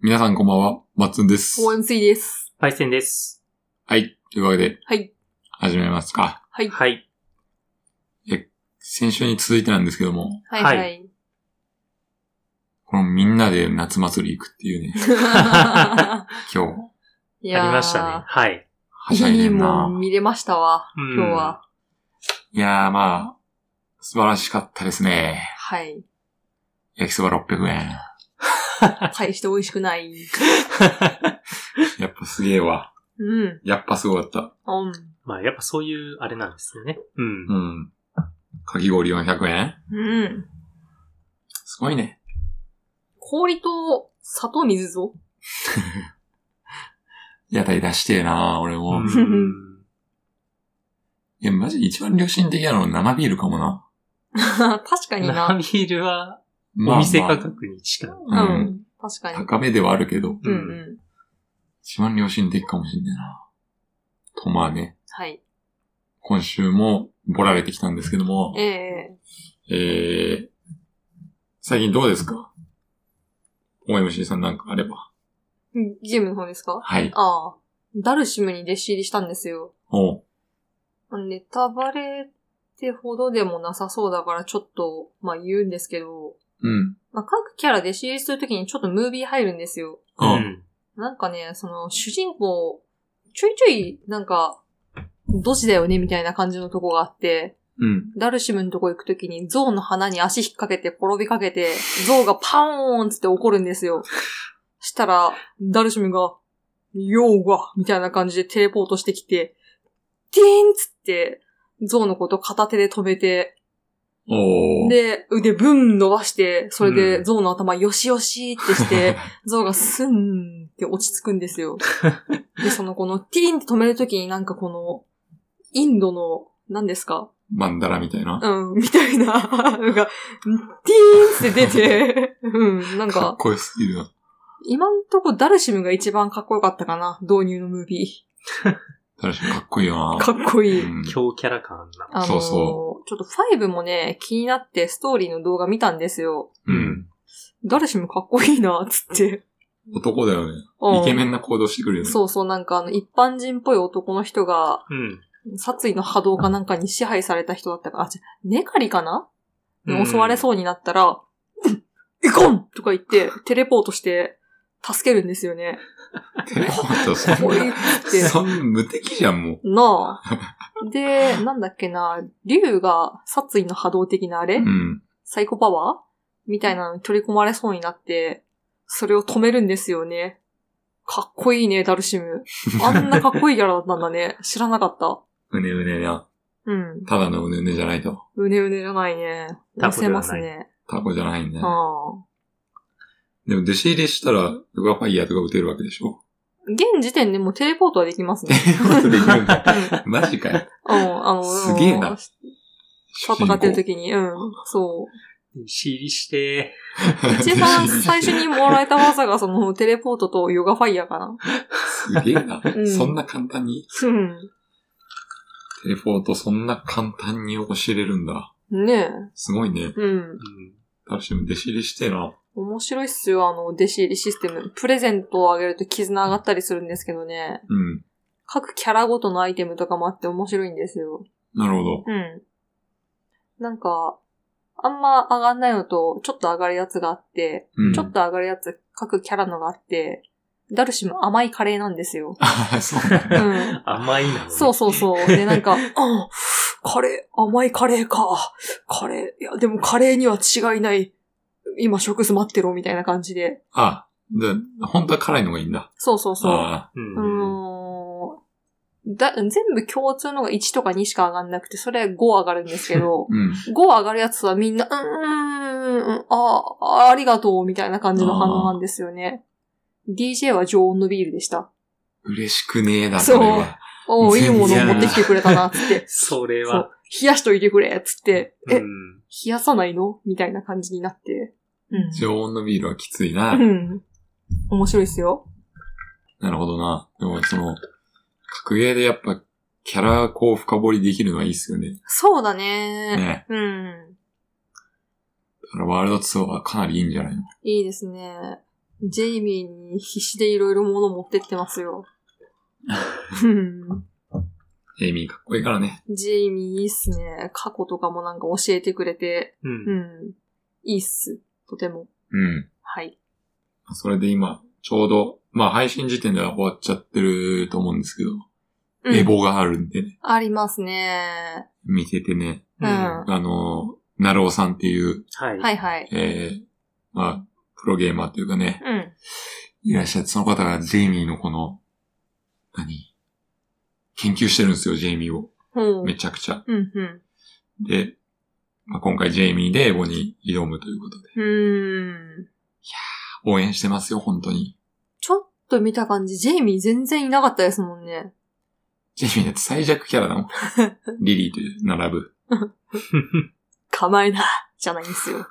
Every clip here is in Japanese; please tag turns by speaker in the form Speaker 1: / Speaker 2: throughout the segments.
Speaker 1: 皆さんこんばんは、まっつんです。
Speaker 2: 応援ついです。
Speaker 3: パイセンです。
Speaker 1: はい。というわけで、
Speaker 2: はい。
Speaker 1: 始めますか。
Speaker 2: はい。
Speaker 3: はい。
Speaker 1: 先週に続いてなんですけども、
Speaker 2: はいは。
Speaker 3: はい
Speaker 1: このみんなで夏祭り行くっていうね、今日、
Speaker 2: い
Speaker 3: あ
Speaker 2: やー
Speaker 3: りましたね。はい。
Speaker 1: はしゃい
Speaker 2: い
Speaker 1: で
Speaker 2: い
Speaker 1: ん
Speaker 2: もん
Speaker 1: な。
Speaker 2: 見れましたわ、
Speaker 3: うん
Speaker 2: 今日は。
Speaker 1: いやーまあ、素晴らしかったですね。
Speaker 2: はい。
Speaker 1: 焼きそば600円。
Speaker 2: 大して美味しくない。
Speaker 1: やっぱすげえわ。
Speaker 2: うん。
Speaker 1: やっぱすごかった。
Speaker 2: うん。
Speaker 3: まあ、やっぱそういう、あれなんですよね。うん。
Speaker 1: うん。かき氷400円
Speaker 2: うん。
Speaker 1: すごいね。
Speaker 2: 氷と砂糖水ぞ。
Speaker 1: 屋台出してえな俺も。
Speaker 3: う
Speaker 1: い
Speaker 3: ん
Speaker 1: や、マジ一番良心的なの生ビールかもな。
Speaker 2: 確かに
Speaker 3: 生
Speaker 2: な。
Speaker 3: ビールは、
Speaker 1: まあ
Speaker 3: お店
Speaker 1: まあ
Speaker 3: 価格に近い。
Speaker 2: う
Speaker 1: うん
Speaker 2: ん。確かに。
Speaker 1: 高めではあるけど、
Speaker 2: うんうん。
Speaker 1: 一番良心的かもしんないな。とまあね、
Speaker 2: はい。
Speaker 1: 今週もボラれてきたんですけども、
Speaker 2: ええ
Speaker 1: えー、最近どうですか ?OMC さんなんかあれば。
Speaker 2: ゲームの方ですか
Speaker 1: はい。
Speaker 2: ああ。ダルシムに弟子入りしたんですよ。
Speaker 1: おう
Speaker 2: ネタバレってほどでもなさそうだからちょっと、まあ言うんですけど、
Speaker 1: うん。
Speaker 2: まあ各キャラ弟子入りするときにちょっとムービー入るんですよ。
Speaker 1: う。
Speaker 3: うんん。
Speaker 2: なんかね、その主人公、ちょいちょい、なんか、ドジだよねみたいな感じのとこがあって、
Speaker 1: うん。
Speaker 2: ダルシムのとこ行くときに象の鼻に足引っ掛けて転びかけて、象がパーンつって怒るんですよ。したら、ダルシムが、ようがみたいな感じでテレポートしてきて、ディーンつって、象のこと片手で止めて、
Speaker 1: おー。
Speaker 2: で、腕ブン伸ばして、それ
Speaker 3: う
Speaker 2: で
Speaker 3: ん
Speaker 2: 象の頭よしよしって して、象がスンって落ち着くんですよ。で、そのこのティーンって止めるときになんかこの、インドの、何ですか
Speaker 1: バンダラみたいな。
Speaker 2: うん、みたいな、なんか、ティーンって出て、うん、なん
Speaker 1: かっ
Speaker 2: か、
Speaker 1: こよすぎるな。
Speaker 2: 今んとこダルシムが一番かっこよかったかな、導入のムービ
Speaker 1: 確かにかっこいいよな。
Speaker 2: ー。かっこいい。
Speaker 1: うん
Speaker 3: 強キャラ感な。
Speaker 2: あのー
Speaker 1: そうそ
Speaker 2: ちょっと5もね、気になってストーリーの動画見たんですよ。
Speaker 1: うん。
Speaker 2: ダルシムかっこいいな、つって。
Speaker 1: 男だよね。
Speaker 2: うん
Speaker 1: イケメンな行動してくるよね。
Speaker 2: そうそう、なんかあの、一般人っぽい男の人が、
Speaker 3: うん。
Speaker 2: 殺意の波動かなんかに支配された人だったから、あ、違うネカリかな、
Speaker 3: うん
Speaker 2: 襲われそうになったら、いかんとか言って、テレポートして、助けるんですよね。
Speaker 1: テレポート、そん
Speaker 2: おいっ
Speaker 1: な、
Speaker 2: て。
Speaker 1: そんな無敵じゃん、もう。
Speaker 2: なあ。で、なんだっけな、竜が殺意の波動的なあれ、
Speaker 1: うん。
Speaker 2: サイコパワーみたいなのに取り込まれそうになって、それを止めるんですよね。かっこいいね、ダルシム。あんなかっこいいキャラだったんだね。知らなかった。
Speaker 1: うねうねな。
Speaker 2: うん。
Speaker 1: ただのうねうねじゃないと。
Speaker 2: うねうねじゃないね。
Speaker 3: タ
Speaker 2: 寄
Speaker 3: コじ
Speaker 2: せ
Speaker 3: ゃない
Speaker 2: ますね。
Speaker 1: タコじゃないんだよ。
Speaker 2: ああ
Speaker 1: でも弟子入りしたら、ルガファイヤーとか打てるわけでし ょ
Speaker 2: 現時点でもうテレポートはできま すね。
Speaker 1: できるんだ。
Speaker 2: うん
Speaker 1: マジかよ。
Speaker 2: うん、あの、
Speaker 1: すげえな
Speaker 2: うん戦ってる時に、うん、そ
Speaker 3: 仕入りして、
Speaker 2: う。一番最初にもらえた技がそのテレポートとヨガファイヤーかな。
Speaker 1: すげえな
Speaker 2: う。ん
Speaker 1: そんな簡単に、テレポートそんな簡単に教えれるんだ。
Speaker 2: うん。ねえ。
Speaker 1: すごいね。
Speaker 2: うん。
Speaker 3: うん。
Speaker 1: 楽しみ、弟子入りしてえな。
Speaker 2: 面白いっすよ、あの、弟子入りシステム。プレゼントをあげると絆上がったりするんですけどね。
Speaker 1: うん。
Speaker 2: 各キャラごとのアイテムとかもあって面白いんですよ。
Speaker 1: なるほど。
Speaker 2: うん。なんか、あんま上がんないのと、ちょっと上がるやつがあって、
Speaker 1: うん。
Speaker 2: ちょっと上がるやつ、各キャラのがあって、ダルシム甘いカレーなんですよ
Speaker 1: あ そうなん
Speaker 2: う
Speaker 1: だ。
Speaker 2: ん。
Speaker 3: 甘いなのね。
Speaker 2: そうそ うそう。で、なんか、うん、カレー、甘いカレーか。カレー、いや、でもカレーには違いない。今、食済待ってろ、みたいな感じで。
Speaker 1: あ、じゃあ本当は辛いのがいいんだ。
Speaker 2: そうそうそう。
Speaker 1: ああ、
Speaker 3: う
Speaker 2: うー
Speaker 3: ん。
Speaker 2: ん。だ、全部共通のが1とか2しか上がんなくて、それ5上がるんですけど、
Speaker 1: うん。
Speaker 2: 5上がるやつはみんな、うーんうん、ああ、ありがとう、みたいな感じの反応なんですよね。DJ は常温のビールでした。
Speaker 1: 嬉しくねえな、
Speaker 2: そう
Speaker 1: それは。
Speaker 2: おお、いいも
Speaker 1: 全然
Speaker 2: の持ってきてくれたな、つって。
Speaker 3: それ
Speaker 2: そ
Speaker 3: は
Speaker 2: う、冷やしといてくれ、つって。え、
Speaker 3: う
Speaker 2: 冷
Speaker 3: ん。
Speaker 2: やさないのみたいな感じになって。う
Speaker 1: 常温のビールはきついな。
Speaker 2: ん。うん。面白いですよ。
Speaker 1: なるほどな。でも、その、格ゲーでやっぱ、キャラこう深掘りできるのはいいっすよね。
Speaker 2: そうだね
Speaker 1: ね。
Speaker 2: うん。
Speaker 1: だからワールドツアーはかなりいいんじゃないの
Speaker 2: いいですね。ジェイミーに必死でいろいろ物持ってってます よ。うん
Speaker 1: エイミーかっこいいからね。
Speaker 2: ジェイミーいいっすね。過去とかもなんか教えてくれて、
Speaker 3: う。
Speaker 2: うんん。いいっす。とても。
Speaker 1: うん。
Speaker 2: はい。
Speaker 1: それで今、ちょうど、まあ配信時点では終わっちゃってると思うんですけど、
Speaker 2: うん
Speaker 1: エボがあるんでね、
Speaker 2: ありますね。
Speaker 1: 見ててね、
Speaker 2: うん。
Speaker 3: は
Speaker 1: あの、なるおさんっていう、
Speaker 3: い。
Speaker 2: はいはい。
Speaker 1: えー、まあ、プロゲーマーというかね、
Speaker 2: うん。
Speaker 1: いらっしゃって、その方がジェイミーのこの、何研究してるんですよ、ジェイミーを。
Speaker 2: ほう。
Speaker 1: めちゃくちゃ。
Speaker 2: うんうん。
Speaker 1: で、まあ、今回ジェイミーでエボに挑むということで、
Speaker 2: うーん。
Speaker 1: 応援してますよ、本当に。
Speaker 2: ちょっと見た感じ、ジェイミー全然いなかったですもんね。
Speaker 1: ジェイミーだって最弱キャラ だもん。リリーと並ぶ。
Speaker 2: 構えな、じゃないんです よ。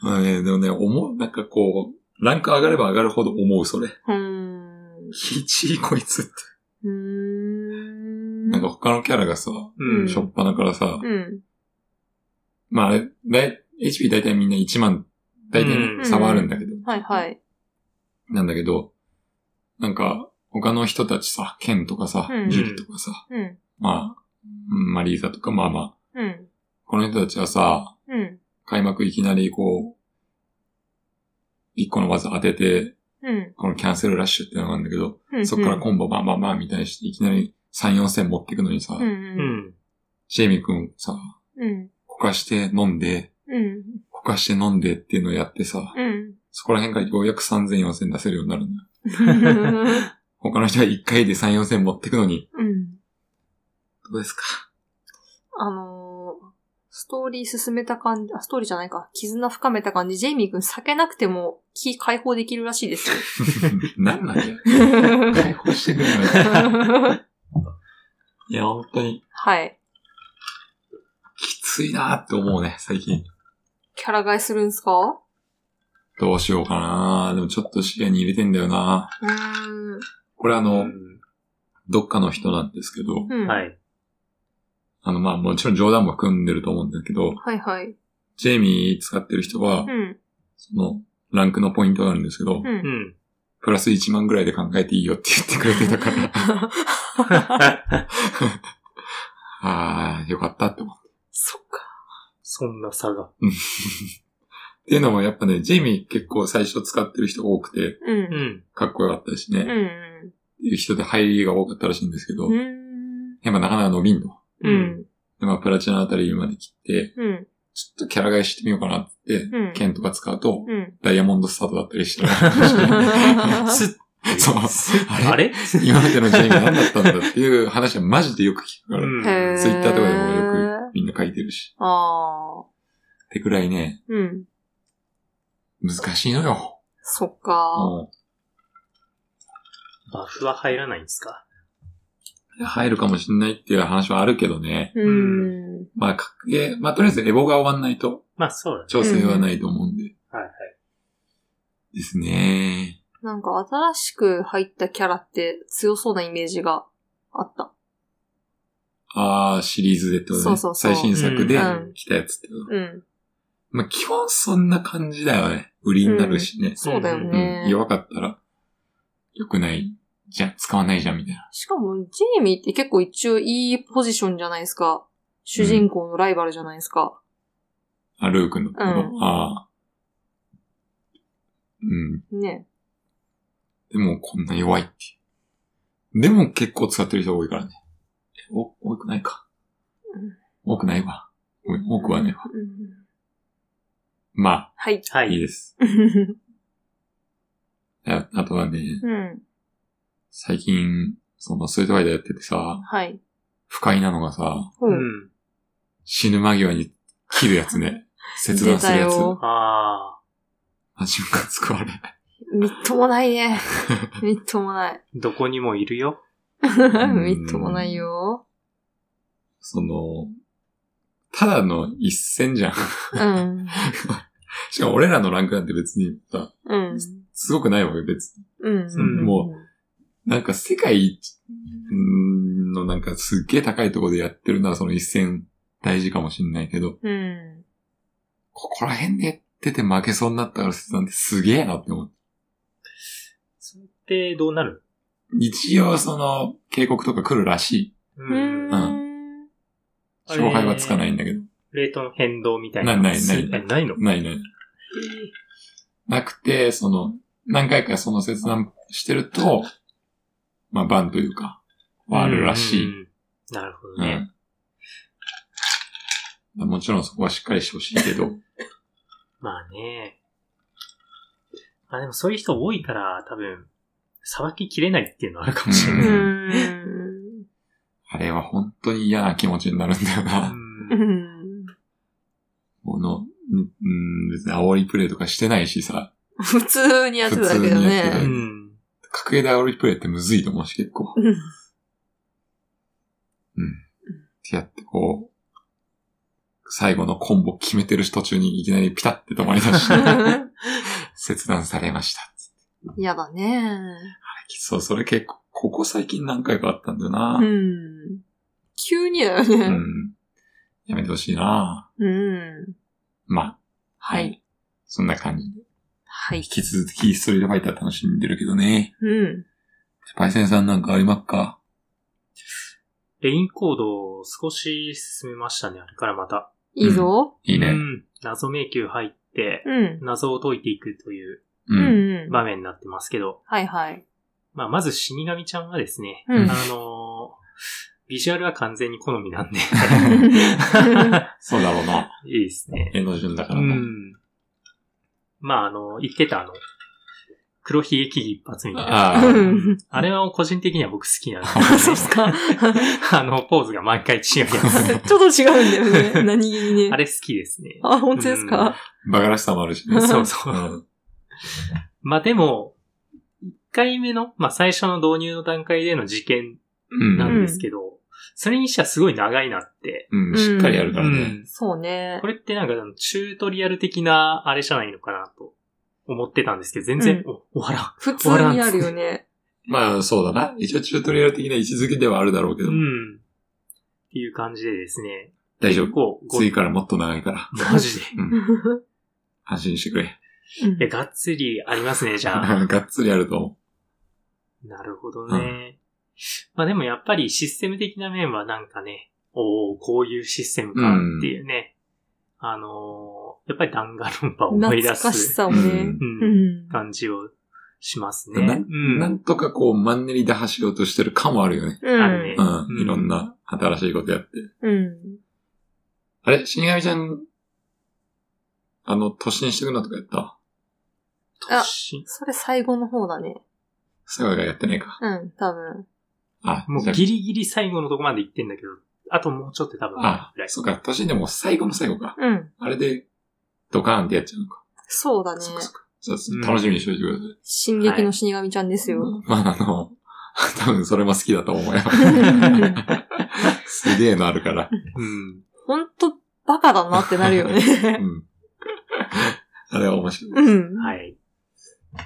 Speaker 1: まあね、でもね、思う、なんかこう、ランク上がれば上がるほど思う、それ。
Speaker 2: うーん。う
Speaker 1: ひちいこいつって。
Speaker 2: ーん。
Speaker 1: なんか、他のキャラがさ、
Speaker 3: う
Speaker 2: うん
Speaker 3: ん。
Speaker 1: しょっぱなからさ、
Speaker 2: うん。
Speaker 1: まああれ、だい HP 大体みんな1万、大体
Speaker 3: う
Speaker 1: ね、
Speaker 3: ん
Speaker 1: 差はあるんだけど、
Speaker 2: はいはい。
Speaker 1: なんだけど、なんか、他の人たちさ、ケンとかさ、
Speaker 2: うん
Speaker 1: ジュリとかさ、
Speaker 2: うん。
Speaker 1: まあ、マリーザとか、まあまあ、
Speaker 2: うん。
Speaker 1: この人たちはさ、
Speaker 2: うん。
Speaker 1: 開幕いきなりこう、一個の技当てて、
Speaker 2: うん。
Speaker 1: このキャンセルラッシュってのがあるんだけど、
Speaker 2: うん。
Speaker 1: そっからコンボバンバンバンみたいにして、いきなり3、4戦持っていくのにさ、
Speaker 2: うん。
Speaker 3: う
Speaker 2: うん。
Speaker 3: ん。
Speaker 1: ジェイミー君さ、
Speaker 2: うん。
Speaker 1: こかして飲んで、
Speaker 2: うん。
Speaker 1: こかして飲んでっていうのをやってさ、
Speaker 2: うん。
Speaker 1: そこら辺からようやく3 0 0 4000出せるようになるんだよ。
Speaker 2: うん。
Speaker 1: 他の人は1回で3、4000持ってくのに、
Speaker 2: うん。
Speaker 1: どうですか
Speaker 2: あのー、ストーリー進めた感じ、あ、ストーリーじゃないか。絆深めた感じ、ジェイミー君避けなくても気解放できるらしいですよ。
Speaker 1: なんなんだよ。解放してくれよ。いや、本当に、
Speaker 2: はい。
Speaker 1: きついなーって思うね、最近。
Speaker 2: キャラ替えするんすか
Speaker 1: どうしようかなー。でもちょっと視野に入れてんだよな
Speaker 2: うーん。
Speaker 1: これあ
Speaker 3: う
Speaker 1: の、
Speaker 3: ん
Speaker 1: どっかの人なんですけど、
Speaker 2: うん。
Speaker 3: は
Speaker 2: はい。
Speaker 3: い。
Speaker 1: あの、まあ、もちろん冗談も組んでると思うんだけど、
Speaker 2: はいはい。
Speaker 1: ジェイミー使ってる人は、
Speaker 2: うん。
Speaker 1: その、ランクのポイントがあるんですけど、
Speaker 2: う。
Speaker 3: うんん。
Speaker 1: プラス1万ぐらいで考えていいよって言ってくれてたから、 あー、よかったって思う。
Speaker 2: そっか。
Speaker 3: そんな差が。
Speaker 1: っていうのもやっぱね、ジェイミー結構最初使ってる人多くて、
Speaker 2: う。
Speaker 3: うん ん。
Speaker 1: かっこよかったしね、
Speaker 2: う
Speaker 1: っ
Speaker 2: ん。
Speaker 1: ていう人で入りが多かったらしいんですけど、
Speaker 2: う
Speaker 1: やっ
Speaker 2: ん。
Speaker 1: ぱなかなか伸びんの。
Speaker 2: う。ん。
Speaker 1: で、まあ、プラチナあたりまで切って、
Speaker 2: うん。
Speaker 1: ちょっとキャラ替えしてみようかなって言って、
Speaker 2: うん
Speaker 1: 剣とか使うと、
Speaker 2: うん。
Speaker 1: ダイヤモンドスタートだったりして る
Speaker 3: すっ。
Speaker 1: そう
Speaker 3: すっ
Speaker 1: あ
Speaker 3: あれ
Speaker 1: 今までのジェイミー何だったんだっていう話はマジでよく聞くから、
Speaker 3: うん
Speaker 2: へー
Speaker 1: ツイッターとかでもよくみんな書いてるし。
Speaker 2: ああ。
Speaker 1: ってくらいね、
Speaker 2: うん。
Speaker 1: 難しいのよ。
Speaker 2: そっか。
Speaker 1: も
Speaker 3: バフは入らないんですか
Speaker 1: う入るかもしんないっていう話はあるけどね。
Speaker 2: うん。
Speaker 1: まあ、格ゲー、まあ、とりあえずエボが終わんないと、
Speaker 3: まあそうだね。
Speaker 1: 調整はないと思うんで。
Speaker 3: はいはい。
Speaker 1: ですね。
Speaker 2: なんか新しく入ったキャラって強そうなイメージがあった。
Speaker 1: あー、シリーズでってことね。
Speaker 2: そうそうそ
Speaker 1: 最
Speaker 2: う
Speaker 1: 新作で
Speaker 2: うん
Speaker 1: 来たやつってこと。
Speaker 2: うん。
Speaker 1: まあ、基本そんな感じだよね。売りになるしね。
Speaker 2: そうだよ
Speaker 1: うん
Speaker 2: ね。
Speaker 1: 弱かったら、良くないじゃん。使わないじゃん、みたいな。
Speaker 2: しかも、ジェイミーって結構一応いいポジションじゃないですか。主人公のライバルじゃないですか。
Speaker 1: あ、ルー君のこと。
Speaker 2: うん
Speaker 1: あーうん。
Speaker 2: ね。
Speaker 1: でもこんな弱いっていう。でも結構使ってる人多いからね。お、多くないか
Speaker 2: うん。
Speaker 1: 多くないわ。ごめん多くはね。
Speaker 2: うん
Speaker 1: ま
Speaker 2: はい。
Speaker 3: は
Speaker 1: あ、いい
Speaker 3: い。
Speaker 1: です。
Speaker 2: う
Speaker 1: ああとはね、
Speaker 2: ん。
Speaker 1: 最近、その、スイートファイターやっててさ、
Speaker 2: はい。
Speaker 1: 不快なのがさ、
Speaker 2: ほ
Speaker 3: う
Speaker 2: う。
Speaker 3: ん。
Speaker 1: 死ぬ間際に切るやつ ね。切断するや
Speaker 2: 出
Speaker 1: つ
Speaker 2: た。よ
Speaker 3: ああ。
Speaker 1: マジムカつくわあれ。
Speaker 2: みっともない ね。みっともない。
Speaker 3: どこにもいるよ。
Speaker 1: ん
Speaker 2: みっともないよ。
Speaker 1: その、ただの一戦じゃん。
Speaker 2: うん。
Speaker 1: しかも俺らのランクなんて別にさ、
Speaker 2: うん。
Speaker 1: すごくないわけ別に
Speaker 2: うん。
Speaker 1: もなんか世界一うんのなんかすっげえ高いところでやってるのはその一戦大事かもしんないけど、
Speaker 2: うん。
Speaker 1: ここら辺でってて負けそうになったアルセスなんてすげえなって思って。
Speaker 3: それってどうなる
Speaker 1: 一応その、警告とか来るらしい。
Speaker 3: う
Speaker 2: うーん。
Speaker 3: あれ
Speaker 1: 勝敗はつかないんだけど。
Speaker 3: レートの変動みたいな。
Speaker 1: ないないない
Speaker 3: えないの
Speaker 1: ないない。なくて、その、何回かその切断してると、まあ、バンというか、はあるらし
Speaker 3: う
Speaker 1: い。
Speaker 3: ん。なるほど
Speaker 1: う
Speaker 3: ね。
Speaker 1: ん。もちろんそこはしっかりしてほしいけど。
Speaker 3: まあね。まあでもそういう人多いから、多分、さばききれないっていうのはあるかもしれ
Speaker 2: う
Speaker 3: ない。
Speaker 2: ーん。
Speaker 1: あれは本当に嫌な気持ちになるんだよ
Speaker 3: う
Speaker 1: な。
Speaker 3: ん
Speaker 2: うん。
Speaker 1: この、うんうん、別に煽りプレイとかしてないしさ、
Speaker 2: 普通にやってただけど
Speaker 1: 普通にやってた
Speaker 3: う
Speaker 1: だけ
Speaker 2: ね。
Speaker 3: ん。
Speaker 1: 格ゲーで煽りプレイってむずいと思うし結構。
Speaker 2: うん
Speaker 1: ってやってこう、最後のコンボ決めてる途中にいきなりピタって止まりだ して、切断されました。
Speaker 2: 嫌だね。
Speaker 1: そう、それ結構、ここ最近何回かあったんだよ
Speaker 2: う
Speaker 1: な。
Speaker 2: ん。急にだよ
Speaker 1: う
Speaker 2: ね。
Speaker 1: ん。やめてほしいな。
Speaker 2: うん。
Speaker 1: まあ、
Speaker 2: は
Speaker 1: はい
Speaker 2: い。
Speaker 1: そんな感じで。
Speaker 2: はい。
Speaker 1: 引き続き、ストリートファイター楽しんでるけどね。
Speaker 2: うん。
Speaker 1: パイセンさんなんかありますか
Speaker 3: レインコードを少し進めましたね、あれからまた。
Speaker 2: いいぞ。
Speaker 1: いいうね。
Speaker 3: ん。謎迷宮入って、
Speaker 2: うん。
Speaker 3: 謎を解いていくという
Speaker 1: う。
Speaker 2: うんん。
Speaker 3: 場面になってますけど、
Speaker 2: はい はい。
Speaker 3: まあまず死神ちゃんはですね、
Speaker 2: うん
Speaker 3: あのービジュアルは完全に好みな んで、
Speaker 1: そうだろうな。
Speaker 3: いいですね。
Speaker 1: 絵の順だか
Speaker 3: う
Speaker 1: らな。
Speaker 3: ん。まああの、言ってたあの、黒ひげ危機一発みたいな。
Speaker 1: ああ。
Speaker 3: あれは個人的には僕好きな んで
Speaker 2: あ、そうっす か。
Speaker 3: あの、ポーズが毎回違うや つ。
Speaker 2: ちょっと違うんだよね。何気にね。
Speaker 3: あれ好きですね。
Speaker 2: あ、本当ですか。
Speaker 1: バカらしさもあるしね。
Speaker 3: そうそう
Speaker 1: うん。
Speaker 3: まあでも、1回目の、まあ最初の導入の段階での事件
Speaker 1: うん
Speaker 3: なんですけど、それにしてはすごい長いなって。
Speaker 1: うん、しっかりやるからね。
Speaker 2: そうね
Speaker 3: こ。れってなんかチュートリアル的なあれじゃないのかなと思ってたんですけど、全然、
Speaker 2: う
Speaker 3: お終わ
Speaker 2: 普通にあるよね。
Speaker 1: まあ、そうだな。一応、チュートリアル的な位置づけではあるだろうけ
Speaker 3: ら
Speaker 1: ど
Speaker 3: ん。う。ん。っていう感じでですね。
Speaker 1: 大丈
Speaker 3: 結
Speaker 1: 夫。
Speaker 3: 構、ご
Speaker 1: 次からもっと長いから。
Speaker 3: マジで。
Speaker 1: うん。安心してくれ。
Speaker 2: うん
Speaker 3: え、がっつりありますね、じ ゃあ。
Speaker 1: がっつりやると思
Speaker 3: なるほど
Speaker 1: う
Speaker 3: ね。まあでもやっぱりシステム的な面はなんかね、おおこういうシステムかっていうね。あのーやっぱりダンガロンパを思い
Speaker 2: 懐
Speaker 3: 出
Speaker 2: かし
Speaker 3: す、
Speaker 2: さをね。
Speaker 3: うん
Speaker 2: うん。
Speaker 3: 感じをします
Speaker 1: う。
Speaker 3: ね。
Speaker 1: な、
Speaker 3: うん
Speaker 1: なん
Speaker 3: ん。
Speaker 1: とかこう、マンネリ打破しようとしてる感はあるよね。
Speaker 3: あるね
Speaker 1: う。
Speaker 3: うんん
Speaker 1: いろんな新しいことやって。
Speaker 2: うん。
Speaker 1: あれ死神ちゃん、あの、突進してくなとかやった
Speaker 2: あ
Speaker 3: 年
Speaker 2: それ最後の方だね。
Speaker 1: 最後がやってないか。
Speaker 2: うん、多分。
Speaker 1: あ、
Speaker 3: もう
Speaker 1: じゃあ
Speaker 3: ギリギリ最後のとこまで行ってんだけど、あともうちょっと多分、
Speaker 1: あ
Speaker 3: ぐら、い。
Speaker 1: そうか、突進でも最後の最後か。
Speaker 2: うん。
Speaker 1: あれで、ドカーンってやっちゃうのか。
Speaker 2: そうだね。
Speaker 1: そっかそっか。じゃあ、楽しみにしといてください。
Speaker 2: 進撃の死神ちゃんですよ。
Speaker 1: まあ、あの、 多分それも好きだと思う よ。すげえのあるから。
Speaker 3: うん。
Speaker 2: ほんと、バカだなってなるよ
Speaker 1: う
Speaker 2: ね。
Speaker 1: ん。あれは面白い。
Speaker 2: うん。
Speaker 3: はい。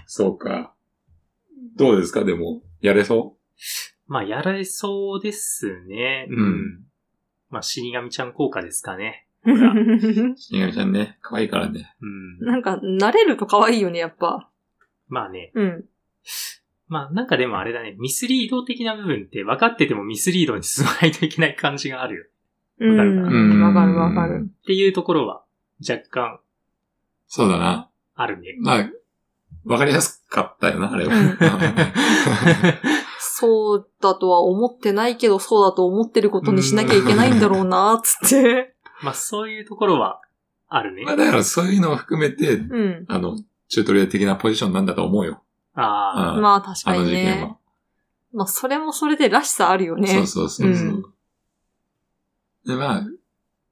Speaker 1: そうか。どうですかでも、やれそ
Speaker 3: まあ、やられそうですね。うん。
Speaker 1: うん
Speaker 3: まあ、死神ちゃん効果ですかね。
Speaker 1: う死神ちゃんね、可愛いからね。
Speaker 3: うん。
Speaker 2: なんか、慣れると可愛いよね、やっぱ。
Speaker 3: まあね、
Speaker 2: うん。
Speaker 3: まあなんかでもあれだね、ミスリード的な部分って分かっててもミスリードに進まないといけない感じがあるよ。
Speaker 2: う
Speaker 3: かる
Speaker 2: ん。
Speaker 3: か
Speaker 1: うん。
Speaker 2: わかるわかる。。
Speaker 3: っていうところは若干
Speaker 1: そうだな。
Speaker 3: あ るね。
Speaker 1: まあ、わかりやすかったよな、あれは。
Speaker 2: そうだとは思ってないけど、そうだと思ってることにしなきゃいけないんだろうな、つって。
Speaker 3: まあそういうところはあるね
Speaker 1: まあ、。だからそういうのを含めて、
Speaker 2: うん。
Speaker 1: あの、チュートリアル的なポジションなんだと思うよ。うん。
Speaker 3: ああ、
Speaker 1: あ
Speaker 2: まあ確か
Speaker 1: の
Speaker 2: に
Speaker 1: 事件は
Speaker 2: ね。。まあそれもそれでらしさあるよ
Speaker 1: そ
Speaker 2: ね
Speaker 1: う。そうそうそう、
Speaker 2: うん
Speaker 1: で、まあ、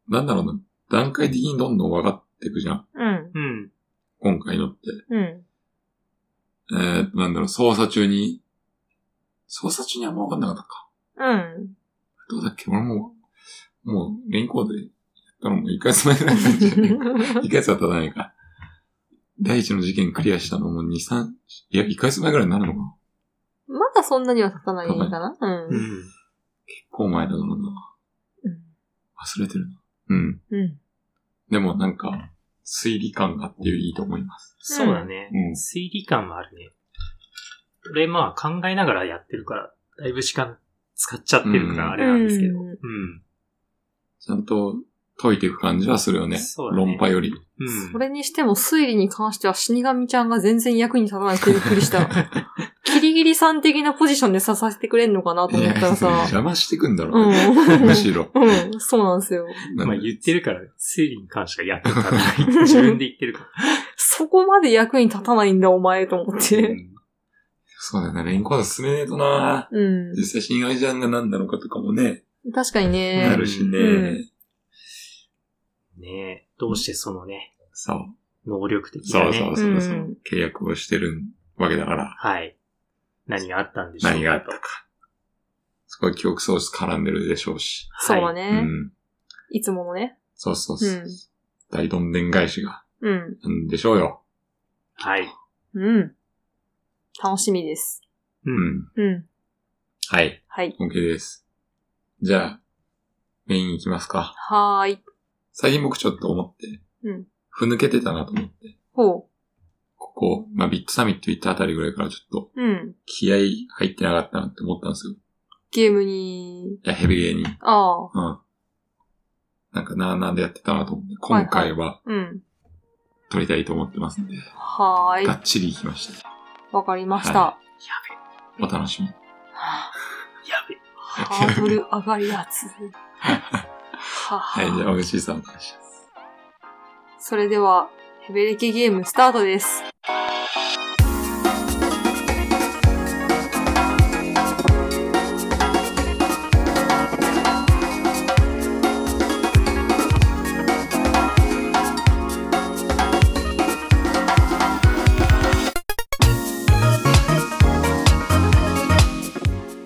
Speaker 1: なんだろうな。段階的にどんどん分かっていくじゃん。
Speaker 2: うん。
Speaker 3: うん。
Speaker 1: 今回のって。
Speaker 2: うん。
Speaker 1: えー、なんだろう、捜査中に、捜査中にあんま分かんなかったか。
Speaker 2: うん。
Speaker 1: どうだっけ俺も、もう、レインコードでやったのも1ヶ月前ぐらいになっちゃうね。1ヶ月は 経たないか。第一の事件クリアしたのも2、3、いや、1ヶ月前ぐらいになるのかな
Speaker 2: まだそんなには経たないかな。う。
Speaker 3: うんん。
Speaker 1: 結構前だからな。
Speaker 2: うん
Speaker 1: 忘れてるな。うん。
Speaker 2: うん。
Speaker 1: でもなんか、推理感があっていいと思います。
Speaker 3: そうだね。
Speaker 1: うん
Speaker 3: 推理感はあるね。これまあ考えながらやってるから、だいぶ時間使っちゃってるから
Speaker 1: うん
Speaker 3: あれなんですけど。
Speaker 2: う
Speaker 3: うんん。
Speaker 1: ちゃんと解いていく感じはするよね。
Speaker 3: そうだね
Speaker 1: 論破より。
Speaker 3: うん。
Speaker 2: それにしても推理に関しては死神ちゃんが全然役に立たなくてびっくりした。 キリギリさん的なポジションで刺させてくれんのかなと
Speaker 1: い
Speaker 2: 思っ
Speaker 1: や
Speaker 2: たらさ。
Speaker 1: 邪魔してくんだ
Speaker 2: う
Speaker 1: ろう、
Speaker 2: ん
Speaker 1: ね。。むし ろ。
Speaker 2: うん、そうなんですよ。
Speaker 1: なん
Speaker 3: ま
Speaker 1: で
Speaker 3: あ言ってるから、推理に関しては役に立たない。自分で言ってるか
Speaker 2: そこまで役に立たないんだ、お前、と思っ
Speaker 3: ら。う
Speaker 2: て。
Speaker 3: ん
Speaker 1: そうだよね。レインコード進めねえとな
Speaker 2: うん。
Speaker 1: 実際、新愛ちゃんが何なのかとかもね、
Speaker 2: 確かに
Speaker 1: な
Speaker 2: ね。
Speaker 1: るしね。
Speaker 2: うん
Speaker 3: ねえ、どうしてそのね、
Speaker 1: そう。
Speaker 3: 能力的
Speaker 1: そ
Speaker 3: な
Speaker 1: う
Speaker 3: ね
Speaker 1: そうそうそう、
Speaker 2: うん
Speaker 1: 契約をしてるわけだから、
Speaker 3: はい。何があったんでしょう
Speaker 1: 何があったか。そこは記憶喪失絡んでるでしょうし。
Speaker 2: そうだ
Speaker 3: ね。
Speaker 1: う
Speaker 2: ね。
Speaker 1: ん。
Speaker 2: いつものね。
Speaker 1: そうそうそうう。
Speaker 2: ん。
Speaker 1: 大どんでん返しが、
Speaker 2: うん。
Speaker 1: なんでしょうよ。
Speaker 3: はい。はい
Speaker 2: うん。楽しみです。
Speaker 3: う。
Speaker 1: うんん。
Speaker 2: うん。
Speaker 1: はい。
Speaker 2: はい。
Speaker 1: OK です。じゃあ、メイン行きますか。
Speaker 2: はーい。
Speaker 1: 最近僕ちょっと思って、
Speaker 2: うん。
Speaker 1: ふぬけてたなと思って、
Speaker 2: ほ
Speaker 1: ここ、まあ、ビットサミット行ったあたりぐらいからちょっと
Speaker 2: う。うん。
Speaker 1: 気合入ってなかったなって思ったんですよ。
Speaker 2: ゲームに、
Speaker 1: いや、ヘビゲーに。
Speaker 2: ああ、
Speaker 1: うん。なんか、なあなあでやってたなと思って、今回は
Speaker 2: うん。
Speaker 1: 撮りたいと思ってますんで、
Speaker 2: はー
Speaker 1: が
Speaker 2: い。
Speaker 1: っちり行きました。
Speaker 2: わかりました。
Speaker 1: お楽しみ。
Speaker 2: は
Speaker 3: やべ。
Speaker 2: あハードル上がりやつ。は
Speaker 1: はい、じ
Speaker 2: は。
Speaker 1: ゃあ、お口さんお願いします。
Speaker 2: それでは、ヘベレケゲームスタートです。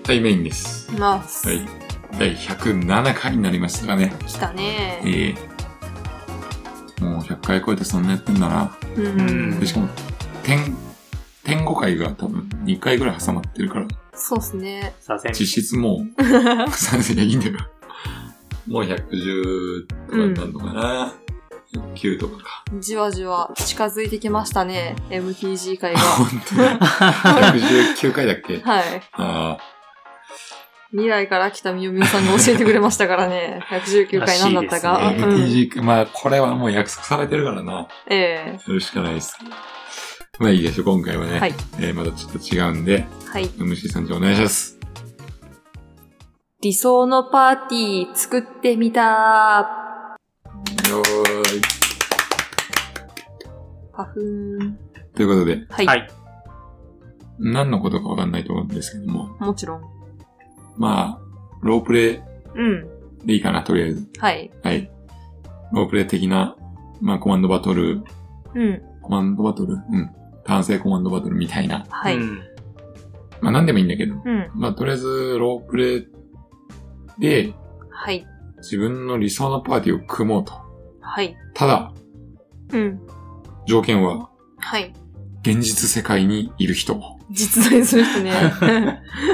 Speaker 1: はい、メインです。
Speaker 2: まあ、
Speaker 1: はい。第107回になりましたかね。
Speaker 2: 来たね。
Speaker 1: ええもう100回超えてそんなやってんだな。
Speaker 2: う
Speaker 3: うん
Speaker 1: で。しかも、点、点5回が多分2回ぐらい挟まってるから、
Speaker 2: そうっすね。
Speaker 3: 左遷。
Speaker 1: 実質もう、3いやいいんだよ。もう110とかになるのかな。109とかか。
Speaker 2: じわじわ近づいてきましたね。MTG 会が。
Speaker 1: 119回だっけ
Speaker 2: はい。
Speaker 1: ああ、
Speaker 2: 未来から来たみよみよさんが教えてくれましたからね。119回何だったか。
Speaker 3: らしいで
Speaker 2: う
Speaker 3: す
Speaker 2: ん
Speaker 1: MTG、まあ、これはもう約束されてるからな。や
Speaker 2: ええ
Speaker 1: るしかないです。まあいいでしょう、今回はね。
Speaker 2: はい
Speaker 1: えーまたちょっと違うんで、
Speaker 2: はい。
Speaker 1: MC さんじゃお願いします。
Speaker 2: 理想のパーティー作ってみた
Speaker 1: よーい。
Speaker 2: パフーン。
Speaker 1: ということで、
Speaker 2: はい。
Speaker 3: はい。
Speaker 1: 何のことかわかんないと思うんですけども、
Speaker 2: もちろん。
Speaker 1: まあ、ロープレイ
Speaker 2: うん。
Speaker 1: でいいかな、とりあえず。
Speaker 2: はい。
Speaker 1: はい。ロープレイ的な、まあ、コマンドバトル、
Speaker 2: うん。
Speaker 1: コマンドバトルうん。単性コマンドバトルみたいな。
Speaker 2: はい。
Speaker 3: う
Speaker 2: うん。
Speaker 3: ん
Speaker 1: まあ、なんでもいいんだけど。
Speaker 2: うん、
Speaker 1: まあ、とりあえず、ロープレイで、
Speaker 2: はい。
Speaker 1: 自分の理想のパーティーを組もうと。
Speaker 2: はい。
Speaker 1: ただ、
Speaker 2: うん。
Speaker 1: 条件は、
Speaker 2: はい。
Speaker 1: 現実世界にいる人。
Speaker 2: 実在する 人ね。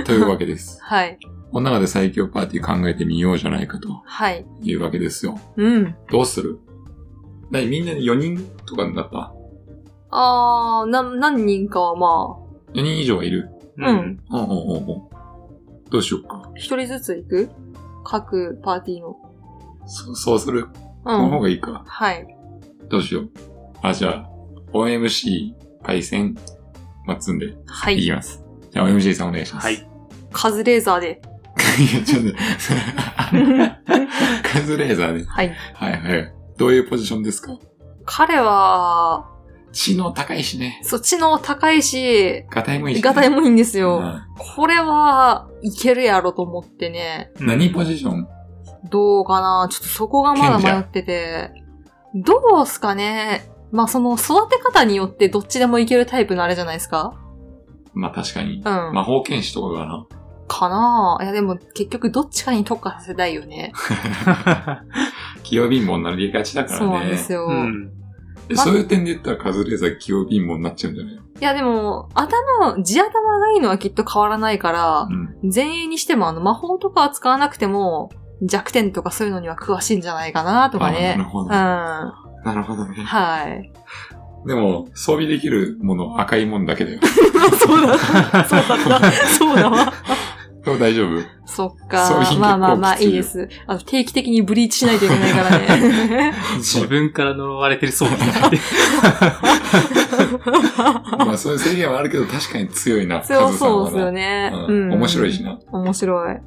Speaker 1: というわけです。
Speaker 2: はい。
Speaker 1: この中で最強パーティー考えてみようじゃないかと
Speaker 2: はい。
Speaker 1: いうわけですよ。
Speaker 2: うん。
Speaker 1: どうするなにみんなで4人とかになった
Speaker 2: あー、な、何人かはま
Speaker 1: ?4 人以上はいる
Speaker 2: う
Speaker 3: うんん。
Speaker 1: うんうんうんうん。どうしようか。
Speaker 2: あ、一人ずつ行く各パーティーの。
Speaker 1: そそうする。
Speaker 2: う
Speaker 1: その方
Speaker 2: ん。
Speaker 1: がいいか。
Speaker 2: はい。
Speaker 1: どうしよう。あ、じゃあ、OMC、対戦、待つんで、
Speaker 2: はい
Speaker 1: き
Speaker 2: い。
Speaker 1: ます。じゃあ、OMC さんお願いします。
Speaker 3: は
Speaker 1: い
Speaker 3: い。
Speaker 2: カズレーザー で。
Speaker 1: や、ちょっと、 カズレーザーね。
Speaker 2: はい。
Speaker 1: はいはい。どういうポジションですか
Speaker 2: 彼は、
Speaker 1: 知能高いしね。
Speaker 2: そう、知能高いし、
Speaker 1: ガタイもいいし、ね。
Speaker 2: ガタイもいいんです
Speaker 1: い
Speaker 2: よ。これは、いけるやろと思ってね。
Speaker 1: 何ポジション
Speaker 2: どうかなちょっとそこがまだ迷ってて。どうすかねまあその育て方によってどっちでもいけるタイプのあれじゃないですか
Speaker 1: まあ確かに。
Speaker 2: うん。
Speaker 1: 魔法剣士とかかな。
Speaker 2: かないやでも結局どっちかに特化させたい よね。
Speaker 1: 器用貧乏になりがちだからね。
Speaker 2: そうなんですよ。
Speaker 3: うん。
Speaker 1: えそういう点で言ったらカズレーザー器用貧乏になっちゃうんじゃないの
Speaker 2: いやでも、頭、地頭がいいのはきっと変わらないから、
Speaker 1: うん。
Speaker 2: 前衛にしてもあの魔法とかは使わなくても弱点とかそういうのには詳しいんじゃないかなとか
Speaker 1: あーな
Speaker 2: ね
Speaker 1: る。ほ
Speaker 2: う
Speaker 1: ど。
Speaker 2: ん。
Speaker 1: なるほどね。
Speaker 2: はい。
Speaker 1: でも、装備できるもの赤いもんだけ だよ。
Speaker 2: そうだ、そうだった。 そうだわ。
Speaker 1: でも大丈夫
Speaker 2: そ
Speaker 1: そうい
Speaker 2: っ
Speaker 1: う
Speaker 2: か
Speaker 1: 結。構
Speaker 2: まあまあまあ、
Speaker 1: きついよ
Speaker 2: いいです。あの、定期的にブリーチしないといけないから ね。
Speaker 3: 自分から呪われてるそうになって。
Speaker 1: まあそういう制限はあるけど、確かに強いな。
Speaker 2: 強
Speaker 1: カズさん
Speaker 2: そう
Speaker 1: は
Speaker 2: で
Speaker 1: な
Speaker 2: すよね。
Speaker 1: う
Speaker 2: うん
Speaker 1: ん。面白いし。な。
Speaker 2: 面白い。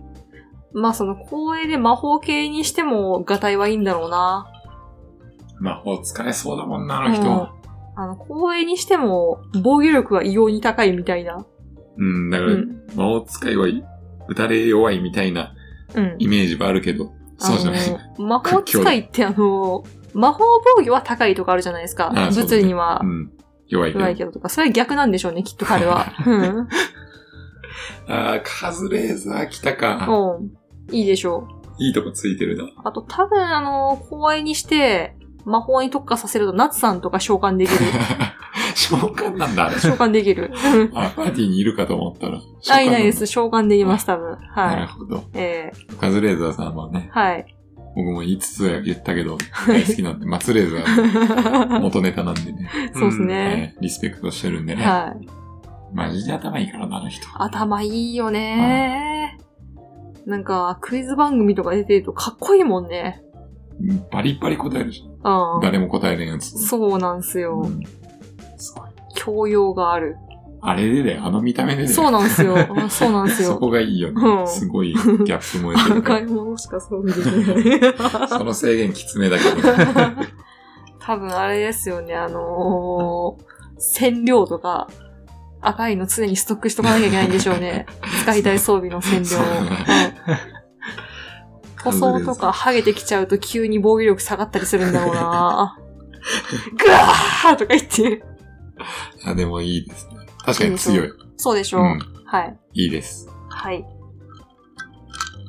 Speaker 2: まあその光栄で魔法系にしても、ガタイはいいんだろうな。
Speaker 1: 魔法使えそうだもんな、あの人。
Speaker 2: あの、光栄にしても、防御力は異様に高いみたいな。
Speaker 1: うん、だか
Speaker 2: う
Speaker 1: ら、
Speaker 2: ん。
Speaker 1: 魔法使いは打たれ弱いみたいな
Speaker 2: うん。
Speaker 1: イメージはあるけど、そうじゃない。
Speaker 2: あの魔法使いってあの、魔法防御は高いとかあるじゃないですか
Speaker 1: あ。そう
Speaker 2: 物理には
Speaker 1: うん。弱いけど
Speaker 2: 弱。いけどとか。それは逆なんでしょうね、きっと彼は。うん。
Speaker 1: ああ、カズレーザー来たか。
Speaker 2: うん。いいでしょう。
Speaker 1: いいとこついてるな。
Speaker 2: あと多分あの、公演にして、魔法に特化させると、夏さんとか召喚 できる。
Speaker 1: 召喚なんだ、あれ。
Speaker 2: 召喚で きる。
Speaker 1: あ、パーティーにいるかと思ったら。召喚
Speaker 2: あ、いないで
Speaker 1: ん
Speaker 2: す。召喚できます、多分。
Speaker 1: だ。な
Speaker 2: は
Speaker 1: る
Speaker 2: い。
Speaker 1: ほど。
Speaker 2: え
Speaker 1: カズレーザーさんはね
Speaker 2: ー、、はい。
Speaker 1: 僕も言いつつは言ったけど、大好きなんで、マツレーザーの元ネタなんでね、
Speaker 2: そうです
Speaker 1: え
Speaker 2: ね。
Speaker 1: ーリスペクトしてるんでね。
Speaker 2: はい。
Speaker 1: マジで頭いいからな、あの人。
Speaker 2: 頭いいよねなんか、クイズ番組とか出てるとかっこいいもんね。
Speaker 1: バリバリ答えるじゃん。
Speaker 2: う
Speaker 1: 誰も答えれんやつ。
Speaker 2: ん。そうなんす
Speaker 1: う
Speaker 2: よ。
Speaker 1: ん
Speaker 2: 教養がある。
Speaker 1: あれでだよ、あの見た目でだよ。
Speaker 2: そうな んすよ。そうなんす
Speaker 1: そ
Speaker 2: よ。
Speaker 1: こがいいよ
Speaker 2: う
Speaker 1: ね。
Speaker 2: ん
Speaker 1: すごいギャップも出てるか
Speaker 2: 買い
Speaker 1: ら。
Speaker 2: 物しかそうできない。
Speaker 1: その制限きつめだけ ど。
Speaker 2: 多分あれですよね、あのー、染料とか、赤いの常にストックしとかなきゃいけないんでしょうね。使いたい装備の染料
Speaker 1: そう
Speaker 2: を。うん塗装とか剥げてきちゃうと急に防御力下がったりするんだろうなぐわーとか言って。
Speaker 1: あ、でもいいですね。確かに強い。
Speaker 2: そうでしょう、
Speaker 1: うん。
Speaker 2: はい。
Speaker 1: いいです。
Speaker 2: はい。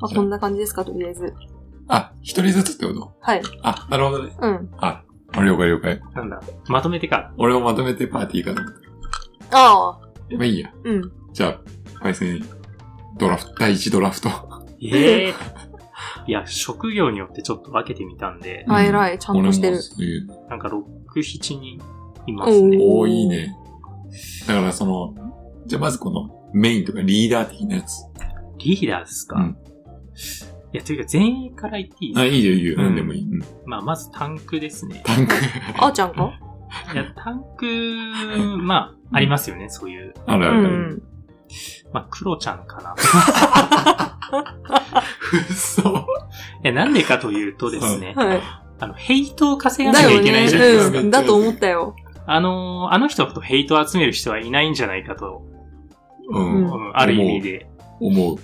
Speaker 2: まあ、こんな感じですか、とりあえず。
Speaker 1: あ、一人ずつってこと
Speaker 2: はい。
Speaker 1: あ、なるほどね。
Speaker 2: うん。
Speaker 1: あ、了解了解。
Speaker 3: なんだ、まとめてか。
Speaker 1: 俺をまとめてパーティーかと思った。
Speaker 2: ああ。
Speaker 1: まあいいや。
Speaker 2: うん。
Speaker 1: じゃあ、パイセン、ドラフト、第一ドラフト。
Speaker 3: ええいや、職業によってちょっと分けてみたんで、
Speaker 2: あ、偉い。ちゃんとして
Speaker 1: 俺
Speaker 2: る
Speaker 1: も。そういう
Speaker 3: なんか6、7人いますね。
Speaker 1: おー、いいね。だからその、じゃあまずこのメインとかリーダー的なやつ。
Speaker 3: リーダーですか、
Speaker 1: うん
Speaker 3: いや、というか前衛から言っていいです
Speaker 1: あ、
Speaker 3: か
Speaker 1: いいよいいよ。
Speaker 3: うん
Speaker 1: 何でもいい。うん
Speaker 3: まあ、まずタンクですね。
Speaker 1: タンク。
Speaker 2: あーちゃんか
Speaker 3: いや、タンク、まあ、ありますよね、そういう。
Speaker 1: ある
Speaker 2: う
Speaker 1: あるある。
Speaker 2: ん。
Speaker 3: まあ、クロちゃんかな。
Speaker 1: そう。
Speaker 3: いや、なんでかというとですね、
Speaker 2: はい。
Speaker 3: あの、ヘイトを稼がな
Speaker 2: だ
Speaker 3: きゃ
Speaker 2: よ
Speaker 3: いけないじゃないですか。
Speaker 2: ね。うん。だと思ったよ。
Speaker 3: あのー、あの人のことヘイトを集める人はいないんじゃないかと、
Speaker 1: うん。
Speaker 2: う
Speaker 3: うんある意味で。
Speaker 1: 思う。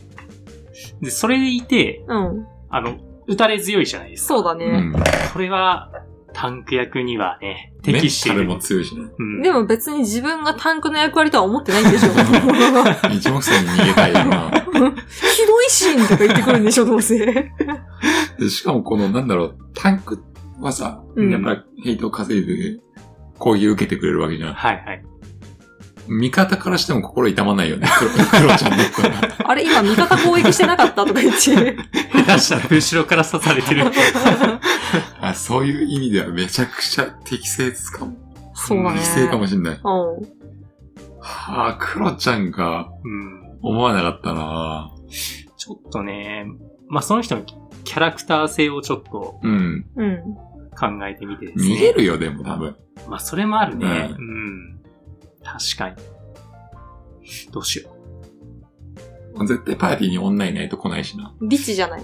Speaker 3: で、それでいて、
Speaker 2: うん。
Speaker 3: あの、打たれ強いじゃないですか。
Speaker 2: そうだ
Speaker 1: う
Speaker 2: ね。
Speaker 1: ん。
Speaker 3: これは、タンク役にはね、
Speaker 1: メン
Speaker 3: 適して
Speaker 1: タ
Speaker 3: いる。
Speaker 1: ルも強いしね。
Speaker 3: うん
Speaker 2: でも別に自分がタンクの役割とは思ってないんでしょ。
Speaker 1: 一目散に逃げたいよ な。
Speaker 2: ひどいシーンとか言ってくるんでしょ、どうせ。
Speaker 1: でしかもこの、なんだろう、タンクはさ、
Speaker 2: うん
Speaker 1: やっぱりヘイトを稼いで、攻撃受けてくれるわけじゃん。
Speaker 3: はいはい。
Speaker 1: 味方からしても心痛まないよね。黒黒ちゃんの子は。
Speaker 2: あれ、今味方攻撃してなかったとか言って。
Speaker 3: 下手したら後ろから刺され てる。
Speaker 1: あ、そういう意味ではめちゃくちゃ適切かも。
Speaker 2: そうだね。
Speaker 1: 適正かもしんない。
Speaker 2: うん。
Speaker 1: はあ、黒ちゃんか、
Speaker 3: うん。
Speaker 1: 思わなかったな
Speaker 3: ちょっとね、まあ、その人のキャラクター性をちょっと考
Speaker 1: うん。
Speaker 2: うん。
Speaker 3: えてみてですね。
Speaker 1: 逃げるよ、でも多分。
Speaker 3: まあ、それもあるね。
Speaker 1: う
Speaker 3: うん。確かに。どうしよ
Speaker 1: 絶対パーティーに女いないと来ないしな。
Speaker 2: リチじゃない。
Speaker 3: う。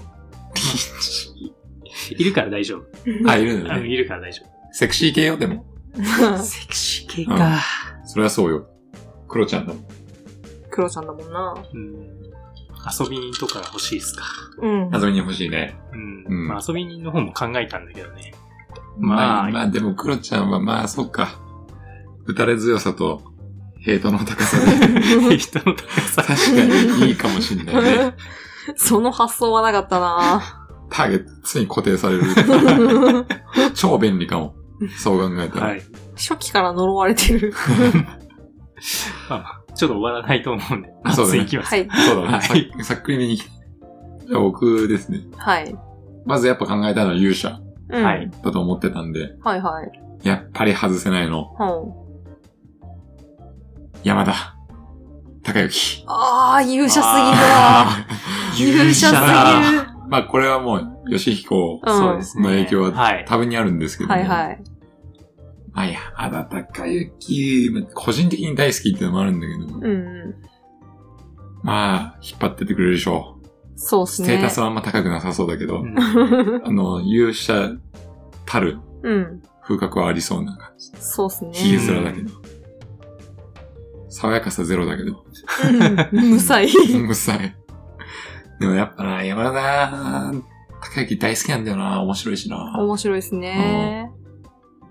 Speaker 3: いるから大丈夫。
Speaker 1: あ、いるん
Speaker 3: あ
Speaker 1: だ
Speaker 3: の、
Speaker 1: ね。
Speaker 3: いるから大丈
Speaker 1: セクシー系よ、でも。
Speaker 3: 夫。セクシー系か。
Speaker 1: それはそうよ。黒ちゃんだもん。
Speaker 2: クロちゃんだもんな。
Speaker 3: うん。遊び人とかが欲しいですか。
Speaker 2: うん。
Speaker 1: 遊びに欲しいね。
Speaker 3: うん。
Speaker 1: うん
Speaker 3: まあ、遊び人の方も考えたんだけどね。
Speaker 1: ま
Speaker 3: ま
Speaker 1: あ、
Speaker 3: あ
Speaker 1: まあ、でも黒ちゃんはまあ、そっか。打たれ強さと、ヘイトの高さ で、
Speaker 3: 人の高さ。
Speaker 1: 確かにいいかもしんないね。
Speaker 2: その発想はなかったな。
Speaker 1: ターゲット、ついに固定される。超便利かも。そう考えたら。
Speaker 3: はい。
Speaker 2: 初期から呪われてる。
Speaker 3: まあまあ、ちょっと終わらないと思うんで、
Speaker 1: あ そうだね
Speaker 3: 次行きます。
Speaker 2: はい。
Speaker 1: そうだね。さ
Speaker 3: はい
Speaker 1: さっくりめに来た。じゃあ僕ですね。
Speaker 2: はい。
Speaker 1: まずやっぱ考えたのは勇者。
Speaker 2: うん
Speaker 3: はい。
Speaker 1: だと思ってたんで、
Speaker 2: はいはい。
Speaker 1: やっぱり外せないの。
Speaker 2: うん。
Speaker 1: 山田。高之。
Speaker 2: ああ、勇者すぎるわ。
Speaker 1: あー
Speaker 2: 勇者すぎる。
Speaker 3: 勇
Speaker 1: まあこれはもう、吉彦
Speaker 2: うん
Speaker 3: そうですね。
Speaker 1: の影響は
Speaker 3: はい。
Speaker 1: 多分にあるんですけども。
Speaker 2: はいはい。
Speaker 1: まあ、山田孝之、まあ個人的に大好きっていうのもあるんだけど、
Speaker 2: うんう
Speaker 1: まあ、引っ張ってってくれるでしょう。
Speaker 2: ん。そうっす
Speaker 1: ス
Speaker 2: ね。
Speaker 1: テータスはあんま高くなさそうだけど、
Speaker 3: うん
Speaker 1: あの、勇者たる
Speaker 2: うん。
Speaker 1: 風格はありそうな感じ。
Speaker 2: そうっす
Speaker 1: ひげ
Speaker 2: ね。
Speaker 1: 面だけど。爽やかさゼロだけ ど。
Speaker 2: うん無才。
Speaker 1: うるさい。でもやっぱな、山田孝之大好きなんだよな。面白いしな。
Speaker 2: 面白いですね。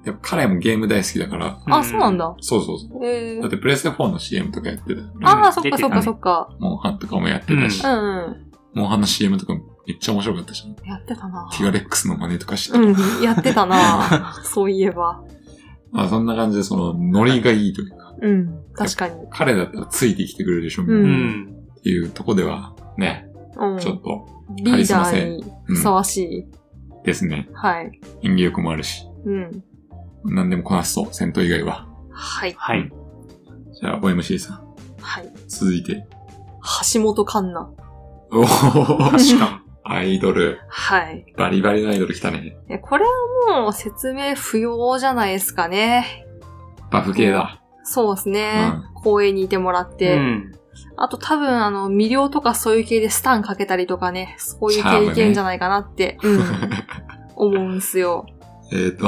Speaker 1: やっぱ彼もゲーム大好きだから、
Speaker 2: あ、そうなん。だ。
Speaker 1: そうそうそう。
Speaker 2: ええ
Speaker 1: だっ。てプレステ4の CM とかやってた。
Speaker 2: あ
Speaker 3: う
Speaker 2: あ、
Speaker 3: ん
Speaker 2: そっかそっかそっか。
Speaker 1: モンハンとかもやってたし
Speaker 2: う、んう
Speaker 1: モンハンの CM とかめっちゃ面白かったし、
Speaker 2: ん。やってたな。
Speaker 1: ティガレックスの真似とかしてた。
Speaker 2: うん、やってたな。 そういえば。
Speaker 1: あそんな感じで、その、ノリがいいというか、
Speaker 2: うん。確かに。
Speaker 1: 彼だったらついてきてくれるでしょ、み
Speaker 2: う
Speaker 3: うん
Speaker 1: なっ
Speaker 3: ん。
Speaker 1: ていうとこでは、ね、
Speaker 2: うん。
Speaker 1: ちょっと、
Speaker 2: リーダーに
Speaker 1: うん
Speaker 2: ふさわしい。
Speaker 1: ですね。
Speaker 2: はい。
Speaker 1: 演技力もあるし、
Speaker 2: うん。
Speaker 1: 何でもこなすと、戦闘以外は。
Speaker 2: はい。
Speaker 3: はい。
Speaker 1: じゃあ、OMC さん、
Speaker 2: はい。
Speaker 1: 続いて。
Speaker 2: 橋本環奈。
Speaker 1: おお
Speaker 2: 確
Speaker 1: かアイドル、
Speaker 2: はい。
Speaker 1: バリバリのアイドル来たね。
Speaker 2: いやこれはもう説明不要じゃないですかね。
Speaker 1: バフ系だ。
Speaker 2: そうですね。公園にいてもらって。
Speaker 3: うん。
Speaker 2: あと多分あの、魅了とかそういう系でスタンかけたりとかね、そういう系でいけんじゃないかなって、うん、思うんすよ。
Speaker 1: えっと、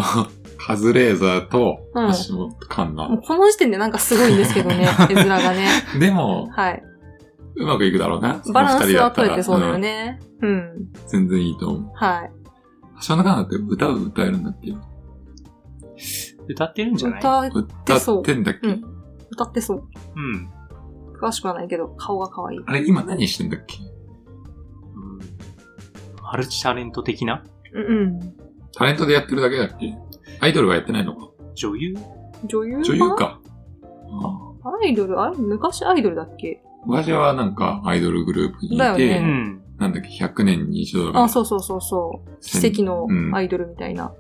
Speaker 1: カズレーザーと
Speaker 2: うん
Speaker 1: 橋本環
Speaker 2: もう
Speaker 1: 奈。
Speaker 2: この時点でなんかすごいんですけどね、絵面がね。
Speaker 1: でも、
Speaker 2: はい。
Speaker 1: うまくいくだろうな。
Speaker 2: バランス
Speaker 1: その
Speaker 2: は取
Speaker 1: 二人
Speaker 2: れ
Speaker 1: だ
Speaker 2: て
Speaker 1: ったら
Speaker 2: そうだよ。ね。うん。
Speaker 1: うん全然いいと思う。
Speaker 2: はい。
Speaker 1: 橋本環奈って歌を歌えるんだっけ
Speaker 3: 歌ってるんじゃない
Speaker 2: 歌う、
Speaker 1: 歌ってんだっけ、
Speaker 2: うん歌ってそう。
Speaker 3: うん。
Speaker 2: 詳しくはないけど、顔が可愛い。
Speaker 1: あれ、今何してんだっけ
Speaker 3: うんマルチタレント的な
Speaker 2: うん。
Speaker 1: タレントでやってるだけだっけアイドルはやってないのか
Speaker 3: 女優
Speaker 2: 女優
Speaker 1: 女優か。ああ
Speaker 2: アイドルあれ昔アイドルだっけ
Speaker 1: 昔はなんかアイドルグループにい
Speaker 2: だよ
Speaker 1: て、
Speaker 3: う
Speaker 2: ね
Speaker 3: ん。
Speaker 1: なんだっけ、100年に一度だから
Speaker 2: あ、そうそうそうそう。奇跡のアイドルみたいな。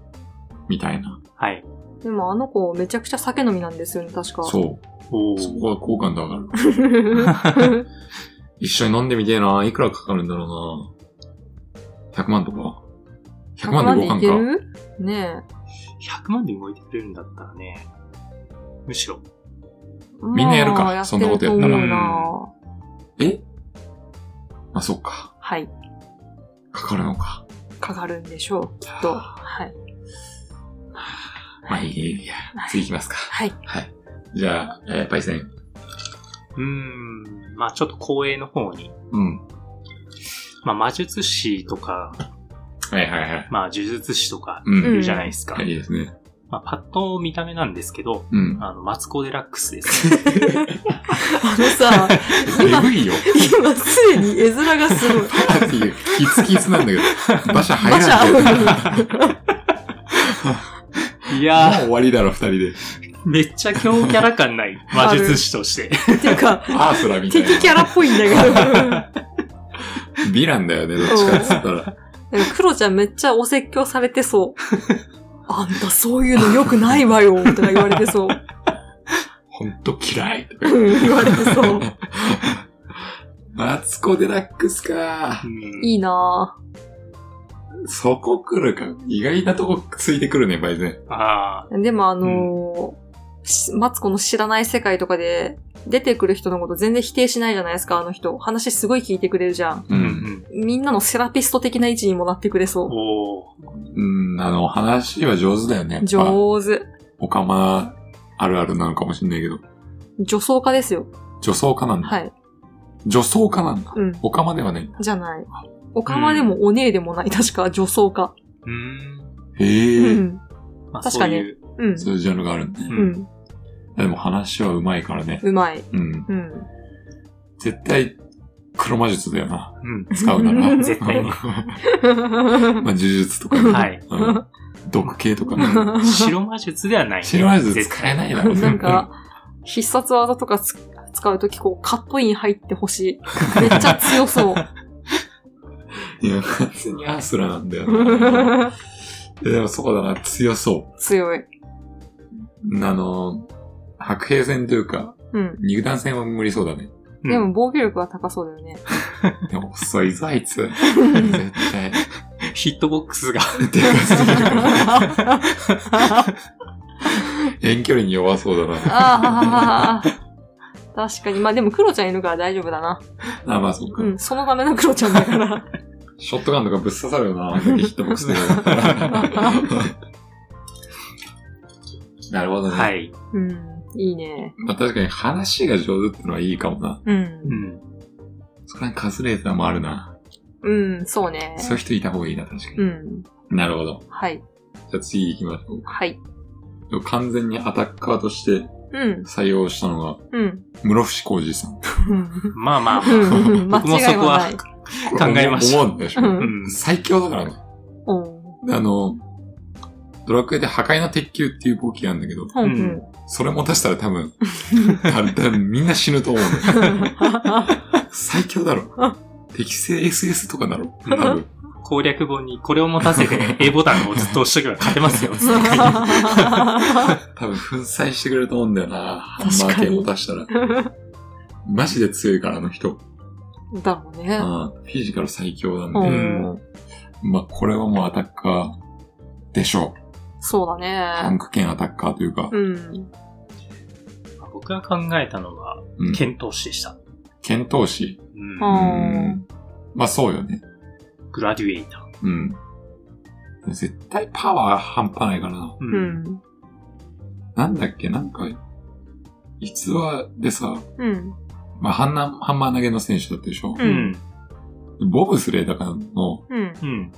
Speaker 1: みたいな。
Speaker 3: はい。
Speaker 2: でもあの子めちゃくちゃ酒飲みなんですよね、確か。
Speaker 1: そ
Speaker 3: お
Speaker 1: う。そ
Speaker 3: ー
Speaker 1: こは好感度上がる。一緒に飲んでみてえな。いくらかかるんだろうな。100万とか。100
Speaker 2: 100
Speaker 1: 万で
Speaker 2: 万で
Speaker 1: 5
Speaker 2: い
Speaker 1: 万
Speaker 2: け
Speaker 1: か。
Speaker 2: るね
Speaker 3: 100万で動いてくれるんだったらね、むしろ。
Speaker 2: え。
Speaker 1: みんなやるか
Speaker 2: まあ
Speaker 1: そんなことやった
Speaker 3: ら
Speaker 2: てると思うな
Speaker 1: えまあ、そっか。
Speaker 2: はい。
Speaker 1: かかるのか。
Speaker 2: かかるんでしょう、きっと。はい。
Speaker 1: まあ、いい、いいや。
Speaker 2: はい
Speaker 1: 次行きますか。
Speaker 2: はい。
Speaker 1: はい。じゃあ、えーパイセン。
Speaker 3: うーん。まあちょっと光栄の方に、
Speaker 1: うん。
Speaker 3: まあ魔術師とか、
Speaker 1: はいはいはい。
Speaker 3: まあ呪術師とか、
Speaker 1: うん。
Speaker 2: う
Speaker 3: い
Speaker 2: ん
Speaker 3: るじゃないですか。
Speaker 1: はい、いいですね。
Speaker 3: まあパッと見た目なんですけど、
Speaker 1: うん。
Speaker 3: あの、マツコデラックスですね。
Speaker 2: あの さ、
Speaker 1: えぐいよ。
Speaker 2: 今すでに絵面がすごい。
Speaker 1: パーティー、キツキツなんだけど、馬車入ら
Speaker 2: 馬
Speaker 1: んけども
Speaker 3: いうや
Speaker 1: 終わりだろ、二人で。
Speaker 3: ー、めっちゃ強キャラ感 ない。魔術師として。
Speaker 2: っていうか、
Speaker 1: アースラみたいな。
Speaker 2: 敵キャラっぽいんだけ ど。
Speaker 1: ヴィランだよね、どっちかっつったら。
Speaker 2: でもクロちゃんめっちゃお説教されてそう。あんたそういうの良くないわよ、とか言われてそう。
Speaker 1: ほんと嫌い。
Speaker 2: うん言われてそう。
Speaker 1: マツコデラックスか
Speaker 3: う。ん
Speaker 2: いいな
Speaker 1: そこ来るか。意外なとこついてくるね、バイゼン。
Speaker 3: あ
Speaker 2: ぁでもあのーしマツコの知らない世界とかで、出てくる人のこと全然否定しないじゃないですか、あの人。話すごい聞いてくれるじゃん。
Speaker 3: あ。
Speaker 1: う。
Speaker 3: うんん。
Speaker 2: みんなのセラピスト的な位置にもなってくれそ
Speaker 3: おー。
Speaker 1: うん、あの、話は上手だよね。やっ
Speaker 2: う。
Speaker 1: ぱ
Speaker 2: 上手。
Speaker 1: おかまあるあるなのかもしんないけど。
Speaker 2: 女装家ですよ。
Speaker 1: 女装家なんだ。
Speaker 2: はい。
Speaker 1: 女装家なんだ。
Speaker 2: うん。
Speaker 1: おかまではない。
Speaker 2: じゃない。おかまでもお姉でもない、確か女装家。
Speaker 3: うーん。
Speaker 1: へ
Speaker 2: う
Speaker 1: え。
Speaker 2: ん。
Speaker 3: まあ、
Speaker 2: 確
Speaker 3: そ
Speaker 2: か
Speaker 3: う
Speaker 2: に
Speaker 3: いう。
Speaker 2: うん。
Speaker 1: そういうジャンルがあるんだね。
Speaker 2: う。ん。
Speaker 1: でも話は上手いからね。
Speaker 2: うまい。
Speaker 1: うん。
Speaker 2: うん。
Speaker 1: 絶対、黒魔術だよな。
Speaker 3: うん。
Speaker 1: 使うなら。
Speaker 3: 絶 対に
Speaker 1: まあ、呪術とかね。
Speaker 3: はい。
Speaker 1: うん毒系とかね。
Speaker 3: 白魔術ではない、ね。
Speaker 1: 白魔術使えないだろ。
Speaker 2: なんか、必殺技とかつ使うとき、こう、カットイン入ってほしい。めっちゃ 強そう。
Speaker 1: いや、完全にアースラなんだよな。
Speaker 2: う
Speaker 1: やでもそうだな、強そ
Speaker 2: 強い。
Speaker 1: う。あの、白兵戦というか、
Speaker 2: うん。
Speaker 1: 肉弾戦は無理そうだね。
Speaker 3: うん
Speaker 2: でも防御力は高そうだよ ね。
Speaker 1: でも遅いぞ、あいつ。絶対。
Speaker 3: ヒットボックスが。
Speaker 1: でかすぎるから。遠距離に弱そうだな。
Speaker 2: ああ。確かに。まあでも、クロちゃんいるから大丈夫だな。
Speaker 1: あ、まあそうか。
Speaker 2: うん。そのためのクロちゃんだから。
Speaker 1: ショットガンとかぶっ刺さるよな、あんだけヒットボックスで。なるほどね。
Speaker 3: はい。
Speaker 2: うん。いいね。
Speaker 1: まあ確かに話が上手ってのはいいかもな。
Speaker 2: うん
Speaker 3: う。ん。
Speaker 1: そこにカズレーザーもあるな。
Speaker 2: うん、そうね。
Speaker 1: そういう人いた方がいいな、確かに。
Speaker 2: うん。
Speaker 1: なるほど。
Speaker 2: はい。
Speaker 1: じゃあ次行きましょ
Speaker 2: はい。
Speaker 1: う。でも完全にアタッカーとして
Speaker 2: うん。
Speaker 1: 採用したのが、
Speaker 2: うん。
Speaker 1: 室伏浩二さん。
Speaker 2: うん
Speaker 3: まあまあ。
Speaker 2: うん間
Speaker 3: 僕もそ
Speaker 2: 違い
Speaker 3: こ
Speaker 2: は
Speaker 3: は
Speaker 2: ない。
Speaker 3: 考えました
Speaker 1: 思うんでしょ。
Speaker 2: うん
Speaker 3: うん。
Speaker 1: 最強だからね。
Speaker 2: うん
Speaker 1: あの、ドラクエで破壊の鉄球っていう武器があるんだけど、
Speaker 2: うんん。
Speaker 1: それ持たせたら多分、多分みんな死ぬと思うんだよ。最強だろ。適正 SS とかだろ。多分。
Speaker 3: 攻略本にこれを持たせて A ボタンをずっと押しとけば勝てますよ。
Speaker 1: 多分粉砕してくれると思うんだよな。ハン
Speaker 2: 確か
Speaker 1: マ
Speaker 2: に
Speaker 1: ー剣持たしたら。マジで強いから、あの人。
Speaker 2: だろうね
Speaker 1: う。んフィジカル最強なん
Speaker 2: う
Speaker 1: で。
Speaker 2: ん。
Speaker 1: まあ、これはもうアタッカーでしょう。
Speaker 2: そう
Speaker 1: タ
Speaker 2: だ
Speaker 1: ン
Speaker 2: ね。
Speaker 1: ク兼アタッカーというか、
Speaker 2: うん。
Speaker 3: 僕が考えたのは、
Speaker 1: うん
Speaker 3: 剣闘士でした。
Speaker 1: 剣闘士。
Speaker 3: うん
Speaker 2: あー
Speaker 1: うんまあ、そうよね。
Speaker 3: グラデュエイター。
Speaker 1: うん。絶対パワー半端ないからな。
Speaker 2: う。
Speaker 3: う
Speaker 2: ん。
Speaker 1: なんだっけ、なんか、逸話でさ、
Speaker 2: うん。
Speaker 1: まあ、ハンナハンマー投げの選手だったでしょ。
Speaker 2: う
Speaker 3: うんん。
Speaker 1: ボブスレーだからの、
Speaker 2: うん。
Speaker 3: うん。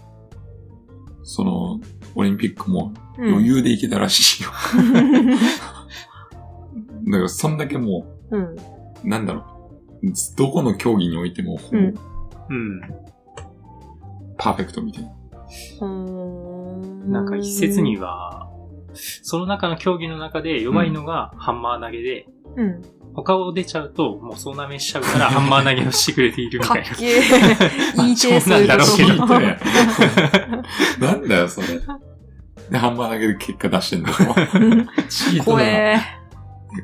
Speaker 1: その、オリンピックも
Speaker 2: うん
Speaker 1: 余裕でいけたらしいよ。だから、そんだけも
Speaker 2: うん。
Speaker 1: う、なんだろう、どこの競技においても、ほ
Speaker 2: うん
Speaker 1: ぼ、
Speaker 3: うん。
Speaker 1: パーフェクトみたいな。
Speaker 2: うん
Speaker 3: なんか一説に。は、その中の競技の中で弱いのがハンマー投げで、
Speaker 2: うん。
Speaker 3: 他を出ちゃうともうそうなめしちゃうからハンマー投げをしてくれているみ
Speaker 2: かった
Speaker 3: いな。
Speaker 2: けえ。 いい手数
Speaker 3: そうなんだろうけ ど
Speaker 1: 聞いてるやんなんだよ、それ。で、ハンマー投げで結果出してんだろ。 チート
Speaker 2: 怖
Speaker 1: だな。
Speaker 2: え。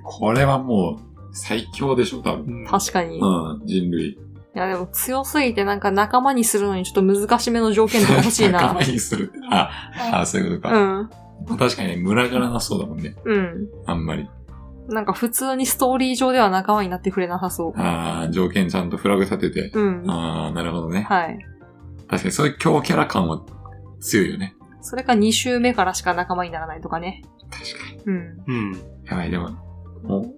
Speaker 1: これはもう、最強でしょ、多分。
Speaker 3: うん
Speaker 2: 確かに。
Speaker 1: うん、人類。
Speaker 2: いやでも強すぎてなんか仲間にするのにちょっと難しめの条件とか欲 しい
Speaker 1: 仲
Speaker 2: な
Speaker 1: 間。にする。あ、あそういうこと
Speaker 2: う
Speaker 1: か。
Speaker 2: ん。
Speaker 1: 確かにね、群がらなそうだもんね。
Speaker 2: うん。
Speaker 1: あんまり。
Speaker 2: なんか普通にストーリー上では仲間になってくれなさそ
Speaker 1: ああ、条件ちゃんとフラグ立てて。
Speaker 2: う。うん。は
Speaker 1: ああ、なるほどね。
Speaker 2: い。
Speaker 1: 確かにそういう強キャラ感は強いよね。
Speaker 2: それか2周目からしか仲間にならないとかね。確かに。うん。
Speaker 3: うん。
Speaker 1: やばい、でも、もう、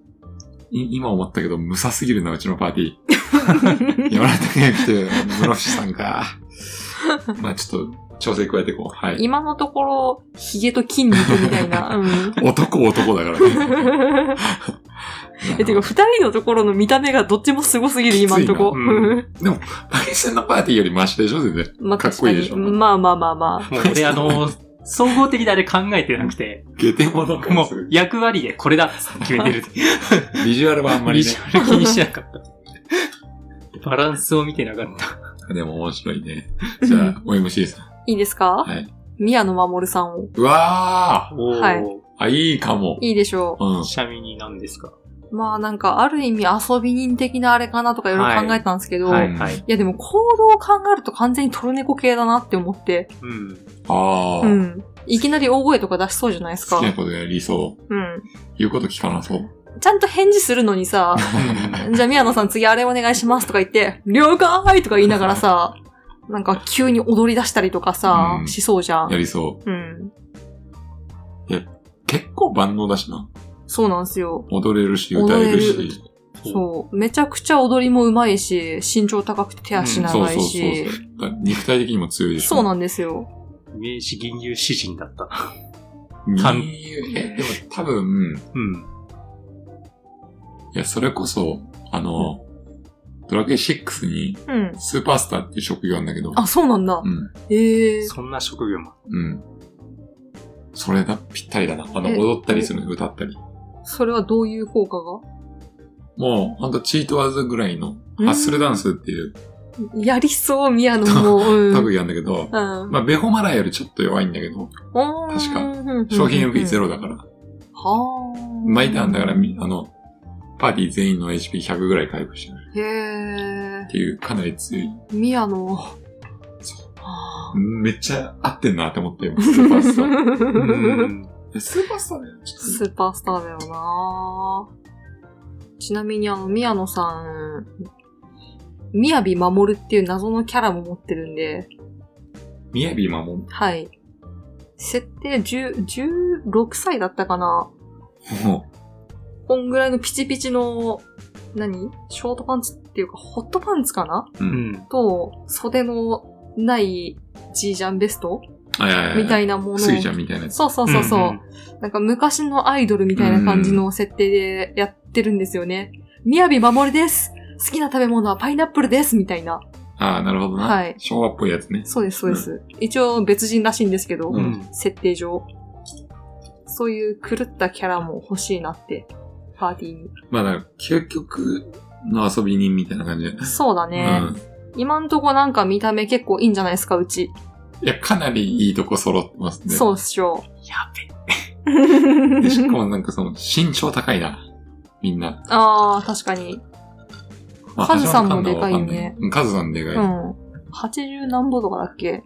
Speaker 1: い今思ったけど、無さすぎるな、うちのパーティ ー。山田孝之という、室伏さんか。 まあちょっと、調整加えていこう。はい。
Speaker 2: 今のところ、髭と筋肉みたいな。 うん。
Speaker 1: 男男だからね。
Speaker 2: え、てか、二人のところの見た目がどっちも凄すぎる、今んとこ。
Speaker 3: きついなう
Speaker 1: パイセンのパーティーよりマシでしょ、全然。
Speaker 2: まあ
Speaker 1: かっ
Speaker 2: 確
Speaker 1: こ
Speaker 2: か
Speaker 1: いいでし
Speaker 2: に。
Speaker 1: ょ
Speaker 2: まあまあまあま
Speaker 3: もう俺あの、総合的であれ考えてなくて、
Speaker 1: ゲテモノ
Speaker 3: もう役割でこれだって決めてる。
Speaker 1: ビジュアルはあんまり
Speaker 3: ビ
Speaker 1: ね
Speaker 3: ジ。ュアル気にしなかった。バランスを見てなかった。
Speaker 1: でも面白いね。
Speaker 2: あ。
Speaker 1: じゃあ、OMC さん。
Speaker 2: あ。いいですか
Speaker 1: はい。
Speaker 2: 宮野真守さんを。
Speaker 1: うわー
Speaker 3: おー
Speaker 2: はい
Speaker 1: あ、いいかも。
Speaker 2: いいでしょう。
Speaker 1: うん。
Speaker 3: ちなみに何ですか
Speaker 2: まあなんか、ある意味遊び人的なあれかなとかいろいろ考えたんですけど、、
Speaker 3: はいいはい。
Speaker 2: やでも行動を考えると完全にトルネコ系だなって思って、
Speaker 3: うん。
Speaker 1: ああ、
Speaker 2: うん。いきなり大声とか出しそうじゃないです
Speaker 1: 好
Speaker 2: か
Speaker 1: き。なことやりそう。
Speaker 2: うん。
Speaker 1: 言うこと聞かなそう。
Speaker 2: ちゃんと返事するのにさ、じゃあ宮野さん次あれお願いしますとか言って、了解とか言いながらさ、なんか急に踊り出したりとかさ、
Speaker 1: うん
Speaker 2: しそうじゃ
Speaker 1: や
Speaker 2: ん。
Speaker 1: りそう。
Speaker 2: うん。
Speaker 1: 結構万能だしな。
Speaker 2: そうなんですよ。
Speaker 1: 踊れるし、歌える
Speaker 2: 踊れる
Speaker 1: し。
Speaker 2: そう。めちゃくちゃ踊りも上手いし、身長高くて手足
Speaker 1: そう
Speaker 2: 長
Speaker 1: そう
Speaker 2: い
Speaker 1: そう
Speaker 2: し、
Speaker 1: そう。肉体的にも強いでしょ。
Speaker 2: そうなんですよ。
Speaker 3: イメージ銀融詩人だった。
Speaker 1: な
Speaker 3: 単
Speaker 1: え、でも多分、
Speaker 3: うん。
Speaker 1: いや、それこそ、あの、ドラクエ6に
Speaker 2: うん。
Speaker 1: スーパースターっていう職業なんだけど。
Speaker 2: あ、そうなんだ
Speaker 1: う。ん。
Speaker 2: へえ。
Speaker 3: そんな職業も。
Speaker 1: うん。それだ、ぴったりだな。あの、
Speaker 2: え
Speaker 1: 踊ったりする、歌ったり。
Speaker 2: それはどういう効果が
Speaker 1: もう、ほんと、チートワーズぐらいの、
Speaker 2: うん
Speaker 1: ハッスルダンスっていう、
Speaker 2: やりそう、宮野 も。うん。
Speaker 1: 特技なんだけど、
Speaker 2: うん。
Speaker 1: まあ、ベホマラよりちょっと弱いんだけど、
Speaker 2: おー
Speaker 1: 確
Speaker 2: か
Speaker 1: 商品受けゼ
Speaker 2: ロ。
Speaker 1: ロだから、
Speaker 2: はあ。
Speaker 1: 毎ターンだからみ、あの、パーティー全員の HP100 ぐらい回復してる
Speaker 2: へえ
Speaker 1: っ。ていう、かなり強い。
Speaker 2: 宮野。
Speaker 1: そ
Speaker 2: はあ
Speaker 1: めっちゃ合ってんなって思って、今スーパースター。
Speaker 3: うん。
Speaker 1: スーパースターだよ、ちょっ
Speaker 2: スーパースターだよなちなみにあの、宮野さん、宮城守るっていう謎のキャラも持ってるんで、
Speaker 1: と。みやび守る。
Speaker 2: はい。設定10 16歳だったかな
Speaker 1: も
Speaker 2: こんぐらいのピチピチの、何ショートパンツっていうか、ホットパンツかな
Speaker 1: う、う。
Speaker 3: うんん。
Speaker 2: と、袖のないジージャンベスト
Speaker 1: あ、いやいや
Speaker 2: みた
Speaker 1: い
Speaker 2: いなものを。
Speaker 1: スギちゃんみたいなやつ。
Speaker 2: そうそうそうそう。なんか昔のアイドルみたいな感じの設定でやってるんですよね。みやびまもるです好きな食べ物はパイナップルですみたいな。
Speaker 1: ああ、なるほどな。
Speaker 2: はい
Speaker 1: 昭和っぽいやつね。
Speaker 2: そうです、そうです。一応別人らしいんですけど、
Speaker 1: う
Speaker 3: うんん。
Speaker 2: 設定上。そういう狂ったキャラも欲しいなって、パーティーに。
Speaker 1: まあ、だから究極の遊び人みたいな感じだよね。
Speaker 2: そうだね。
Speaker 1: う
Speaker 2: 今んとこなんか見た目結構いいんじゃないですか、うち。
Speaker 1: ん。いや、かなりいいとこ揃ってますね。
Speaker 2: そうっしょ。
Speaker 3: やべ。
Speaker 1: で、しかもなんかその、身長高いな。みんな。
Speaker 2: あー、確かに。
Speaker 1: まあ
Speaker 2: カズさんもでかいよね。
Speaker 1: 橋本環奈はわかんないカズさんでかい。
Speaker 2: うん。80何歩とかだっけ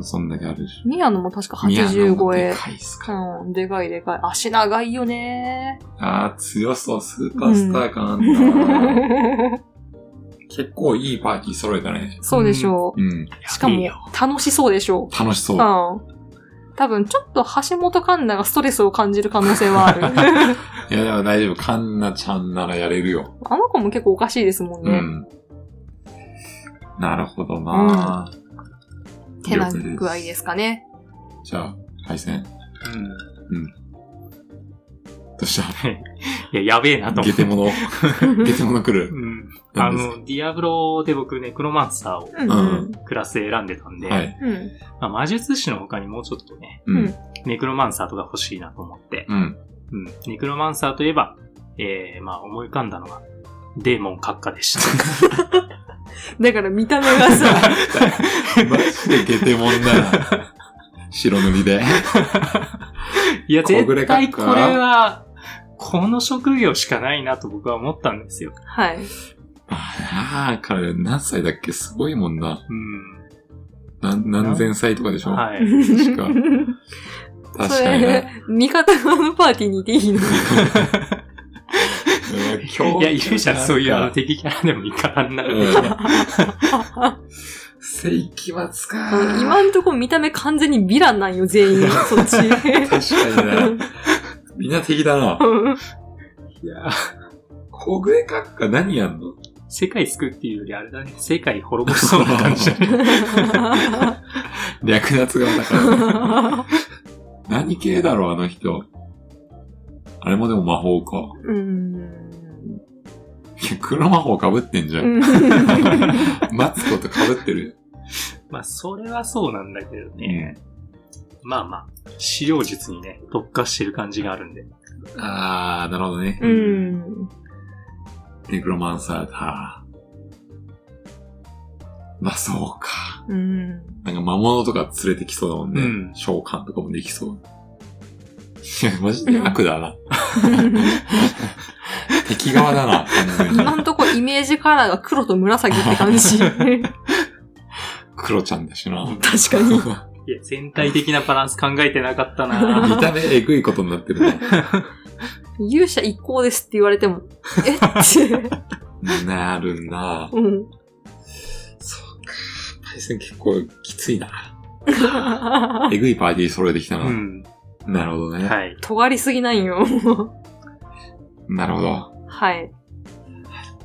Speaker 1: そんだけあるし。
Speaker 2: 宮野も確か
Speaker 1: 宮野も
Speaker 2: 85
Speaker 1: で
Speaker 2: え。
Speaker 1: かいっすか。
Speaker 2: うん、でかいでかい。足長いよね
Speaker 1: ああ、強そう、スーパースター感あんな結構いいパーティー揃えたね。
Speaker 2: そうでしょう。
Speaker 1: うん。
Speaker 2: しか
Speaker 3: いい
Speaker 2: も
Speaker 3: よ、
Speaker 2: 楽しそうでしょ。
Speaker 1: 楽しそうう。
Speaker 2: うん。多分、ちょっと橋本環奈がストレスを感じる可能 性はある。
Speaker 1: いや、でも大丈夫。カンナちゃんならやれるよ。
Speaker 2: あの子も結構おかしいですもん
Speaker 1: う
Speaker 2: ね。
Speaker 1: ん。なるほどな、
Speaker 2: 手な具合ですかね。
Speaker 1: じゃあ、配線。
Speaker 3: うん。
Speaker 1: どうした
Speaker 3: いや、やべえなと思
Speaker 1: ゲ
Speaker 3: っ
Speaker 1: テ
Speaker 3: て。
Speaker 1: モノ。ゲテモノ来
Speaker 3: う
Speaker 1: る。
Speaker 3: ん。あ
Speaker 1: 何ですか
Speaker 3: の、ディアブロで僕ね、クロマンサーを
Speaker 2: うんうん。
Speaker 3: クラス選んでたんで、
Speaker 1: はい。
Speaker 2: うん。
Speaker 3: まあ、魔術師の他にもうちょっとね、
Speaker 1: う
Speaker 2: うん
Speaker 1: ん。
Speaker 3: ネクロマンサーとか欲しいなと思って、
Speaker 1: うん。
Speaker 3: うん。ネクロマンサーといえば、えー、まあ思い浮かんだのが、デーモン閣下でした。
Speaker 2: だから見た目がさ、
Speaker 1: マジでゲテモンだな。白塗りで。
Speaker 3: いや、
Speaker 1: 小暮閣下
Speaker 3: 絶対これは、この職業しかないなと僕は思ったんですよ。
Speaker 2: はい。
Speaker 1: ああ、彼何歳だっけすごいもんな。
Speaker 3: うん。
Speaker 1: 何何千歳とかでしょ、
Speaker 3: はい。
Speaker 1: 確か。確
Speaker 2: そ
Speaker 1: かに
Speaker 2: れ
Speaker 1: ね。、
Speaker 2: 味方側のパーティーにいていいの
Speaker 1: 今
Speaker 3: い
Speaker 1: 日
Speaker 3: や、勇者そういうあの敵キャラでも味方になるべきだ。
Speaker 1: 正規末か
Speaker 2: あの今んとこ見た目完全にヴィランなんよ、全員。そっち。
Speaker 1: 確かにな。みんな敵だな。
Speaker 2: うん
Speaker 3: いや、
Speaker 1: 小暮閣下何やんの
Speaker 3: 世界救うっていうよりあれだね、世界滅ぼしそうな感じだね。
Speaker 1: 略奪側だから。何系だろう、あの人。あれもでも魔法か。
Speaker 2: うん。
Speaker 1: いや、黒魔法被ってんじゃん。待つこと被ってる
Speaker 3: まあ、それはそうなんだけど
Speaker 1: よ。
Speaker 3: ね。まあまあ、使用術にね、特化してる感じがあるんで。
Speaker 1: あー、なるほどね。
Speaker 2: うん。
Speaker 1: ネクロマンサーだ。まあ、そうか。
Speaker 2: うん。
Speaker 1: なんか魔物とか連れてきそうだもんね。
Speaker 3: うん
Speaker 1: 召喚とかもできそう。いや、マジで悪だな。敵側だな、 完全
Speaker 2: 今
Speaker 1: に。
Speaker 2: んとこイメージカラーが黒と紫って感じ。 確
Speaker 1: 黒ちゃんだしな。
Speaker 2: かに。
Speaker 3: いや、全体的なバランス考えてなかったな
Speaker 1: 見た目えぐいことになってるね。
Speaker 2: 勇者一行ですって言われても、えって。
Speaker 1: なるな
Speaker 2: うん。
Speaker 1: そうか。対戦結構きついな。えぐいパーティー揃えてきたな。
Speaker 3: うん。
Speaker 1: なるほどね。
Speaker 3: はい。
Speaker 2: 尖りすぎないよ。
Speaker 1: なるほど。
Speaker 2: はい。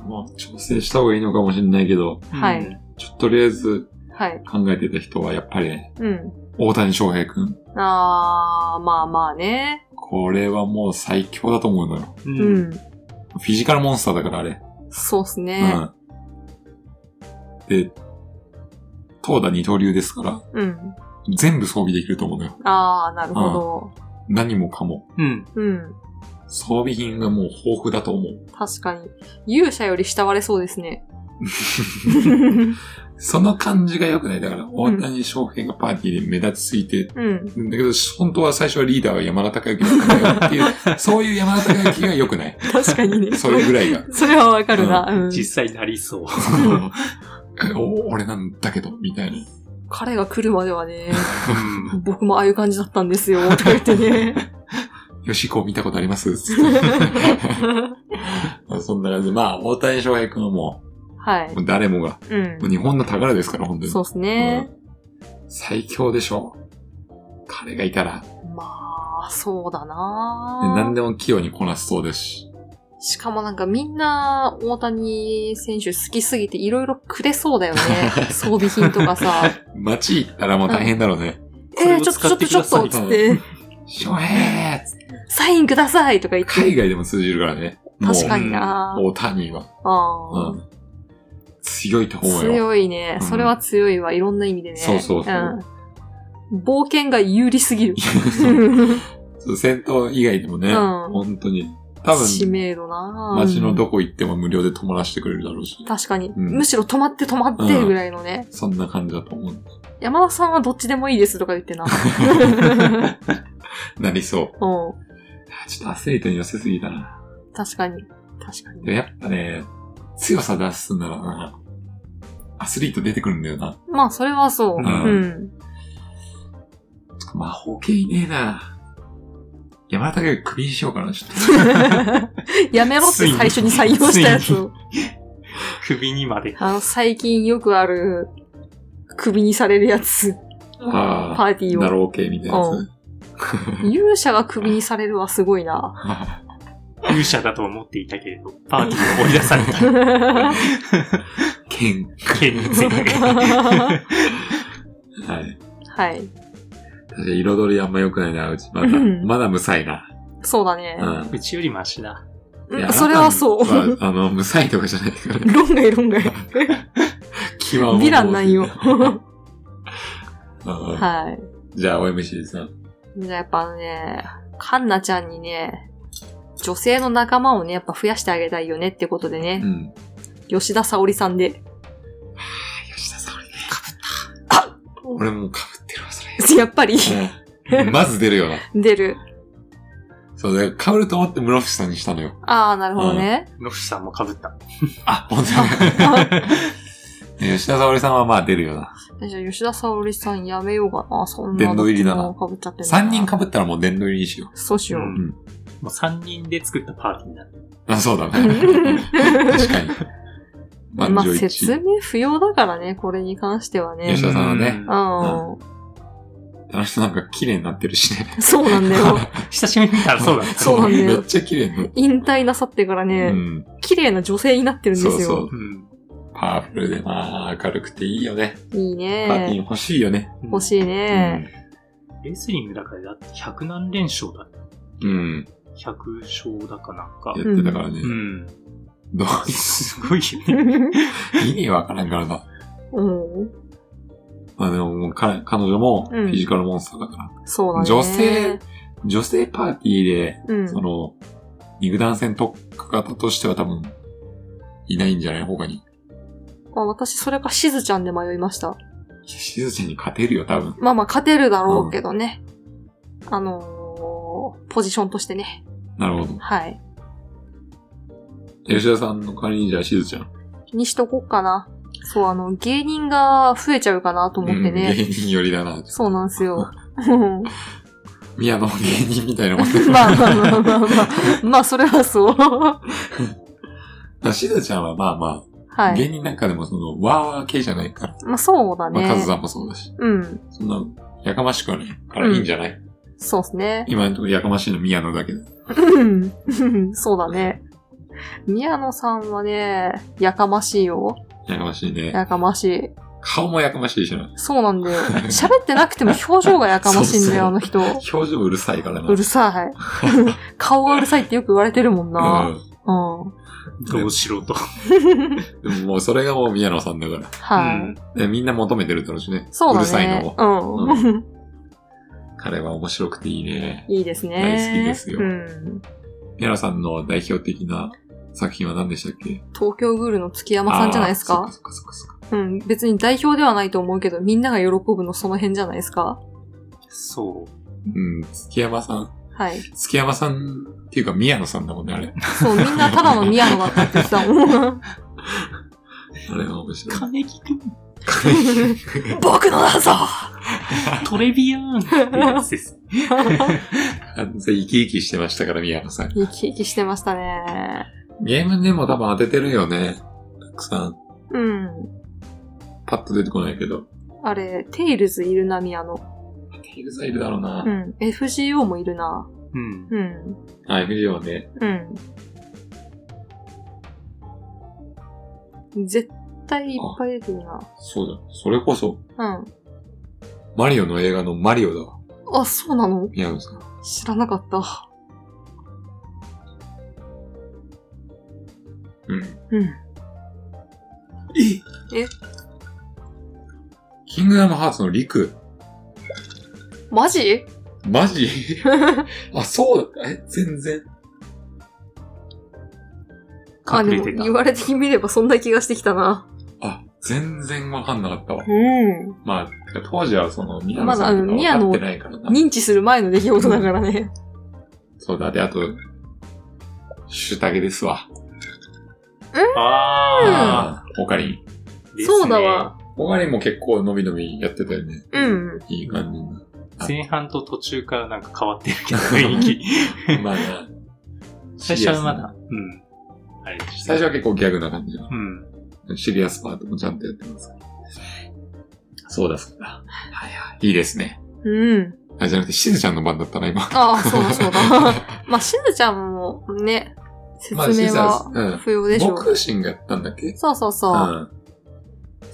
Speaker 1: もう調整した方がいいのかもしれないけど、
Speaker 2: はい
Speaker 3: うん。
Speaker 1: ちょっととりあえず
Speaker 2: はい。
Speaker 1: 考えてた人はやっぱりね、
Speaker 2: うん。
Speaker 1: 大谷翔平くん。
Speaker 2: あー、まあまあね。
Speaker 1: これはもう最強だと思うのよ。
Speaker 3: う。
Speaker 2: うんん。
Speaker 1: フィジカルモンスターだからあれ。
Speaker 2: そうっすね。
Speaker 1: うん。で、投打二刀流ですから、
Speaker 2: うん。
Speaker 1: 全部装備できると思うのよ。
Speaker 2: あー、なるほ
Speaker 1: 何もかも。
Speaker 3: うん。
Speaker 2: ど。うん。
Speaker 1: 装備品がもう豊富だと思う。
Speaker 2: 確かに。勇者より慕われそうですね。
Speaker 1: その感じが良くない。だから、大谷翔平がパーティーで目立ちすぎて
Speaker 2: うん。
Speaker 1: だけど、本当は最初はリーダーは山田孝之だったんだよっていう、そういう山田孝之が良くない。
Speaker 2: 確かにね。
Speaker 1: それぐらいが。
Speaker 2: それはわかるな。うん。
Speaker 3: 実際なりそう。
Speaker 1: お俺なんだけど、みたいな。
Speaker 2: 彼が来るまではね、
Speaker 3: うん
Speaker 2: 僕もああいう感じだったんですよ、とか言ってね。
Speaker 1: よしこ見たことありますつってそんな感じで、まあ、大谷翔平君はも
Speaker 2: は
Speaker 1: う、
Speaker 2: い
Speaker 1: も。う誰もが、
Speaker 2: うん
Speaker 1: もう。日本の宝ですから、本当に。
Speaker 2: そうですね。
Speaker 1: うん最強でしょう。彼がいたら、で
Speaker 2: まあ、そうだな
Speaker 1: 何でも器用にこなすそうですし。
Speaker 2: しかもなんかみんな大谷選手好きすぎていろいろくれそうだよね。装備品とかさ。
Speaker 1: 街行ったらもう大変だろうね。
Speaker 3: それ
Speaker 2: えー、
Speaker 3: を
Speaker 2: ちょっと
Speaker 3: 使
Speaker 2: ちょってと
Speaker 3: っ
Speaker 2: ちょ
Speaker 3: くだ
Speaker 2: っ
Speaker 3: さ
Speaker 2: と
Speaker 3: い
Speaker 2: っつって、
Speaker 1: 翔平つって
Speaker 2: サインくださいとか言って。
Speaker 1: 海外でも通じるからね。もう
Speaker 2: 確かにな
Speaker 1: 大谷は。
Speaker 2: あ
Speaker 1: う
Speaker 2: ー
Speaker 1: ん強いと思うよ。
Speaker 2: 強いね。
Speaker 1: うん
Speaker 2: それは強いわ。いろんな意味でね。
Speaker 1: そうそうそうん
Speaker 2: 冒険が有利すぎる。
Speaker 1: そう戦闘以外でもね、
Speaker 2: うん
Speaker 1: 本当に。多
Speaker 2: 知
Speaker 1: 分、
Speaker 2: 名度な
Speaker 1: 街のどこ行っても無料で泊まらせてくれるだろうし、
Speaker 2: 確かに。
Speaker 1: うん
Speaker 2: むしろ止まって止まってぐらいのね。
Speaker 1: そんな感じだと思う。
Speaker 2: 山田さんはどっちでもいいですとか 言ってな。
Speaker 1: なりそう。
Speaker 2: う
Speaker 1: あちょっとアスリートに寄せすぎたな。
Speaker 2: ん。確かに。確かに
Speaker 1: で。もやっぱね、強さ出すんならな、アスリート出てくるんだよな。
Speaker 2: まあ、それはそう。
Speaker 3: う
Speaker 2: うんん。
Speaker 1: 魔法系いねえな。山田が首にしようかな、ちょっと。
Speaker 2: やめろって最初に採用したやつを。
Speaker 3: 首にまで。
Speaker 2: あの、最近よくある、首にされるやつ、
Speaker 1: あ
Speaker 2: パーティ
Speaker 1: ーだ
Speaker 2: ーを。
Speaker 1: ろう系みたいなやつ。
Speaker 2: う勇者が首にされるはすごいな。
Speaker 3: 勇者だと思っていたけれど、パーティーを追い出された
Speaker 1: 剣。
Speaker 3: 件について。
Speaker 2: は
Speaker 1: はい。
Speaker 2: い。
Speaker 1: 確かに彩りあんま良くないな、うち。まだ、
Speaker 2: うん
Speaker 1: まだ無才な。
Speaker 2: そうだね
Speaker 1: う。ん。
Speaker 3: うちよりマシだ。
Speaker 1: い
Speaker 2: うん
Speaker 1: や
Speaker 2: それはそ
Speaker 1: あな
Speaker 2: う。
Speaker 1: たはあの、無才とかじゃないから、ね。
Speaker 2: 論外論外。
Speaker 1: 基盤を
Speaker 2: ヴィランな んよ
Speaker 1: うん
Speaker 2: はい。
Speaker 1: じゃあ、OMC さん。
Speaker 2: じゃあやっぱね、カンナちゃんにね、女性の仲間をね、やっぱ増やしてあげたいよねってことで
Speaker 1: う
Speaker 2: ね、
Speaker 1: ん。
Speaker 2: 吉田沙織さんで。
Speaker 1: 吉田沙織ね。かぶった。俺もうかぶってるわ、そ
Speaker 2: やっぱり
Speaker 1: れ。まず出るよな。
Speaker 2: 出る。
Speaker 1: そう、だから被ると思って室伏さんにしたのよ。
Speaker 2: ああ、なるほどね。
Speaker 3: ノフさんも被った。
Speaker 1: あ、本 当に。吉田沙織さんはまあ出るよな。
Speaker 2: じゃあ吉田沙織さんやめようかな。そんな。
Speaker 1: 殿堂入りだな
Speaker 2: かぶっちゃってんだな
Speaker 1: 3人被ったらもう殿堂入りにしよ
Speaker 2: そうしよう。
Speaker 3: うんもう3人で作ったパーティーになる。
Speaker 1: う。あ、そうだね。確かに。
Speaker 2: まあ、
Speaker 1: 満場一致
Speaker 2: 説明不要だからね、これに関してはね
Speaker 1: 吉。田さんはね
Speaker 3: うん
Speaker 2: うん。
Speaker 1: あの人なんか綺麗になってるしね。
Speaker 2: そうなんだよ。
Speaker 3: 久しぶりに見たらそうだった。
Speaker 2: そうなんだ よ
Speaker 1: めっちゃ綺麗になっ
Speaker 2: 引退なさってから
Speaker 1: てう
Speaker 2: ね、
Speaker 1: ん。
Speaker 2: 綺麗な女性になってるんで
Speaker 1: そう
Speaker 2: す
Speaker 1: そ
Speaker 2: よ
Speaker 1: う。。
Speaker 3: うん。
Speaker 1: パワフルで、まあ、明るくていいよね。
Speaker 2: いい
Speaker 1: パーティー
Speaker 2: ね。
Speaker 1: 欲しいよね。
Speaker 2: 欲しいね。
Speaker 3: レスリングだからだって100何連勝だ。
Speaker 1: うん。うん
Speaker 3: 100勝だかなんか
Speaker 1: や。ってたからね。
Speaker 3: うん。
Speaker 1: どう
Speaker 3: すごいよね。
Speaker 1: 意味わからんからな。
Speaker 2: うん。
Speaker 1: まあでももう彼、彼女もフ
Speaker 2: うん
Speaker 1: ィジカルモンスターだから。
Speaker 2: そうだね。
Speaker 1: 女性、女性パーティーで、
Speaker 2: うん。
Speaker 1: その、肉弾戦特化型としては多分、いないんじゃない他に。い
Speaker 2: まあ私、それかしずちゃんで迷いました。
Speaker 1: やしずちゃんに勝てるよ、多分。
Speaker 2: まあまあ、勝てるだろうけどね。あのー、ポジションとしてね。
Speaker 1: なるほど。
Speaker 2: はい。
Speaker 1: 吉田さんの代わりにじゃあしずちゃん。
Speaker 2: にしとこうかな。そう、あの、芸人が増えちゃうかなと思って
Speaker 1: うん
Speaker 2: ね。
Speaker 1: 芸人寄りだな。
Speaker 2: そうなんで すよ。うん
Speaker 1: 宮野芸人みたいなもん だ
Speaker 2: まあまあまあまあまあ。まあ、それはそう。
Speaker 1: からしずちゃんはまあまあ、
Speaker 2: はい。
Speaker 1: 芸人なんかでもその、ワーワー系じゃないから。
Speaker 2: まあ、そうだ
Speaker 1: まあ、カズ
Speaker 2: ね。
Speaker 1: さんもそうだし。
Speaker 2: うん。
Speaker 1: そんな、やかましくはないからいいんじゃない、
Speaker 2: そうですね。
Speaker 1: 今のところやかましいの宮野だけど。
Speaker 2: うん そうだね。宮野さんはね、やかましいよ。
Speaker 1: やかましいね。
Speaker 2: やかましい。
Speaker 1: 顔もやかましいしな。
Speaker 2: そうなん だよ。喋ってなくても表情がやかましいんだよ、あの人。
Speaker 1: 表情うるさいからな。
Speaker 2: うるさい。 顔がうるさいってよく言われてるもんな。うん。
Speaker 3: どうしろと。
Speaker 1: うん。でももうそれがもう宮野さんだから。
Speaker 2: は
Speaker 3: うん
Speaker 2: い。
Speaker 1: でみんな求めてるだろうしね。
Speaker 2: そうだね。
Speaker 1: るさいのを。
Speaker 2: うん
Speaker 1: 彼は面白くていいね。
Speaker 2: いいですね。
Speaker 1: 大好きですよ
Speaker 2: うん。
Speaker 1: 宮野さんの代表的な作品は何でしたっけ
Speaker 2: 東京グールの月山さんじゃないです
Speaker 1: あー
Speaker 2: か
Speaker 1: そっかそっかそっかそっか
Speaker 2: うん。別に代表ではないと思うけど、みんなが喜ぶのその辺じゃないですか
Speaker 3: そう。
Speaker 1: うん、月山さん。
Speaker 2: はい。
Speaker 1: 月山さんっていうか宮野さんだもんね、あれ。
Speaker 2: そう、みんなただの宮野だったって言ってたもん。
Speaker 1: あれは面白い。
Speaker 3: 金木くん、
Speaker 2: 僕のだぞ
Speaker 3: トレビアーンってやつです。
Speaker 1: 完全生き生きしてましたから、宮野さん。
Speaker 2: 生き生きしてましたね。
Speaker 1: ゲームでも多分当ててるよね。たくさん。
Speaker 2: うん。
Speaker 1: パッと出てこないけど。
Speaker 2: あれ、テイルズいるな、宮野。
Speaker 1: テイルザイルだろうな。
Speaker 2: うん。FGO もいるな。
Speaker 3: うん。
Speaker 2: うん。
Speaker 1: あ、FGO ね。
Speaker 2: うん。絶対いっぱい出てるな。
Speaker 1: そうだ。それこそ、
Speaker 2: う
Speaker 1: マリオの映画のマリオだわ。
Speaker 2: ん。あ、そうなの
Speaker 1: 宮野さん。
Speaker 2: 知らなかった。
Speaker 1: うん。
Speaker 2: うん。
Speaker 1: キングダムハーツのリク。
Speaker 2: マジ
Speaker 1: マ ジあ、そうだ。え、全然。
Speaker 2: あ、
Speaker 3: 隠
Speaker 2: で
Speaker 3: れ
Speaker 2: も
Speaker 3: てた
Speaker 2: 言。われてみればそんな気がしてきたな。
Speaker 1: あ、全然わかんなかったわ。
Speaker 2: うん。
Speaker 1: まあ、てか当時はその、宮野さんとか
Speaker 2: まだうん
Speaker 1: 分かってないからな。
Speaker 2: 認知する前の出来事だからね。
Speaker 1: そうだ。で、あと、シュタゲですわ。あ
Speaker 3: あ
Speaker 1: ー。オカリン。
Speaker 3: ー、ですね
Speaker 2: そうだわ。
Speaker 1: オカリンも結構のびのびやってたよね。
Speaker 2: うん。
Speaker 1: いい感じに。
Speaker 3: 前半と途中からなんか変わってるけど、雰 囲気。
Speaker 1: まあな。
Speaker 3: 最初はまだ。うん。あれでし
Speaker 1: シリアスな。最
Speaker 3: た
Speaker 1: 初は結構ギャグな感じの。
Speaker 3: うん。
Speaker 1: シリアスパートもちゃんとやってますから。そうだそうだ。はいはい。いいですね。
Speaker 2: うん。
Speaker 1: あ、じゃなくて、しずちゃんの番だったな、 今。
Speaker 2: ああ、そうだそうだ。 まあ、しずちゃんもね、説
Speaker 1: まあし
Speaker 2: 明
Speaker 1: ずちゃんう
Speaker 2: は
Speaker 1: ん
Speaker 2: 不要でしょ
Speaker 1: 僕
Speaker 2: う。
Speaker 1: 自身がやったんだっけ
Speaker 2: そうそう
Speaker 1: う
Speaker 2: そう。
Speaker 1: ん。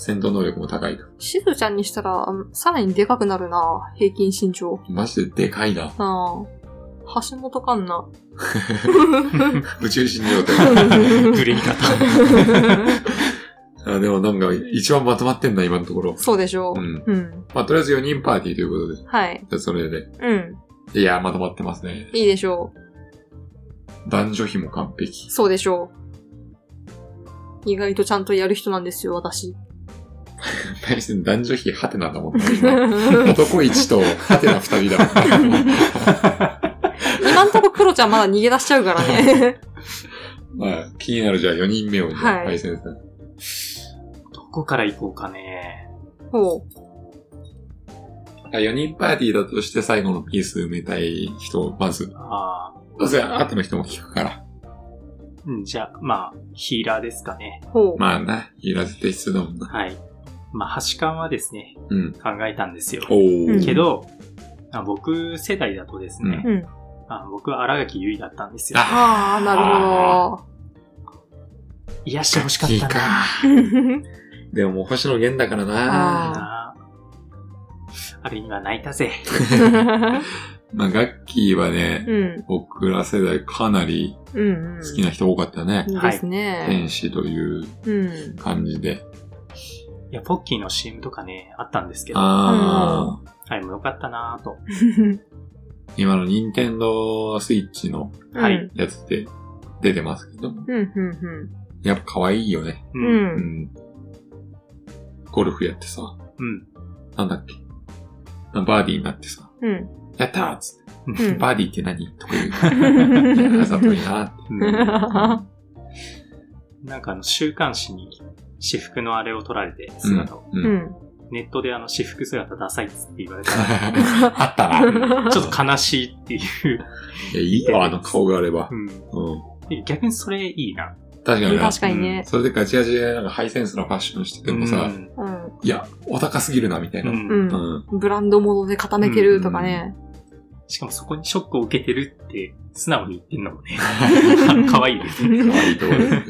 Speaker 1: 戦闘能力も高いと。
Speaker 2: しずちゃんにしたら、うんさらにでかくなるな。平均身長。うん。
Speaker 1: マジででかいな。
Speaker 2: 橋本環奈。
Speaker 1: 宇宙人状 態。
Speaker 2: う
Speaker 3: グレー方。
Speaker 2: ん
Speaker 1: あでもなんか、一番まとまってんだ、今のところ。
Speaker 2: そうでしょ
Speaker 1: う
Speaker 2: う。
Speaker 1: ん。
Speaker 2: うん。
Speaker 1: まあ、とりあえず4人パーティーということで。じ
Speaker 2: はい。
Speaker 1: ゃあそれで。
Speaker 2: うん。
Speaker 1: いや、まとまってますね。
Speaker 2: いいでしょう。
Speaker 1: 男女比も完璧。
Speaker 2: そうでしょう。意外とちゃんとやる人なんですよ、 私。
Speaker 1: 対して男女比ハテナだもんね。 今男1とハテナ2人だもんね。
Speaker 2: 今んとこクロちゃんまだ逃げ出しちゃうからね。
Speaker 1: まあ、気になるじゃあ4人目をね、
Speaker 2: はい
Speaker 1: はい、先生。
Speaker 3: どこから行こうかね。
Speaker 2: ほ
Speaker 1: あ4人パーティーだとして最後のピース埋めたい人を、まず、
Speaker 3: ああ。
Speaker 1: どうせ後の人も聞くから。
Speaker 3: うんじゃあ、まあ、ヒーラーですかね
Speaker 2: う。。ほう。
Speaker 1: まあな、いら絶対必要だもんな。
Speaker 3: はい。まあ、橋勘はですね、
Speaker 1: うん。
Speaker 3: 考えたんですよ。
Speaker 1: お
Speaker 2: うん
Speaker 1: ー。
Speaker 3: けど、あ僕世代だとですね、
Speaker 2: うん。
Speaker 3: あ僕は荒垣結衣だったんですよ。
Speaker 1: あ
Speaker 2: ああ、なる
Speaker 3: 癒してほしかった
Speaker 1: いいか
Speaker 3: な。
Speaker 2: ほど。
Speaker 1: でももう星野源だから
Speaker 2: あ
Speaker 1: な
Speaker 2: ー
Speaker 3: ああれには泣いたぜ。
Speaker 1: まあ、ガッキーはね、
Speaker 2: うん。
Speaker 1: 僕ら世代かなり
Speaker 2: うん、うん。
Speaker 1: 好きな人多かったね。
Speaker 2: いいですね。
Speaker 1: 天使という
Speaker 2: うん。
Speaker 1: 感じで。
Speaker 3: いや、ポッキーの CM とかね、あったんですけど、あ
Speaker 1: ああ、
Speaker 3: れもよかったなぁと。
Speaker 1: 今の任天堂スイッチの
Speaker 3: はい
Speaker 2: うん。
Speaker 1: やつって出てますけど、
Speaker 2: うん、うん、
Speaker 1: やっぱ可愛いよね。
Speaker 3: う
Speaker 2: うん。
Speaker 3: ん。
Speaker 1: う
Speaker 2: うん。
Speaker 1: ん。ゴルフやってさ、
Speaker 3: うん。
Speaker 1: なんだっけ。バーディーになってさ、
Speaker 2: うん。
Speaker 1: やったーっつって、
Speaker 2: うん
Speaker 1: バーディーって何とか言う。あざといなーっ て。
Speaker 3: うんなんかあの、週刊誌に私服のあれを撮られて、姿を。
Speaker 1: うん。
Speaker 2: う
Speaker 1: うん
Speaker 2: ん。
Speaker 3: ネットであの、私服姿ダサいっつって言われた。
Speaker 1: あったな。
Speaker 3: ちょっと悲しいっていう。
Speaker 1: いや、いいよ、あの顔があれば
Speaker 3: う。ん
Speaker 1: うん。
Speaker 3: で。逆にそれいいな。
Speaker 1: 確かにな
Speaker 2: 確。かにね。
Speaker 1: それでガチガチでなんかハイセンスなファッションしててもさ、
Speaker 3: うん
Speaker 2: うん。
Speaker 1: いや、お高すぎるな、みたいな。
Speaker 3: うん
Speaker 2: うん。
Speaker 1: うん。
Speaker 2: ブランド物で固めてるとかね。
Speaker 3: しかもそこにショックを受けてるって、素直に言ってんのも ね。可愛いですね。
Speaker 1: 可愛いところですね。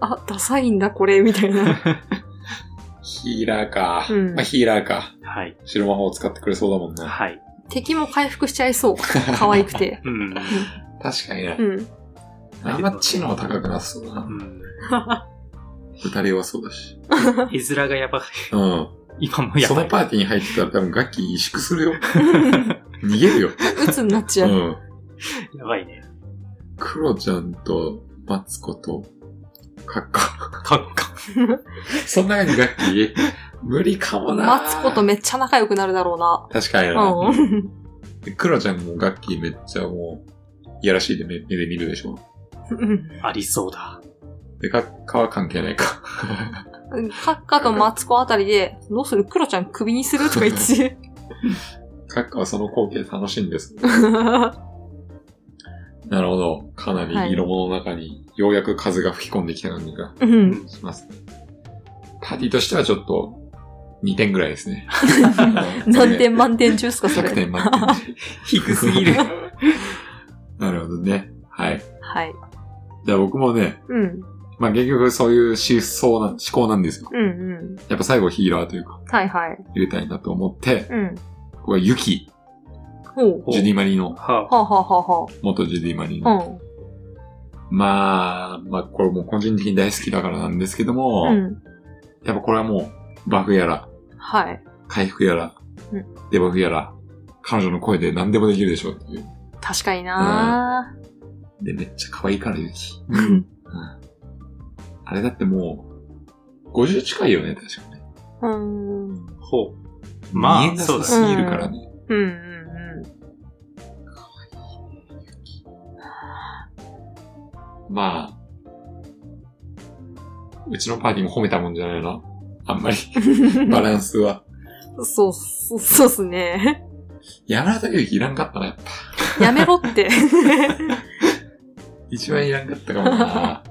Speaker 2: あ、ダサいんだ、これ、みたいな。
Speaker 1: ヒーラーか。
Speaker 2: うん
Speaker 1: まあヒーラーか。
Speaker 3: はい。
Speaker 1: 白魔法を使ってくれそうだもんな。
Speaker 3: はい。
Speaker 2: 敵も回復しちゃいそう。可愛くて。
Speaker 3: うん。
Speaker 1: 確かにね
Speaker 2: う。ん。
Speaker 1: あんま知能高くなさそうだな
Speaker 3: う。ん。
Speaker 1: 打たれはそうだし。
Speaker 3: 絵面がやばい。
Speaker 1: うん。
Speaker 3: 今もや
Speaker 1: そ
Speaker 3: ば
Speaker 1: の
Speaker 3: い。
Speaker 1: パーティーに入ってたら多分ガッキー萎縮する よ。逃げるよ。
Speaker 2: 鬱になっち
Speaker 1: う
Speaker 2: ゃう。
Speaker 1: ん。
Speaker 3: やばいね。
Speaker 1: クロちゃんとバツコと、カッ カ。
Speaker 3: カッカ。
Speaker 1: そんなにガッキー無理かもな。
Speaker 2: マツコとめっちゃ仲良くなるだろうな。
Speaker 1: 確かにな。
Speaker 2: うん。
Speaker 1: でクロちゃんもガッキーめっちゃもう、いやらしいで目目で見るでしょ。
Speaker 3: ありそうだ。
Speaker 1: で、カッカは関係ないか。
Speaker 2: カッカとマツコあたりで、どうするクロちゃん首にするとか言って。
Speaker 1: カッカはその光景楽しいんです。なるほど。かなり色物の中に、ようやく風が吹き込んできた感じが
Speaker 2: うん。
Speaker 1: します。パーティーとしてはちょっと、2点ぐらいですね。
Speaker 2: 何点満点中っすか、そ
Speaker 1: ?100
Speaker 2: れ。
Speaker 1: 点満点。
Speaker 3: 低すぎる。
Speaker 1: なるほどね。はい。
Speaker 2: はい。
Speaker 1: じゃあ僕もね、
Speaker 2: うん。
Speaker 1: まあ結局そういう思想な、思考なんですよ。
Speaker 2: うんうん。
Speaker 1: やっぱ最後ヒーラーというか、
Speaker 2: はいはい。
Speaker 1: 入れたいなと思って、
Speaker 2: うん。
Speaker 1: 僕はユキ、
Speaker 2: ほう。
Speaker 1: ジュディマリーの、
Speaker 3: は
Speaker 2: はあ、はあは
Speaker 1: 元ジュディマリー
Speaker 2: あ
Speaker 1: の。
Speaker 2: は
Speaker 1: まあ、まあこれもう個人的に大好きだからなんですけども
Speaker 2: あ。、うん。うん。
Speaker 1: やっぱこれはもう、バフやら、
Speaker 2: はい。
Speaker 1: 回復やら
Speaker 2: うん、
Speaker 1: デバフやら、彼女の声で何でもできるでしょうっていう。
Speaker 2: 確かにな
Speaker 1: で、めっちゃ可愛いからユキ。
Speaker 2: ぁ。うん。
Speaker 1: あれだってもう、50近いよね、確かね。
Speaker 2: うん。うん
Speaker 3: あ。ほう。まあ
Speaker 1: 見えなさすぎるからね。
Speaker 2: うんうん。
Speaker 1: まあ、うちのパーティーも褒めたもんじゃないな。あ んまり、バランスは。
Speaker 2: そう、そうそうっすね。
Speaker 1: 山田裕貴いらんかったな、やっぱ。
Speaker 2: やめろ って。
Speaker 1: 一番いらんかったかも な。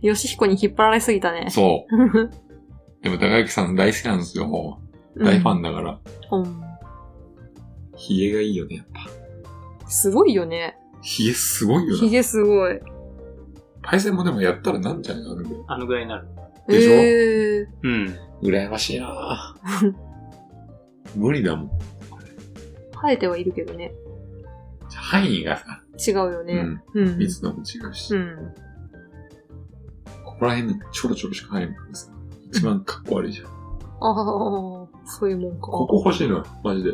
Speaker 2: ヨシヒコに引っ張られすぎたね。
Speaker 1: そう。 でも、高之さん大好きなんですよ。大ファンだから。
Speaker 2: うん。うん
Speaker 1: ヒゲがいいよね、やっぱ。
Speaker 2: すごいよね。
Speaker 1: ヒゲすごいよ
Speaker 2: ヒ
Speaker 1: な。
Speaker 2: ゲすごい。
Speaker 1: パイセンもでもやったらなんじゃないの
Speaker 3: あのぐらいになる。
Speaker 1: でしょ
Speaker 2: えー
Speaker 3: うん。
Speaker 1: 羨ましい な無理だもん。
Speaker 2: 生えてはいるけどね。
Speaker 1: 範囲がさ、
Speaker 2: 違うよ
Speaker 1: う
Speaker 2: ね。
Speaker 1: ん、
Speaker 2: うん。
Speaker 1: 密度も違うし、
Speaker 2: うん。
Speaker 1: ここら辺にちょろちょろしか入るもんです。一番かっこ悪いじゃん。
Speaker 2: ああ、そういうもんか。
Speaker 1: ここ欲しいのよ、マジで。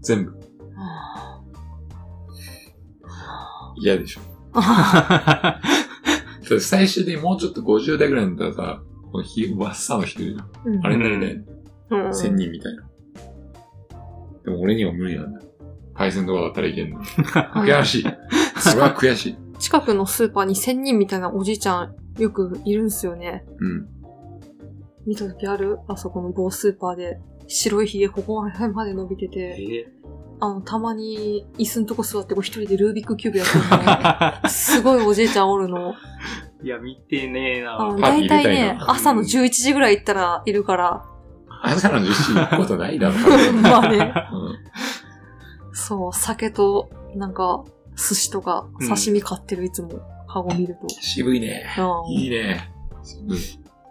Speaker 1: 全部。
Speaker 2: は
Speaker 1: 嫌でしょ。だ
Speaker 2: あ。
Speaker 1: って最終的にもうちょっと50代ぐらいになったらさ、このひ、わっさの人いるじゃん。
Speaker 2: うん
Speaker 1: あれになりたい。
Speaker 2: うん
Speaker 1: 千人みたいな。でも俺には無理なんだよ。パイセンとかだったらいけんの。悔しい。それは悔しい。
Speaker 2: 近くのスーパーに仙人みたいなおじいちゃんよくいるんすよね。
Speaker 1: うん。
Speaker 2: 見た時あるあそこの某スーパーで。白いひげここら辺まで伸びて
Speaker 3: え
Speaker 2: て、
Speaker 3: ー
Speaker 2: あの、たまに椅子のとこ座ってこう一人でルービックキューブやってるのすごいおじいちゃんおるの。
Speaker 3: いや、見てねえ
Speaker 2: あの、
Speaker 3: な。
Speaker 1: パーティー
Speaker 2: 大
Speaker 1: 入れ
Speaker 2: 体
Speaker 1: たいな
Speaker 2: ね、朝の11時ぐらい行ったらい るから。
Speaker 1: 朝の実施行くことないだろ、多 分
Speaker 2: まあね。
Speaker 1: うん。
Speaker 2: そう、酒と、なんか、寿司とか、
Speaker 3: うん
Speaker 2: 刺身買ってる、いつも、カゴ見ると。
Speaker 1: 渋いね。
Speaker 2: うん
Speaker 1: いいね。渋い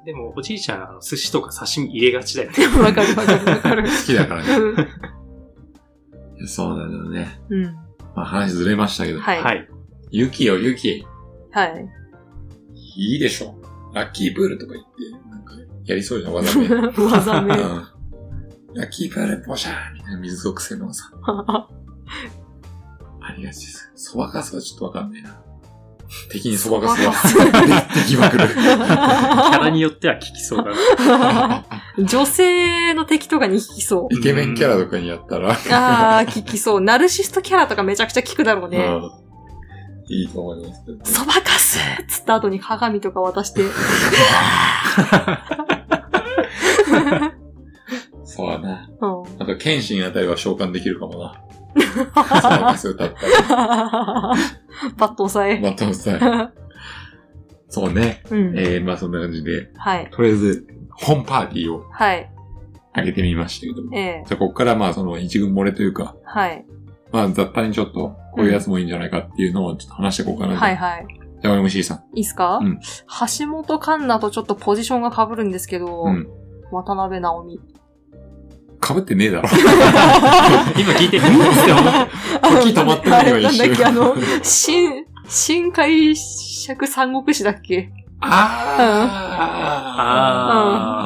Speaker 3: でも、おじいちゃん、あの寿司とか刺身入れがちだよね。
Speaker 2: わかるわかるわかる。
Speaker 1: 好きだからね。
Speaker 2: うん
Speaker 1: いやそうなんだよね。
Speaker 2: うん。
Speaker 1: まあ話ずれましたけど。
Speaker 2: はい。
Speaker 3: はい。
Speaker 1: ユキよ、ユキ。
Speaker 2: はい。
Speaker 1: いいでしょ。ラッキープールとか言って、なんか、やりそうじゃん、わ ざ目。うん。
Speaker 2: 技名。
Speaker 1: ラッキープール、ポシャーみたいな水属性のさ、ありがちです。そばかすはちょっとわかんねえな。敵にそばかすが、敵まくる。
Speaker 3: キャラによっては効きそうだな。
Speaker 2: 女性の敵とかに効きそ
Speaker 1: イケメンキャラとかにやったら、
Speaker 2: う。あー、効きそう。ナルシストキャラとかめちゃくちゃ効くだろう
Speaker 1: う
Speaker 2: ね。
Speaker 1: ん。いいと思いますけど。
Speaker 2: そばかすっつった後に鏡とか渡して。
Speaker 1: そうだな。
Speaker 2: うん。
Speaker 1: あと、剣心あたりは召喚できるかもな。 そばかす歌ったら、
Speaker 2: パッと押さえ。
Speaker 1: またさ、そうね。
Speaker 2: うん。
Speaker 1: えー、まあそんな感じで、
Speaker 2: はい。
Speaker 1: とりあえず、本パーティーを
Speaker 2: はい。
Speaker 1: 上げてみましたけども。
Speaker 2: ええ
Speaker 1: じゃあ、こっからまあその一軍漏れというか、
Speaker 2: はい。
Speaker 1: まあ雑多にちょっと、こういうやつもいいんじゃないかっていうのをちょっと話していこうかなと。
Speaker 2: はいはい。
Speaker 1: じゃあ、MC さん。
Speaker 2: いいっすか、
Speaker 1: うん
Speaker 2: 橋本環奈とちょっとポジションが被るんですけど、
Speaker 1: うん。
Speaker 2: 渡辺直美。
Speaker 1: 被ってねえだ ろ。
Speaker 3: 今聞いて、うんって思った
Speaker 1: 時止まってないよ、
Speaker 2: あれ
Speaker 1: 一
Speaker 2: なんだっけ、
Speaker 1: 瞬。
Speaker 2: あの、新、新解釈三国志だっけ
Speaker 1: あー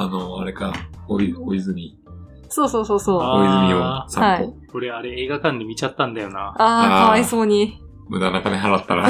Speaker 1: あの、あれか。おい、お泉。
Speaker 2: そうそうそうそう。あ
Speaker 1: お泉を
Speaker 3: あ
Speaker 1: 散歩。
Speaker 2: は
Speaker 3: 俺、あれ映画館で見ちゃったんだよな。
Speaker 2: あ
Speaker 1: あー
Speaker 2: ー、かわいそうに。
Speaker 1: 無駄な金払った ら。
Speaker 3: い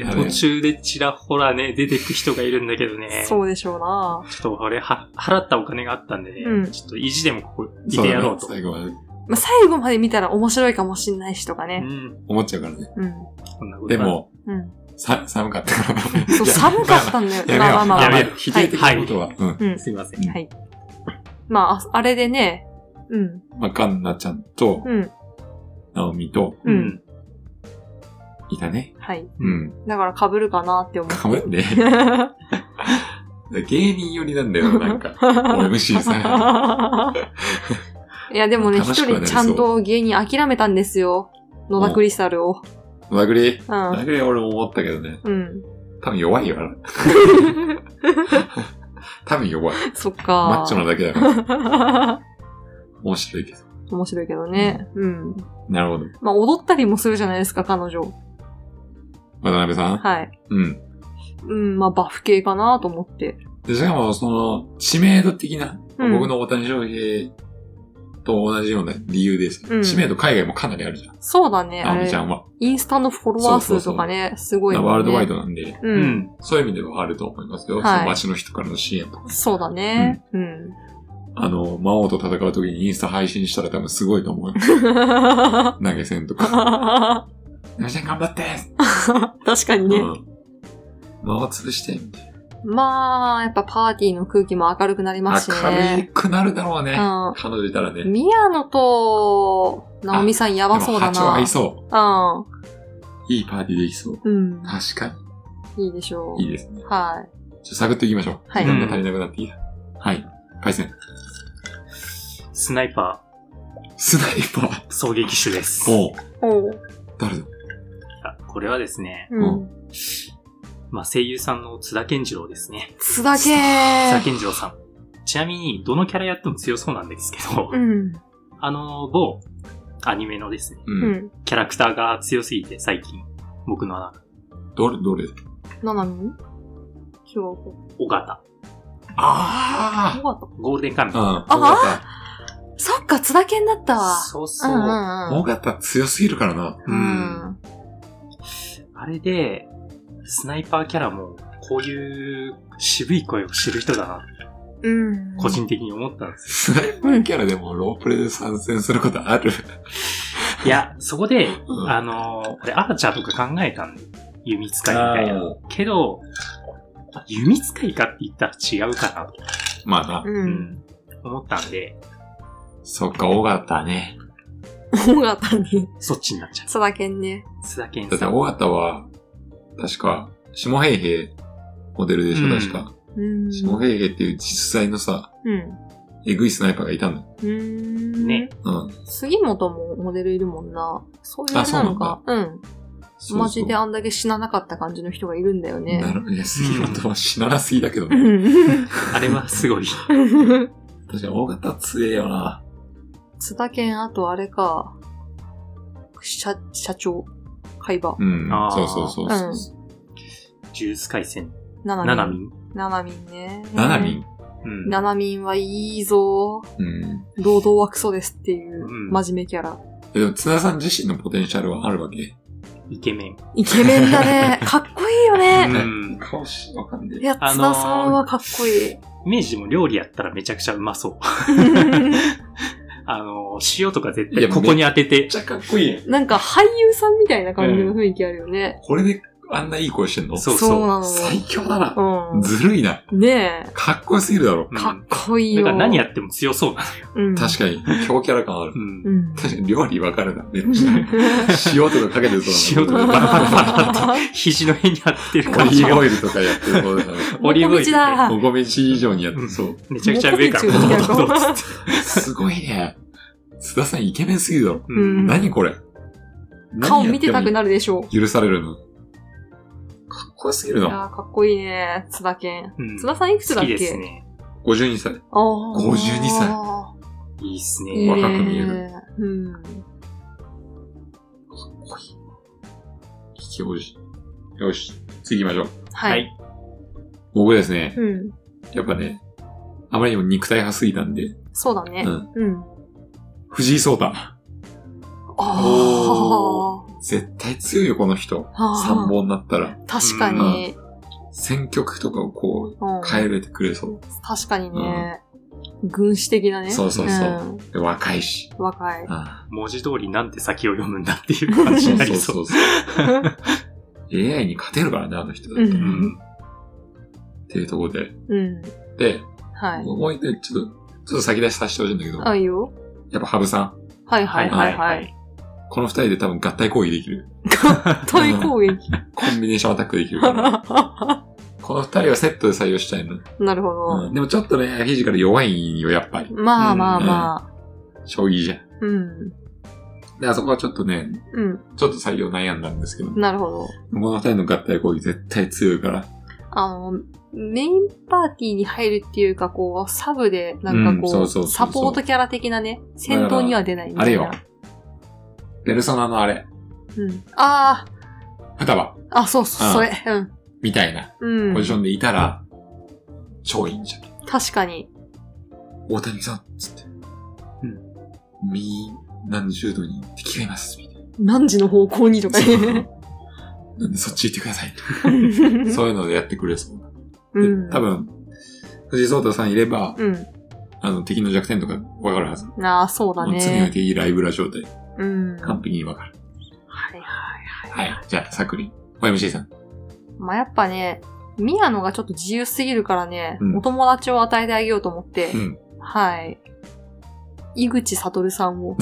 Speaker 3: や、
Speaker 1: あれ
Speaker 3: 途中でちらほらね、出てく人がいるんだけどね。ちょ
Speaker 2: そうでしょうな。
Speaker 3: っと俺は、払ったお金があったんでね、
Speaker 2: うん
Speaker 3: ちょっと意地でもここいてやろうと。
Speaker 1: そうだね最後まで
Speaker 2: まあ、最後まで見たら面白いかもしんないしとか
Speaker 3: う
Speaker 2: ね。
Speaker 3: ん。
Speaker 1: 思っちゃうからね。
Speaker 2: うん。
Speaker 3: こんなこと
Speaker 1: で
Speaker 3: が、
Speaker 1: も、
Speaker 2: うん。
Speaker 1: さ、寒かった から。
Speaker 2: そう、寒かったんだよ。
Speaker 1: やめよ
Speaker 2: まあ
Speaker 1: う。
Speaker 2: まあま
Speaker 1: や
Speaker 2: あ
Speaker 1: め
Speaker 2: まあ。
Speaker 1: よう。否定的なことは。うん。
Speaker 2: うん。
Speaker 3: すいません。
Speaker 1: うん
Speaker 2: はい。まああ、あれでね、うん。
Speaker 1: まあ、カンナちゃんと、
Speaker 2: うん。
Speaker 1: ナオミと、
Speaker 2: うん。
Speaker 1: いたね。
Speaker 2: はい。
Speaker 1: うん。
Speaker 2: だから被るかなっ て思う。
Speaker 1: かぶんね。芸人寄りなんだよ、 なんか。俺 MC さ。
Speaker 2: いや、でもね、一
Speaker 1: 楽しくはなり
Speaker 2: 人
Speaker 1: そう
Speaker 2: ちゃんと芸人諦めたんですよ。野田クリスタルを。
Speaker 1: ラグリー。
Speaker 2: う
Speaker 1: ラ
Speaker 2: ん。
Speaker 1: グリー俺も思ったけどね。
Speaker 2: うん。
Speaker 1: 多分弱い よ、あれ多分弱い。
Speaker 2: そっか。
Speaker 1: マッチョなだけだから。面白いけど。
Speaker 2: 面白いけどね。うん。
Speaker 1: なるほど。
Speaker 2: まあ、踊ったりもするじゃないですか、彼女。
Speaker 1: 渡辺さん
Speaker 2: はい。
Speaker 1: うん。
Speaker 2: うん、まあ、バフ系かなと思って。
Speaker 1: で、しかも、その、知名度的な、
Speaker 2: うん
Speaker 1: 僕の大谷翔平と同じような理由です。
Speaker 2: うん
Speaker 1: 知名度海外もかなりあるじゃん。
Speaker 2: そうだね、あ
Speaker 1: あみ
Speaker 2: れ
Speaker 1: ち。ゃんは。
Speaker 2: インスタのフォロワー数とかね、すごいもんね。
Speaker 1: ワールドワイドなんで、
Speaker 2: う。
Speaker 3: うんん。
Speaker 1: そういう意味ではあると思いますよ。
Speaker 2: はい
Speaker 1: その街の人からの支援とか。
Speaker 2: そうだね。うん。
Speaker 1: あの、魔王と戦う時にインスタ配信したら多分すごいと 思うよ。投げ銭とか。ナミちゃん頑張って
Speaker 2: 確かにね
Speaker 1: う。ん。魔王潰してみたい
Speaker 2: まあ、やっぱパーティーの空気も明るくなりますし
Speaker 1: な。明る
Speaker 2: ね。
Speaker 1: くなるだろうね。
Speaker 2: うん。
Speaker 1: 彼女いたらね。
Speaker 2: 宮野と、直美さんやばそうだ
Speaker 1: でも波長合い
Speaker 2: な。
Speaker 1: そう。いいパーティーできそう。
Speaker 2: うん。う
Speaker 1: 確か
Speaker 2: ん。いいでしょ
Speaker 1: に。いいですね。
Speaker 2: う。は
Speaker 1: ちょ、探っていきましょう。
Speaker 2: はい
Speaker 1: 時間が足りなくなっていいや。はい。回線。
Speaker 3: スナイパ
Speaker 1: スナイパー。
Speaker 3: ー、狙撃手です。い
Speaker 1: おう。
Speaker 2: い。おう。
Speaker 1: 誰だ
Speaker 3: やこれはですね、
Speaker 2: うん。
Speaker 3: まあ、声優さんの津田健次郎ですね。
Speaker 2: 津田
Speaker 3: 津田
Speaker 2: 健。
Speaker 3: 健次郎さん。ちなみに、どのキャラやっても強そうなんですけど、
Speaker 2: うん。
Speaker 3: あの、某アニメのですね、
Speaker 1: う。
Speaker 2: うんん。
Speaker 3: キャラクターが強すぎて最近、僕の中
Speaker 1: どれ、どれ
Speaker 2: ななみ違うか。
Speaker 3: 尾形、
Speaker 1: あ
Speaker 2: よかった。
Speaker 3: ゴールデンカムイ。
Speaker 1: あ
Speaker 2: あ
Speaker 1: うん。尾形。
Speaker 2: そっか、津田健だったわ。
Speaker 3: そうそう。
Speaker 2: ん
Speaker 1: 尾形強すぎるからな。
Speaker 2: うんうん。うん。
Speaker 3: あれで、スナイパーキャラも、こういう渋い声を知る人だな、
Speaker 2: うん。
Speaker 3: 個人的に思ったんです
Speaker 1: スナイパーキャラでもロープレで参戦することある
Speaker 3: よ。いや、そこで、
Speaker 1: うん
Speaker 3: あの、俺、アーチャーとか考えたんで、弓使いみたいな。
Speaker 1: あー
Speaker 3: けど、あ弓使いかって言ったら違うかなと、
Speaker 1: まあな。
Speaker 2: う。
Speaker 3: うんん、思ったんで、
Speaker 1: そっか、尾形ね。
Speaker 2: 尾形に。
Speaker 3: そっちになっちゃう。
Speaker 2: 津田健ね。
Speaker 3: 須田健
Speaker 1: だって
Speaker 3: さん。
Speaker 1: 尾形は、確か、下平平モデルでしょ、
Speaker 3: うん
Speaker 1: 確か。
Speaker 2: うん。
Speaker 1: 下平平っていう実在のさ、
Speaker 2: うん。
Speaker 1: えぐいスナイパーがいたのよ。
Speaker 2: うん。
Speaker 3: ね。
Speaker 1: うん。
Speaker 2: 杉本もモデルいるもんな。そういう
Speaker 1: あ
Speaker 2: あれ
Speaker 1: そう
Speaker 2: な
Speaker 1: な
Speaker 2: の
Speaker 1: んだ
Speaker 2: か。うん。
Speaker 1: そうそう
Speaker 2: マジであんだけ死ななかった感じの人がいるんだよね
Speaker 1: な。るいや、杉本は死ななすぎだけど
Speaker 2: う
Speaker 1: ね。
Speaker 2: ん
Speaker 3: あれはすごい。
Speaker 1: 確かに大型強えよな。
Speaker 2: 津田健、あとあれか。社、社長。海馬。
Speaker 1: うん
Speaker 3: あー
Speaker 1: そうそうそうそう。
Speaker 3: ジュース回線。
Speaker 2: な
Speaker 3: ナナ
Speaker 2: なみ
Speaker 3: ミ
Speaker 2: ん。
Speaker 3: ン。
Speaker 2: ななみんね。
Speaker 1: ななみん。
Speaker 3: うん。
Speaker 2: ななみんはいいぞ。
Speaker 1: うん。
Speaker 2: 堂々はクソですっていううん真面目キャラ。
Speaker 1: でも、津田さん自身のポテンシャルはあるわけ。
Speaker 3: イケメン。
Speaker 2: イケメンだ ね。かっこいいよ
Speaker 3: う
Speaker 2: ね。
Speaker 3: ん。
Speaker 1: 顔し、わかんね
Speaker 2: いや、
Speaker 3: あのー
Speaker 2: 津田さんはかっこいい。
Speaker 3: イメージでも料理やったらめちゃくちゃうまそう。あの、塩とか絶
Speaker 1: いや
Speaker 3: 対ここに当てて
Speaker 1: めっ。ちゃかっこいいやん。
Speaker 2: なんか俳優さんみたいな感じの雰囲気あるよね。
Speaker 1: これで、あんないい声してんの
Speaker 3: そう
Speaker 2: なの
Speaker 1: 最強だな。
Speaker 2: よ。う
Speaker 1: ずるいな。
Speaker 2: ん。ね
Speaker 1: かっこよすぎるだろ
Speaker 3: う。
Speaker 2: え。
Speaker 3: ん
Speaker 2: かっこいい
Speaker 3: だ
Speaker 2: よ。
Speaker 3: から何やっても強そうな。
Speaker 2: うん、
Speaker 1: 確かに、強キャラ感ある
Speaker 3: う。ん
Speaker 2: う。ん。
Speaker 1: 確かに、料理わかるな。めっちゃ。塩とかかけてそう
Speaker 3: 塩と
Speaker 1: だな。
Speaker 3: かバラバラバラ って肘の辺に当ててる
Speaker 1: オ
Speaker 3: 感
Speaker 1: リ
Speaker 3: じ
Speaker 1: ーブ
Speaker 3: が
Speaker 1: オ。イルとかやってるそうだな。
Speaker 3: オリーブ
Speaker 2: もこ
Speaker 3: オイル
Speaker 2: みちだ
Speaker 1: お米地以上にやってそう。
Speaker 3: めちゃくちゃ上から。
Speaker 2: もこみち
Speaker 3: ド
Speaker 2: を
Speaker 3: ド
Speaker 2: 見
Speaker 3: ド
Speaker 2: て
Speaker 3: ド
Speaker 2: る
Speaker 3: ドって
Speaker 1: すごいね。津田さんイケメンすぎるだろ。
Speaker 2: うん
Speaker 3: うん
Speaker 1: 何これ
Speaker 2: 顔見てたくなるでしょう。い
Speaker 1: る。許されるの。かっこよすぎるな。
Speaker 2: やーかっこいいね。津田健。
Speaker 3: うん
Speaker 2: 津田さんいくつだ
Speaker 3: 好
Speaker 2: っ
Speaker 3: き
Speaker 2: け
Speaker 3: ですね。
Speaker 1: 52歳。
Speaker 2: ああ。
Speaker 1: 52歳
Speaker 3: いいっす
Speaker 2: いい
Speaker 3: ね。
Speaker 2: ね。
Speaker 1: 若く見える。
Speaker 2: うん。
Speaker 1: 聞きおじ。よし、次行きましょう。
Speaker 2: はい。。
Speaker 1: 僕ですね、
Speaker 2: うん。
Speaker 1: やっぱね、あまりにも肉体派すぎたんで、
Speaker 2: そうだね
Speaker 1: う。ん。
Speaker 2: うん。
Speaker 1: 藤井聡太。
Speaker 2: あ
Speaker 3: おー
Speaker 1: 絶対強いよ、この人。
Speaker 2: あー
Speaker 1: 参謀になったら。
Speaker 2: 確かに。
Speaker 1: 選曲とかをこう、
Speaker 2: うん
Speaker 1: 変えれてくれそ
Speaker 2: 確かにね。軍師的な
Speaker 1: う。
Speaker 2: ね。
Speaker 1: そううそうそう。
Speaker 2: ん
Speaker 1: で若いし。
Speaker 2: 若 い。
Speaker 1: あ
Speaker 3: 文字通りなんて先を読むんだっていう感じになりそ う。
Speaker 1: そう。AI に勝てるからね、あの人だ
Speaker 2: う
Speaker 1: って。っ
Speaker 2: ん。
Speaker 1: ていうところで。
Speaker 2: うん。
Speaker 1: で、
Speaker 2: はい。
Speaker 1: もう一回ちょっと、ちょっと先出しさせてほしいんだけど、
Speaker 2: あ、いいよ。
Speaker 1: やっぱハブさん、
Speaker 2: はいはいはいはい。。
Speaker 1: この二人で多分合体攻撃できる。
Speaker 2: 対 攻撃。
Speaker 1: コンビネーションアタックできるから。この二人はセットで採用したいの。
Speaker 2: なるほど。
Speaker 1: うんでもちょっとね、フィジカル弱いんよ、やっぱり。
Speaker 2: まあまあまあ。
Speaker 1: 将棋じゃん。
Speaker 2: うん。
Speaker 1: で、あそこはちょっとね、
Speaker 2: うん。
Speaker 1: ちょっと採用悩んだんですけど、こ
Speaker 2: なるほど。
Speaker 1: の二人の合体攻撃絶対強いから。
Speaker 2: あの、メインパーティーに入るっていうか、こう、サブで、なんか
Speaker 1: うんそ
Speaker 2: こ
Speaker 1: うそうそう
Speaker 2: う、
Speaker 1: そう
Speaker 2: サポートキャラ的なね、戦闘には出ないみたいな。
Speaker 1: あれよ。ペルソナのあれ、
Speaker 2: うん。ああ、
Speaker 1: 双葉
Speaker 2: あ、そうそうう、
Speaker 1: ん
Speaker 2: それ。
Speaker 1: みたいな
Speaker 2: うん。う
Speaker 1: ポジ
Speaker 2: ん。
Speaker 1: ションでいたら、超いいんじゃん。
Speaker 2: 確かに。
Speaker 1: 大谷さんっつって。
Speaker 3: うん。
Speaker 1: 右何十度に敵がいます。みたい
Speaker 2: 何時の方向にとかね
Speaker 1: な。。なんでそっち行ってください。
Speaker 2: うん
Speaker 1: そういうのでやってくれそうな。
Speaker 2: う
Speaker 1: で
Speaker 2: ん。
Speaker 1: 多。分、藤井聡太さんいれば、
Speaker 2: う
Speaker 1: あの、敵の弱点とかわかるはず。
Speaker 2: ん。ああ、そうだ
Speaker 1: もう常におい
Speaker 2: ね。
Speaker 1: ていいライブラ状態。
Speaker 2: うん。
Speaker 1: 完璧にわかる。
Speaker 2: はいはい。
Speaker 1: はい。じゃあ、さくり。YMC さん。
Speaker 2: まあやっぱね、宮野がちょっと自由すぎるからね、
Speaker 1: うん
Speaker 2: お友達を与えてあげようと思って、
Speaker 1: うん。
Speaker 2: はい。井口悟さ んを。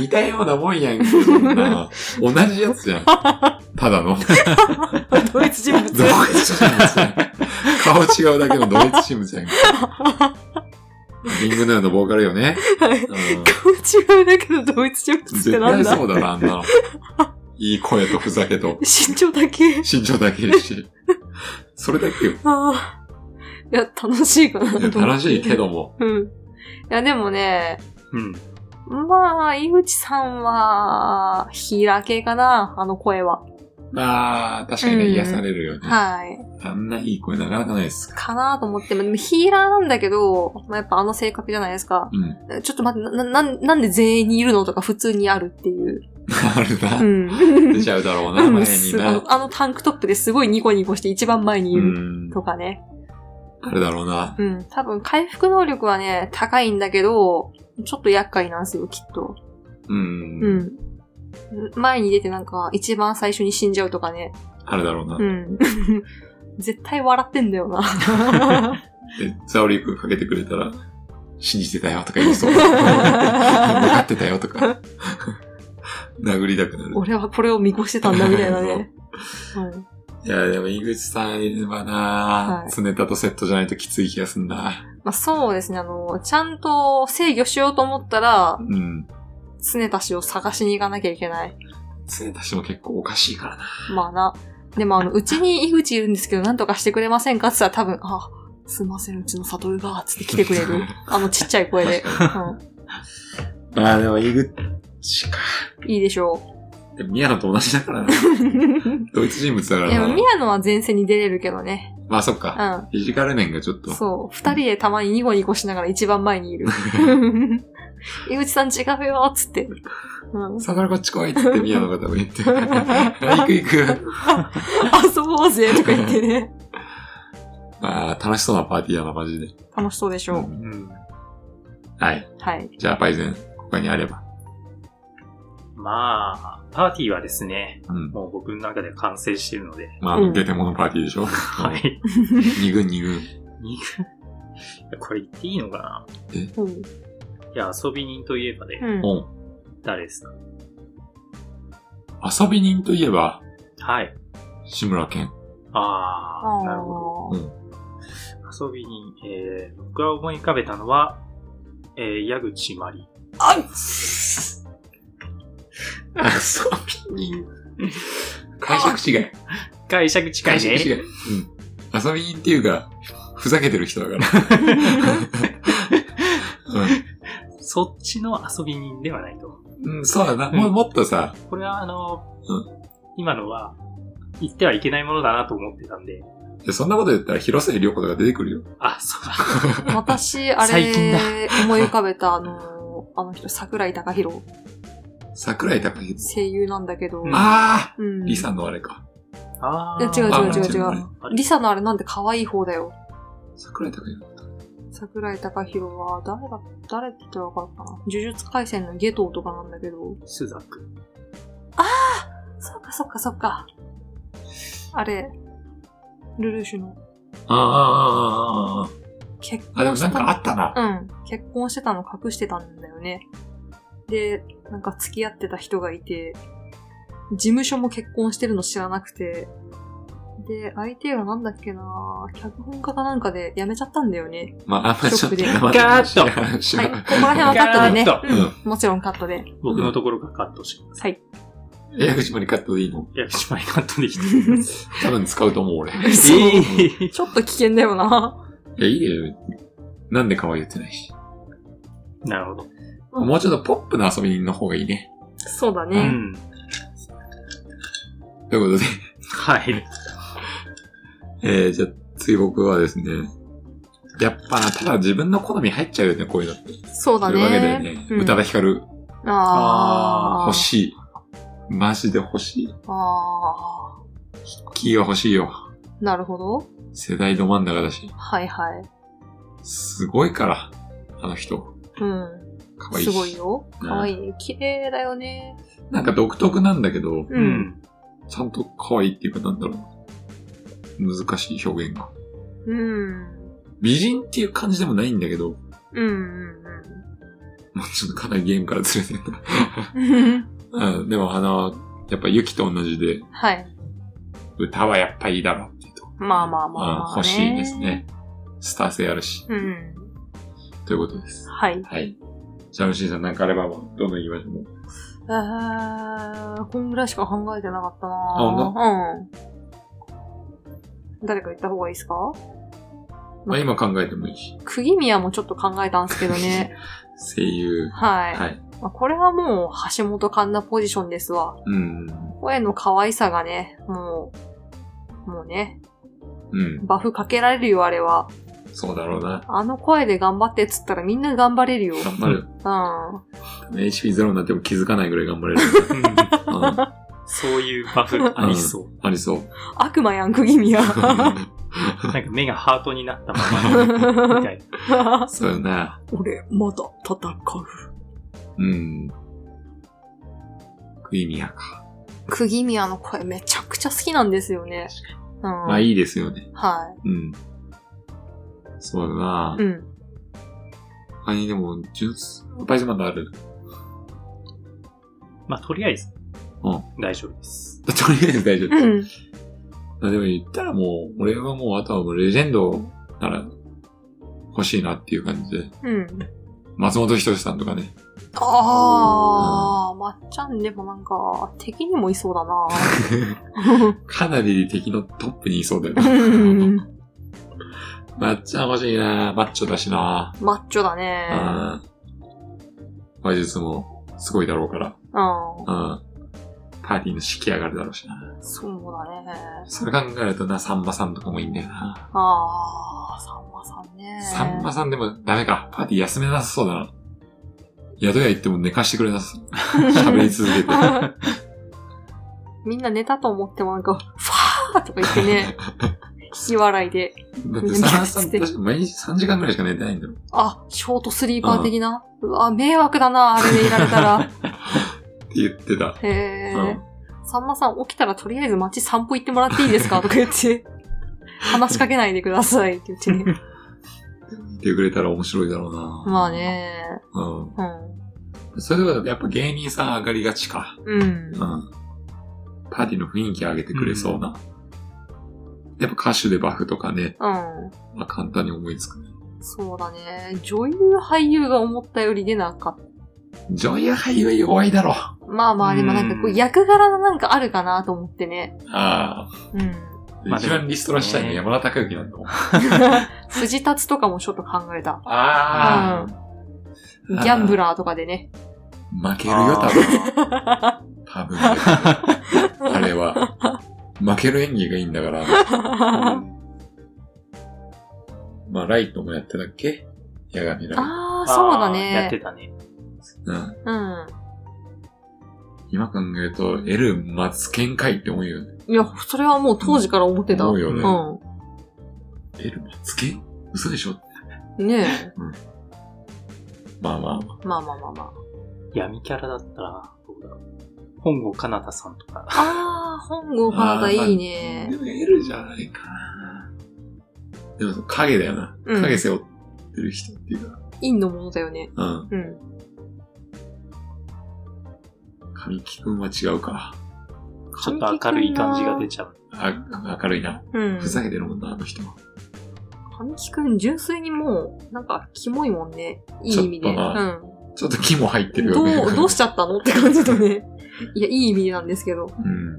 Speaker 1: 似たようなもんやんけそんな。同じやつじゃん。ただ の。
Speaker 2: ドイツ人物
Speaker 1: 同一人物やん。顔違うだけの同一人物やん。リングヌーのボーカルよね。うん
Speaker 2: 顔違うだけど同一人物って
Speaker 1: 絶
Speaker 2: なん
Speaker 1: 対
Speaker 2: だ
Speaker 1: そうだな、あんなの。いい声とふざけと、
Speaker 2: 身長だけ。
Speaker 1: 身長だけだし。それだけよ。
Speaker 2: あーいや、楽しいかない
Speaker 1: や
Speaker 2: と思っ
Speaker 1: 楽
Speaker 2: て。
Speaker 1: しいけども。
Speaker 2: うん。いや、でもね、
Speaker 3: うん。
Speaker 2: まあ、井口さんは、開けかな、あの声は。
Speaker 1: まあ、確かにね、
Speaker 2: うん
Speaker 1: 癒されるよね。
Speaker 2: はい。
Speaker 1: あんないい声なかなかないですか
Speaker 2: かなと思って、まあでもヒーラーなんだけど、まあ、やっぱあの性格じゃないですか。
Speaker 1: ら。うん。
Speaker 2: ちょっと待って、な、な、なんで全員にいるのとか普通にあるっていう。
Speaker 1: ある
Speaker 2: う
Speaker 1: な。
Speaker 2: ん。
Speaker 1: 出ちゃうだろうな、
Speaker 2: うん
Speaker 1: 前に
Speaker 2: すあ
Speaker 1: な。
Speaker 2: のあのタンクトップですごいニコニコして一番前にいうる
Speaker 1: ん。
Speaker 2: とかね。
Speaker 1: あるだろうな。
Speaker 2: うん。多分回復能力はね、高いんだけど、ちょっと厄介なんですよ、きっと。
Speaker 1: うん。
Speaker 2: うん。前に出てなんか一番最初に死んじゃうとかね。
Speaker 1: あるだろうな。
Speaker 2: うん。 絶対笑ってんだよな。
Speaker 1: で、ザオリ君かけてくれたら、信じてたよとか言いそう。分かってたよとか。殴りたくなる。
Speaker 2: 俺はこれを見越してたんだみたいなね。うん、
Speaker 1: いや、でも井口さんいればな、
Speaker 2: はい
Speaker 1: 常田とセットじゃないときつい気がすんな。
Speaker 2: まあ、そうですね、あの、ちゃんと制御しようと思ったら
Speaker 1: う、ん。
Speaker 2: 常田氏を探しに行かなきゃいけない。
Speaker 1: 常田氏も結構おかしいからな。
Speaker 2: まあな。でもあの、うちに井口いるんですけど、なんとかしてくれませんかって言ったら多分、あ、すいません、うちの悟が、つって来てくれ る。あの、ちっちゃい声で。
Speaker 1: まあでも井口か。
Speaker 2: うん、いいでしょ
Speaker 1: でも宮野と同じだからな。
Speaker 2: う。で
Speaker 1: ドイツ人物だから
Speaker 2: も、
Speaker 1: な。
Speaker 2: 宮野は前線に出れるけどね。
Speaker 1: まあそっ
Speaker 2: う
Speaker 1: か。
Speaker 2: ん。
Speaker 1: フィジカル面がちょっと。
Speaker 2: そう。二人でたまにニコニコしながら一番前に いる。井口さん違うよ、つって。うん、
Speaker 1: さからこっち来いって言って宮野が多分 言って。行く行く。
Speaker 2: 遊ぼうぜ、とか言って ね。
Speaker 1: まあ楽しそうなパーティーだな、マジで。
Speaker 2: 楽しそうでしょう。
Speaker 3: うん。
Speaker 1: はい。
Speaker 2: はい。
Speaker 1: じゃあ、パイセン、他にあれば。
Speaker 3: まあ、パーティーはですね、
Speaker 1: うん。
Speaker 3: もう僕の中で完成しているので、
Speaker 1: まあ、
Speaker 2: うん
Speaker 1: 出てものパーティーでしょ。
Speaker 3: は
Speaker 1: はい。
Speaker 3: い。
Speaker 1: 二軍二軍。
Speaker 3: これ言っていいのかな
Speaker 2: うん。
Speaker 3: いや、遊び人といえばね、
Speaker 2: うん。
Speaker 1: おう
Speaker 3: 誰ですか
Speaker 1: 遊び人といえば、
Speaker 3: はい。
Speaker 1: 志村けん。
Speaker 3: あ
Speaker 2: あ
Speaker 3: あ、なるほど。
Speaker 2: ー
Speaker 3: 遊び人、えー、僕が思い浮かべたのは、えー、矢口まり。
Speaker 2: あ
Speaker 1: 遊び人。解釈違い。
Speaker 3: 解釈近
Speaker 1: 解
Speaker 3: い
Speaker 1: 釈違
Speaker 3: ね。
Speaker 1: い。うん。遊び人っていうか、ふざけてる人だから。
Speaker 3: そっちの遊び人ではないと。
Speaker 1: うん、うん、そうだな。もうもっとさ、
Speaker 3: これはあの、
Speaker 1: う
Speaker 3: 今のは、言ってはいけないものだなと思ってたんで、
Speaker 1: いやそんなこと言ったら広末涼子とか出てくるよ。
Speaker 3: あ、そうだ。
Speaker 2: 私、あ
Speaker 3: 最近だ
Speaker 2: れ、思い浮かべた、あのあの人、桜井貴弘、
Speaker 1: 桜井高弘。
Speaker 2: 声優なんだけど、
Speaker 3: うん
Speaker 1: ああ
Speaker 2: うん。
Speaker 1: リサのあれか。
Speaker 3: あ
Speaker 2: いや違う
Speaker 1: あ
Speaker 2: 違う違う違
Speaker 1: あれ
Speaker 2: う。リサのあれなんて可愛い方だよ。
Speaker 1: 桜井高弘。
Speaker 2: 桜井貴弘は、誰だ、誰って言ったらわかるかな。呪術廻戦のゲトウとかなんだけど、
Speaker 3: スザク。
Speaker 2: そっかそっかそっか。あれ、ルルーシュの
Speaker 1: ああ、ああ、ああ。
Speaker 2: 結
Speaker 1: あ、でも
Speaker 2: 婚
Speaker 1: なん
Speaker 2: し
Speaker 1: かあ
Speaker 2: た
Speaker 1: ったな。
Speaker 2: うん。結婚してたの隠してたんだよね。で、なんか付き合ってた人がいて、事務所も結婚してるの知らなくて、で、相手がなんだっけな脚本家かなんかで辞めちゃったんだよね。
Speaker 1: まあ、あんまちょっと
Speaker 2: ショックで
Speaker 1: 黙って
Speaker 3: ガーッと
Speaker 1: 知 らん知ら
Speaker 2: はい。
Speaker 1: ん
Speaker 2: ここら辺はカットでね。
Speaker 1: ッ
Speaker 3: ガー
Speaker 1: と
Speaker 2: うん。もちろんカットで。
Speaker 3: 僕のところがカットしてます。
Speaker 2: はい。
Speaker 1: 矢口もにカットでいいの
Speaker 3: いや、しまいカットできてます。
Speaker 1: 多分使うと思う、 俺。い
Speaker 2: そう
Speaker 3: えー
Speaker 2: ちょっと危険だよな。
Speaker 1: や、いいよ。なんで可愛い言ってないし。
Speaker 3: なるほど。
Speaker 2: うん
Speaker 1: もうちょっとポップな遊びの方がいいね。
Speaker 2: そうだ
Speaker 3: う
Speaker 2: ね。
Speaker 3: ん。
Speaker 1: ということで、
Speaker 3: はい。
Speaker 1: えー、じゃあ、次僕はですね、やっぱな、ただ自分の好み入っちゃうよね、こういうのって。
Speaker 2: そうだ
Speaker 1: というわけで
Speaker 2: ね。
Speaker 1: ね、
Speaker 2: うん
Speaker 1: 宇多田ヒカル、
Speaker 2: あー。
Speaker 1: 欲しい。マジで欲しい。
Speaker 2: あ
Speaker 1: キーが欲しいよ。
Speaker 2: ー。なるほど。
Speaker 1: 世代ど真ん中だし。
Speaker 2: はいはい。
Speaker 1: すごいから、あの人。
Speaker 2: うん。
Speaker 1: 可愛いし
Speaker 2: すごいよ。かわいい。綺麗だよね。
Speaker 1: なんか独特なんだけど、
Speaker 2: う。
Speaker 3: うんん。
Speaker 1: ちゃんと可愛いっていうか、なんだろうな。難しい表現が。
Speaker 2: うん。
Speaker 1: 美人っていう感じでもないんだけど、
Speaker 2: うんうん
Speaker 1: もうちょっとかなりゲームからずれてるな。
Speaker 2: うん。
Speaker 1: うん、でもあの、やっぱユキと同じで、
Speaker 2: はい。
Speaker 1: 歌はやっぱいいだろうっていうとこ、
Speaker 2: まあまあまあま
Speaker 1: うん
Speaker 2: あ。
Speaker 1: 欲しいですね。。スター性あるし、
Speaker 2: うん。
Speaker 1: ということです。
Speaker 2: はい。
Speaker 1: はい。じゃあ、シンさんなんかあれば、どんどん行きましょう。もう
Speaker 2: えー、こんぐらいしか考えてなかったな
Speaker 1: ほん
Speaker 2: うん。誰か言った方がいいですか
Speaker 1: まあ、今考えてもいいし。
Speaker 2: 釘宮もちょっと考えたんですけ どね。
Speaker 1: 声優。
Speaker 2: はい。
Speaker 1: はい。
Speaker 2: まあ、これはもう橋本環奈ポジションですわ。
Speaker 1: うん。
Speaker 2: 声の可愛さがね、もう、もうね、
Speaker 1: うん。
Speaker 2: バフかけられるよ、あれは。
Speaker 1: そうだろうな。
Speaker 2: あの声で頑張ってっつったらみんな頑張れるよ。う
Speaker 1: 頑張る。
Speaker 2: ん。
Speaker 1: HP ゼロになっても気づかないぐらい頑張れる。
Speaker 3: うん
Speaker 1: うん
Speaker 3: そういうバフありそ
Speaker 1: あり そう。
Speaker 2: 悪魔やん、釘宮。
Speaker 3: う。なんか目がハートになったまま、みたいな。
Speaker 1: そうよな。
Speaker 2: 俺、まだ戦う。
Speaker 1: うん。クイミアか。
Speaker 2: 釘宮の声めちゃくちゃ好きなんですよね。うん。
Speaker 1: まあいいですよね。
Speaker 2: は。
Speaker 1: うん。そうだない
Speaker 2: うん。
Speaker 1: 他にでも、ジュース、バイスマンドある。
Speaker 3: まあ、とりあえず、
Speaker 1: うん
Speaker 3: 大丈夫です。
Speaker 1: とりあえず大丈夫。
Speaker 2: うん。
Speaker 1: まあでも言ったらもう、俺はもう、あとはもうレジェンドなら、欲しいなっていう感じで。
Speaker 2: うん。
Speaker 1: 松本人志さんとかね。
Speaker 2: ああ、まっちゃんでもなんか、敵にもいそうだな
Speaker 1: かなり敵のトップにいそうだよ
Speaker 2: う
Speaker 1: ね。
Speaker 2: ん。
Speaker 1: マッチョは欲しいなマッチョだしな
Speaker 2: マッチョだね。
Speaker 1: うん。話術もすごいだろうから。う
Speaker 2: う
Speaker 1: ん。パーティーの式上がるだろうしな。
Speaker 2: ん。そうだね。
Speaker 1: それ考えるとな、さんまさんとかもいいんだよな。
Speaker 2: ああ、さんまさんね。
Speaker 1: さんまさんでもダメか。パーティー休めなさそうだな。宿屋行っても寝かしてくれなさそう。喋り続けて。
Speaker 2: みんな寝たと思ってもなんか、ファーとか言ってね、引き笑いで。
Speaker 1: だってさんまさん、確か毎日3時間ぐらいしか寝てないんだろ。
Speaker 2: あ、ショートスリーパー的な。うわ、迷惑だな、あれでいられたら。
Speaker 1: って言ってた。
Speaker 2: へえ、
Speaker 1: うん
Speaker 2: さんまさん起きたらとりあえず街散歩行ってもらっていいですかとか言って。話しかけないでくださいって言ってね。
Speaker 1: 言ってくれたら面白いだろうな。
Speaker 2: まあ。ね。
Speaker 1: う。
Speaker 2: うん
Speaker 1: それではやっぱ芸人さん上がりがちか。
Speaker 2: ん。うん
Speaker 1: うん。。パーティーの雰囲気上げてくれそうな。やっぱ歌手でバフとかね、
Speaker 2: うん。
Speaker 1: まあ、簡単に思いつくね。
Speaker 2: そうだね。女優俳優が思ったより出なかった。
Speaker 1: 女優俳優弱いだろ。あ
Speaker 2: まあまあ、でもなんかこ
Speaker 3: う
Speaker 2: うん役柄のなんかあるかなと思ってね。
Speaker 1: あ。
Speaker 2: うん。
Speaker 3: まあ
Speaker 1: 一番リストラしたいの
Speaker 3: ね
Speaker 1: 山田孝之なんだもん。
Speaker 2: 藤立とかもちょっと考えた。
Speaker 1: ああ。
Speaker 2: ギャンブラーとかでね。
Speaker 1: 負けるよ、多分。多 分。あれは。負ける演技がいいんだから。
Speaker 2: あ
Speaker 1: まあ、ライトもやってたっけ矢神ライ
Speaker 2: あ、そうだ
Speaker 3: あーやって
Speaker 2: ね。
Speaker 3: たね。
Speaker 1: ト。
Speaker 3: ですよ。
Speaker 1: うん。
Speaker 2: うん。
Speaker 1: 今考えると、L マツケンかいって思うよね。
Speaker 2: いや、それはもう当時から思ってた。
Speaker 1: 思うよね
Speaker 2: う
Speaker 1: L マツケン嘘でしょ
Speaker 2: ん。ね
Speaker 1: まあまあまあ。
Speaker 2: え。まあまあまあま
Speaker 3: 闇キャラだったら、どうだろう。本郷かなたさんとか。
Speaker 2: あ。ああ、本郷花田いいね
Speaker 1: で。も L じゃないかな。でもその影だよな。
Speaker 2: うん
Speaker 1: 影背負ってる人っていうか。
Speaker 2: 陰のものだよね。
Speaker 1: うん。
Speaker 2: うん。
Speaker 1: 神木くんは違うか。
Speaker 3: ちょっと明るい感じが出
Speaker 2: ち
Speaker 3: ちゃう。
Speaker 1: あ、明るいな。
Speaker 2: ゃう。うん。
Speaker 1: ふざけてるもんな、あの人は。
Speaker 2: 神木くん、純粋にもう、なんか、キモいもんね。いい意味で。
Speaker 1: ちょっと
Speaker 2: う。
Speaker 1: なんちょっと気も入ってる
Speaker 2: ど
Speaker 1: よね。
Speaker 2: う、どうしちゃったのって感じだね。いや、いい意味でなんですけど。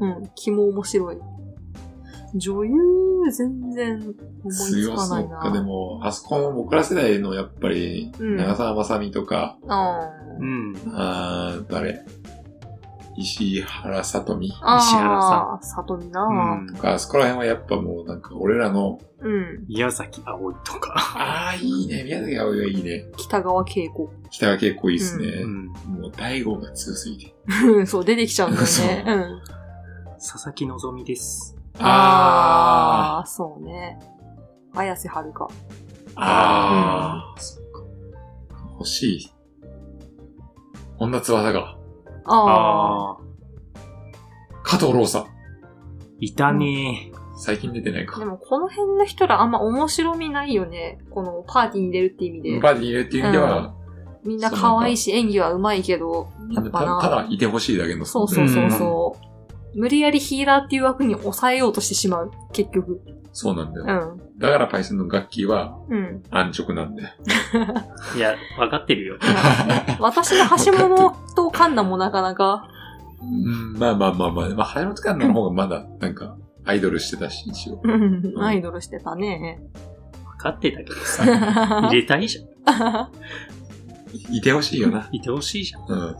Speaker 1: うん。
Speaker 2: うん。キモ面白い。女優、全然、思いつ
Speaker 1: 強
Speaker 2: かな
Speaker 1: そ
Speaker 2: い
Speaker 1: っ
Speaker 2: な。
Speaker 1: か、でも、あそこも僕ら世代のやっぱり、
Speaker 2: うん
Speaker 1: 長澤まさみとか、
Speaker 2: あー
Speaker 3: うん。
Speaker 1: あー、誰石原さとみ
Speaker 2: あー。
Speaker 3: 石原さ
Speaker 2: ん。さとみ
Speaker 3: う
Speaker 2: な、
Speaker 1: と
Speaker 3: ん。
Speaker 1: か、あそこら辺はやっぱもうなんか俺らの、
Speaker 2: うん。
Speaker 3: 宮崎葵とか。
Speaker 1: あー、いいね、宮崎葵はいいね。
Speaker 2: 北川景子。
Speaker 1: 北は結構いいっすね。
Speaker 3: うん。
Speaker 1: もう大悟が強すぎて。
Speaker 2: そう、出てきちゃうんだよね。
Speaker 1: そう
Speaker 2: うん。
Speaker 3: 佐々木希です。
Speaker 2: ああ、そうね。綾瀬はるか。
Speaker 1: ー。あー、そっか。欲しい。女翼が、
Speaker 2: ああ。
Speaker 3: ああ。
Speaker 1: 加藤ローサ。
Speaker 3: いたね
Speaker 1: 最近出てないか
Speaker 2: で。もこの辺の人らあんま面白みないよね。このパーティーに出るって意味で。
Speaker 1: バディ入れっていう意味では、
Speaker 2: みんな可愛いし演技は上手いけど、やっ
Speaker 1: た
Speaker 2: ぱ
Speaker 1: た
Speaker 2: な。
Speaker 1: だいてほしいだけの。
Speaker 2: そうそうそうそう。無理やりヒーラーっていう枠に抑えようとしてしまう。結局。
Speaker 1: そうなんだよ。
Speaker 2: うん。
Speaker 1: だからパイセンの楽器は
Speaker 2: うん。
Speaker 1: 安直なんだよ。
Speaker 3: いや、わかってるよ。
Speaker 2: 私の橋本とカンナもなかなか。
Speaker 1: うん、まあまあまあまあ、まあ、橋本環奈の方がまだ、なんか、アイドルしてたし、一応。
Speaker 2: うん。アイドルしてたね。
Speaker 3: わかってたけど さ。入れたいじゃん。
Speaker 1: いてほしいよな。
Speaker 3: いてほしいじゃん。
Speaker 1: うん。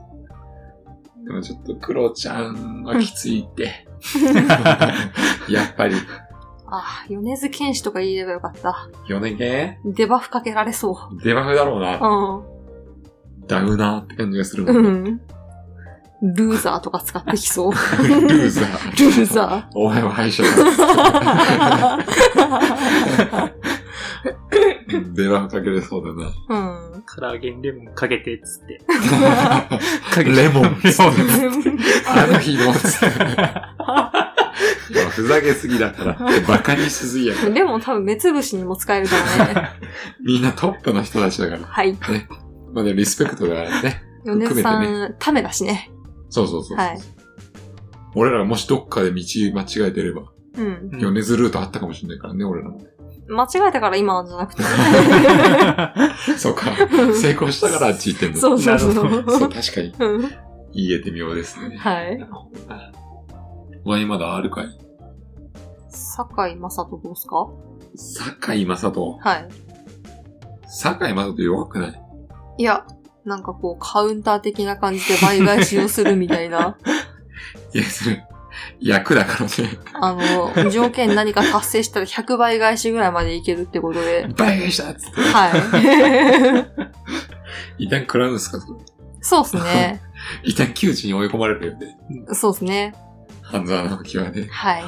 Speaker 1: でもちょっと、クロちゃんはきついって。 やっぱり、
Speaker 2: ああ、米津玄師とか言えばよかった。
Speaker 1: 米系
Speaker 2: デバフかけられそ
Speaker 1: デバフだろう
Speaker 2: う。
Speaker 1: な。
Speaker 2: う
Speaker 1: ダウナーって感じがするもん。
Speaker 2: ん。うん。ルーザーとか使ってきそ う。
Speaker 1: ルーザー。
Speaker 2: ルーザ
Speaker 1: お前は敗 者だ。うんデバフかけれそうだな。
Speaker 2: うん。
Speaker 3: カラーゲンレモンかけて、つって。
Speaker 1: レモン。あの日の。 ふざけすぎだから。バカにしすぎやから。
Speaker 2: でも多分目つぶしにも使えるからね。
Speaker 1: みんなトップの人たちだから。
Speaker 2: はい。
Speaker 1: まあでもリスペクトがあるね。
Speaker 2: 米津さん、ためだしね。
Speaker 1: そうそうそう。
Speaker 2: はい。
Speaker 1: 俺らがもしどっかで道間違えてれば、
Speaker 2: うん。
Speaker 3: うん
Speaker 1: 米津ルートあったかもしれないからね、俺らも。
Speaker 2: 間違えたから今なんじゃなくて。
Speaker 1: そうか。成功したからあっち行ってんだ。
Speaker 2: そうそう
Speaker 3: なる
Speaker 1: そう
Speaker 2: そう。
Speaker 1: 確かに。
Speaker 2: うん
Speaker 1: いいえて妙ですね。
Speaker 2: はい。
Speaker 1: お前まだあるかい
Speaker 2: 坂井正人どうすか
Speaker 1: 堺雅人。
Speaker 2: はい。
Speaker 1: 堺雅人弱くない
Speaker 2: いや、なんかこう、カウンター的な感じで倍返しをするみたい な。
Speaker 1: いや、それ、役だからね。
Speaker 2: あの、条件何か達成したら100倍返しぐらいまでいけるってことで。
Speaker 1: 倍返したっつって。
Speaker 2: はい。
Speaker 1: 一旦食らうんすかそれ
Speaker 2: そうっすね。
Speaker 1: 一旦窮地に追い込まれるよね。
Speaker 2: そうっすね。
Speaker 1: 半沢直樹はね。
Speaker 2: はい。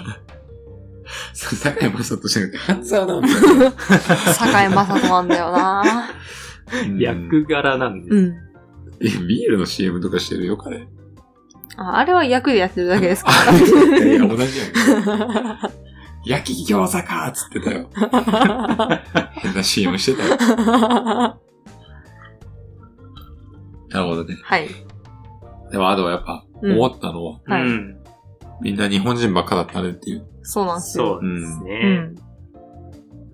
Speaker 1: そう堺雅人じゃなくて、半沢直樹。
Speaker 2: 坂井正人なんだよな
Speaker 3: 役柄なんで。
Speaker 2: うん。
Speaker 1: え、ビールの CM とかしてるよ、 彼。い
Speaker 2: ああれは役でやってるだけ ですか
Speaker 1: やいや、同じやん。焼き餃子かーっつってた よ。変な CM してたよ。
Speaker 2: ら。
Speaker 1: なるほどね。
Speaker 2: はい。
Speaker 1: でも、あとはやっぱ、
Speaker 2: うん
Speaker 1: 思ったのは、
Speaker 2: はい
Speaker 3: うん。
Speaker 1: みんな日本人ばっかだったねっていう。
Speaker 2: そうなんですよ。
Speaker 3: そうです
Speaker 2: う
Speaker 3: ね。
Speaker 2: ん。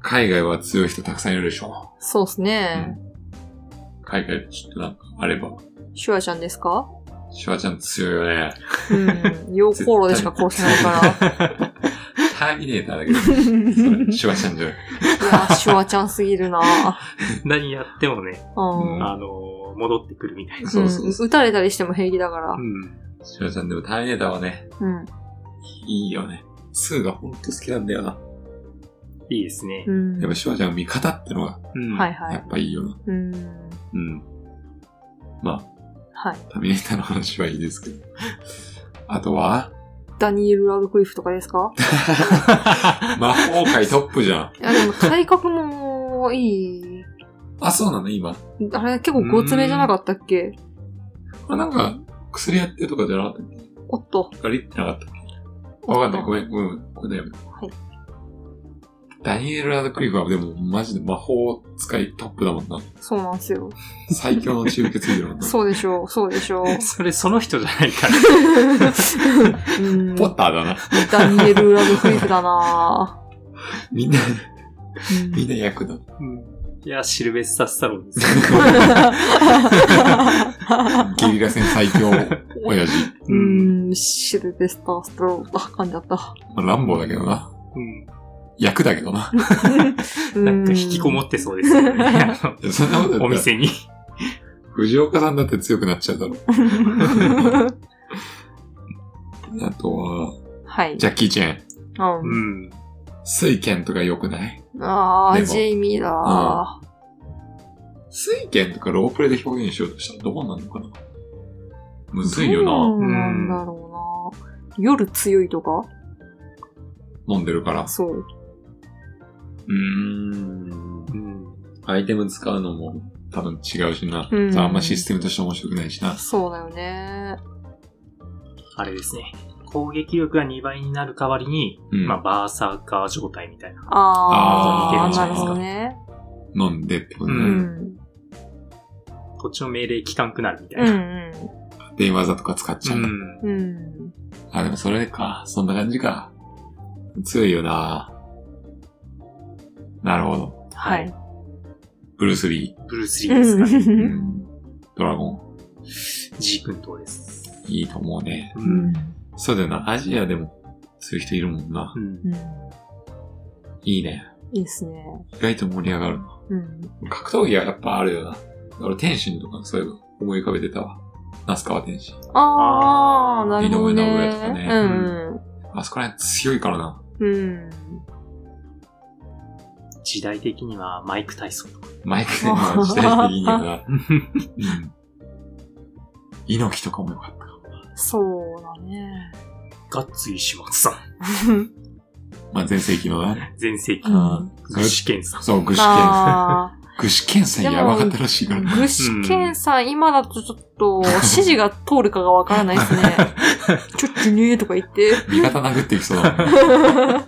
Speaker 1: 海外は強い人たくさんいるでしょ。
Speaker 2: そうっすね。
Speaker 1: 海外ちょっとなんかあれば、
Speaker 2: シュワちゃんですか
Speaker 1: シュワちゃん強いよね。
Speaker 2: うん。溶鉱炉でしか殺せないから。
Speaker 1: ターミネーターだけ ど、
Speaker 2: い
Speaker 1: シュワちゃんじゃない。
Speaker 2: や、シュワちゃんすぎるな
Speaker 3: 何やってもね、
Speaker 2: うん。
Speaker 3: あのー、戻ってくるみたいな。
Speaker 1: そうそうそ
Speaker 2: ん。撃たれたりしても平気だから
Speaker 3: う。ん。
Speaker 1: シュワちゃんでもターミネーターはね、
Speaker 2: うん。
Speaker 1: いいよね。スーがほんと好きなんだよな。
Speaker 3: いいですね
Speaker 2: う。ん
Speaker 1: やっ。ぱシュワちゃんは味方ってのが、
Speaker 3: うん
Speaker 2: はい
Speaker 3: い。
Speaker 2: は
Speaker 1: やっ
Speaker 2: い。
Speaker 1: ぱいいよな。
Speaker 2: うん。
Speaker 1: うん。まあ、
Speaker 2: はい。
Speaker 1: ターミネーターの話はいいですけど。あとは、
Speaker 2: ダニエル・ラドクリフとかですか
Speaker 1: 魔法界トップじゃん。
Speaker 2: いや、でも体格もいい。
Speaker 1: あ、そうなの今。
Speaker 2: あれ、結構ごつめじゃなかったっけ
Speaker 1: これなんか、薬やってるとかじゃなかったっ
Speaker 2: おっと。
Speaker 1: けガリってなかったっけわかんない。ごめん、ごめん。これだよ。
Speaker 2: はい。
Speaker 1: ダニエル・ラドクリフはでもマジで魔法使いトップだもんな。
Speaker 2: そうなんですよ。
Speaker 1: 最強の血受け継いでるもんな。
Speaker 2: そうでしょう、そうでしょ う。
Speaker 3: それ、その人じゃないから。
Speaker 2: うん、
Speaker 1: ポッターだな。
Speaker 2: ダニエル・ラドクリフだなぁ
Speaker 1: みんな、
Speaker 2: うん
Speaker 1: みん な役だ。
Speaker 3: うんいや、シルベスター・スタローンですよ。
Speaker 1: ゲリラ戦最強、 親父。
Speaker 2: う
Speaker 3: うん。
Speaker 2: ん、シルベスター・ストロー、あ、噛んじゃった。
Speaker 1: まあ、ランボーだけどな。役だけどな。
Speaker 2: う
Speaker 3: なんか引きこもってそうですよね。あ
Speaker 1: いやそんなこと言
Speaker 3: のお
Speaker 1: ったら
Speaker 3: 店に。
Speaker 1: 藤岡さんだって強くなっちゃうだろ。あとは、
Speaker 2: はい。
Speaker 1: ジャッキー・チェン。
Speaker 2: う、
Speaker 3: うんん。
Speaker 1: 水剣とか良くない
Speaker 2: あ
Speaker 1: で
Speaker 2: ー、
Speaker 1: も
Speaker 2: ジェイミーだー。
Speaker 1: 水剣とかロープレイで表現しようとしたらどうなるのかなむずいよな。
Speaker 2: そうなんだろうな夜強いとか
Speaker 1: 飲んでるから。
Speaker 2: そう。
Speaker 1: うーん。
Speaker 3: うん。
Speaker 1: アイテム使うのも多分違うしな。
Speaker 2: うん
Speaker 1: あんまシステムとして面白くないしな。
Speaker 2: そうだよね。
Speaker 3: あれですね。攻撃力が2倍になる代わりに、
Speaker 1: うん
Speaker 3: まあ、バーサーカー状態みたいな。
Speaker 2: あ
Speaker 1: あ
Speaker 2: ー、
Speaker 1: ー
Speaker 2: なるほどね。
Speaker 1: 飲んでってこと
Speaker 2: う
Speaker 1: ね。
Speaker 2: ん。
Speaker 3: こっちの命令効かんくなるみたい
Speaker 2: うん
Speaker 3: な。
Speaker 1: で、技とか使っちゃう。
Speaker 3: ん。
Speaker 2: うん。うん。
Speaker 1: あ、でもそれか。そんな感じか。強いよな。なるほど。
Speaker 2: はい。。
Speaker 1: ブルース・リ
Speaker 3: ブルース・リーですかね。
Speaker 1: ー。
Speaker 2: う。
Speaker 1: ドラゴン。
Speaker 3: ジー君とです。
Speaker 1: いいと思うね。
Speaker 3: うん
Speaker 1: そうだよな。アジアでも強い人いるもんな。
Speaker 3: ん
Speaker 2: う。ん
Speaker 1: いいね。
Speaker 2: いいっすね。
Speaker 1: 意外と盛り上がるな。
Speaker 2: うん。
Speaker 1: 格闘技はやっぱあるよな。俺、天心とかそういえば思い浮かべてたわ。那須川天心。
Speaker 2: あー、なるほどね。
Speaker 1: 井上尚弥とかね
Speaker 2: うん
Speaker 1: あそこら辺強いからな。
Speaker 2: うん。
Speaker 3: 時代的にはマイク・タイソンとか。
Speaker 1: マイクでも時代的には な。うん。猪木とかもよかった。
Speaker 2: うん。そうだね。
Speaker 3: ガッツ石松さん。
Speaker 1: まあ、前世紀のな。
Speaker 3: 全盛期
Speaker 2: う。ん
Speaker 3: 具志堅さん。
Speaker 1: そう、具志堅。
Speaker 2: あ
Speaker 1: 具志堅さんやばかったらしいからね。
Speaker 2: ー、具志堅さん、今だとちょっと、指示が通るかがわからない ですね。ちょっちゅねーとか言って。
Speaker 1: 味方殴っていきそうだも んね。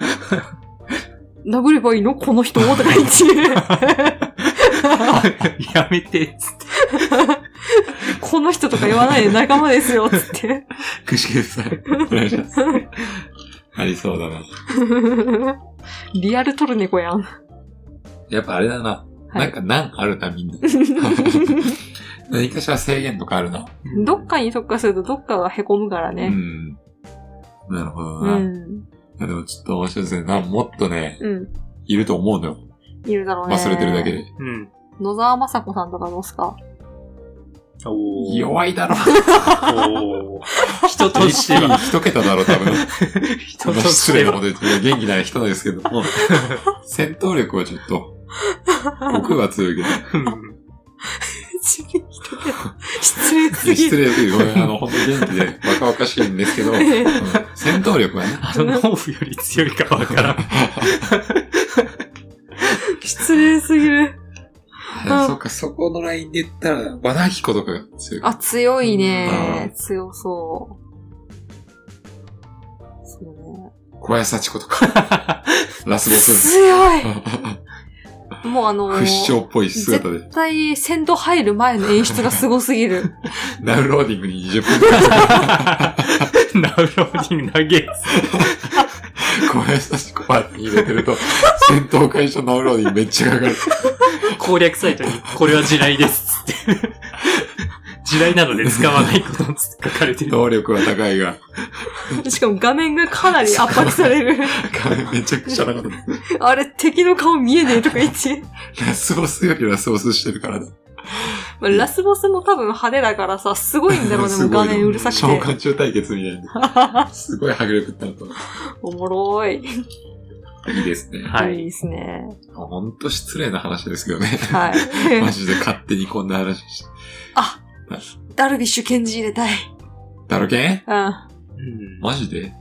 Speaker 2: 殴ればいいのこの人とか言って。
Speaker 3: やめて、つって。
Speaker 2: この人とか言わないで仲間ですよ、つって。
Speaker 1: 具志堅さん。お願いします。ありそうだな。
Speaker 2: リアルトルネコやん。
Speaker 1: やっぱあれだな。
Speaker 2: は
Speaker 1: なん
Speaker 2: い
Speaker 1: か難あるな、みんな。何かしら制限とかあるな。
Speaker 2: どっかに特化するとどっかが凹むから
Speaker 1: う
Speaker 2: ね。
Speaker 1: ん。なるほど
Speaker 2: う
Speaker 1: な。い
Speaker 2: ん。
Speaker 1: やでもちょっと面白いですね。なもっとね、
Speaker 2: うん。
Speaker 1: いると思うのよ。
Speaker 2: いるだろうね。
Speaker 1: 忘れてるだけ。で。
Speaker 3: うん。
Speaker 2: 野沢雅子さんとかどうすか
Speaker 3: おー。
Speaker 1: 弱い だろ。
Speaker 3: おー。人としては。
Speaker 1: 一桁だろ、多 分。
Speaker 3: 人
Speaker 1: そんな失礼なこと言って、元気な人ですけども。戦闘力はちょっと、僕は強い けど。
Speaker 2: 失礼すぎ
Speaker 1: 失
Speaker 2: る。
Speaker 1: 礼すぎる。ごめんあの、本当に元気で、若々しいんですけど、うん戦闘力はね。
Speaker 3: あの毛布より強いかわから ん。
Speaker 2: 失礼すぎる。
Speaker 1: あそっか、そこのラインで言ったら、和田彦とかが強い。
Speaker 2: あ、強いね
Speaker 1: う。
Speaker 2: 強そう。そうね。
Speaker 1: 小林幸子とか、ラスボス。
Speaker 2: 強いもうあのー
Speaker 1: 不死鳥っぽい姿で
Speaker 2: 絶、対戦闘入る前の演出がすごすぎ る。
Speaker 1: ダウンローディングに20分くらい
Speaker 3: ナウローディング投
Speaker 1: 小
Speaker 3: げ。
Speaker 1: 林幸子パーティーに入れて ると、戦闘会社ダウンローディングめっちゃかかる。
Speaker 3: 攻略サイトに、これは地雷です。つって。地雷などで使わないことつって書かれてる。
Speaker 1: 能力は高い が、
Speaker 2: しかも画面がかなり圧迫される。
Speaker 1: 画面めちゃくちゃなかった。
Speaker 2: あれ、敵の顔見えねえとか言って。
Speaker 1: ラスボスよりラスボスしてるからだ。
Speaker 2: まあラスボスも多分派手だからさ、すごいんだろうね、も
Speaker 1: す
Speaker 2: う
Speaker 1: ご
Speaker 2: 画
Speaker 1: いな
Speaker 2: 面うるさく
Speaker 1: 召
Speaker 2: て。
Speaker 1: 喚中対決みたいな。すごい迫力ってなったの。
Speaker 2: おもろい。
Speaker 1: いいですね。
Speaker 3: はい
Speaker 2: いいですね。
Speaker 1: ほんと 失礼な話ですけどね。
Speaker 2: はい。
Speaker 1: マジで勝手にこんな話し
Speaker 2: あ、ダルビッシュ検事入れたい。
Speaker 1: ダルケン
Speaker 2: うん。
Speaker 3: うん。
Speaker 1: マジで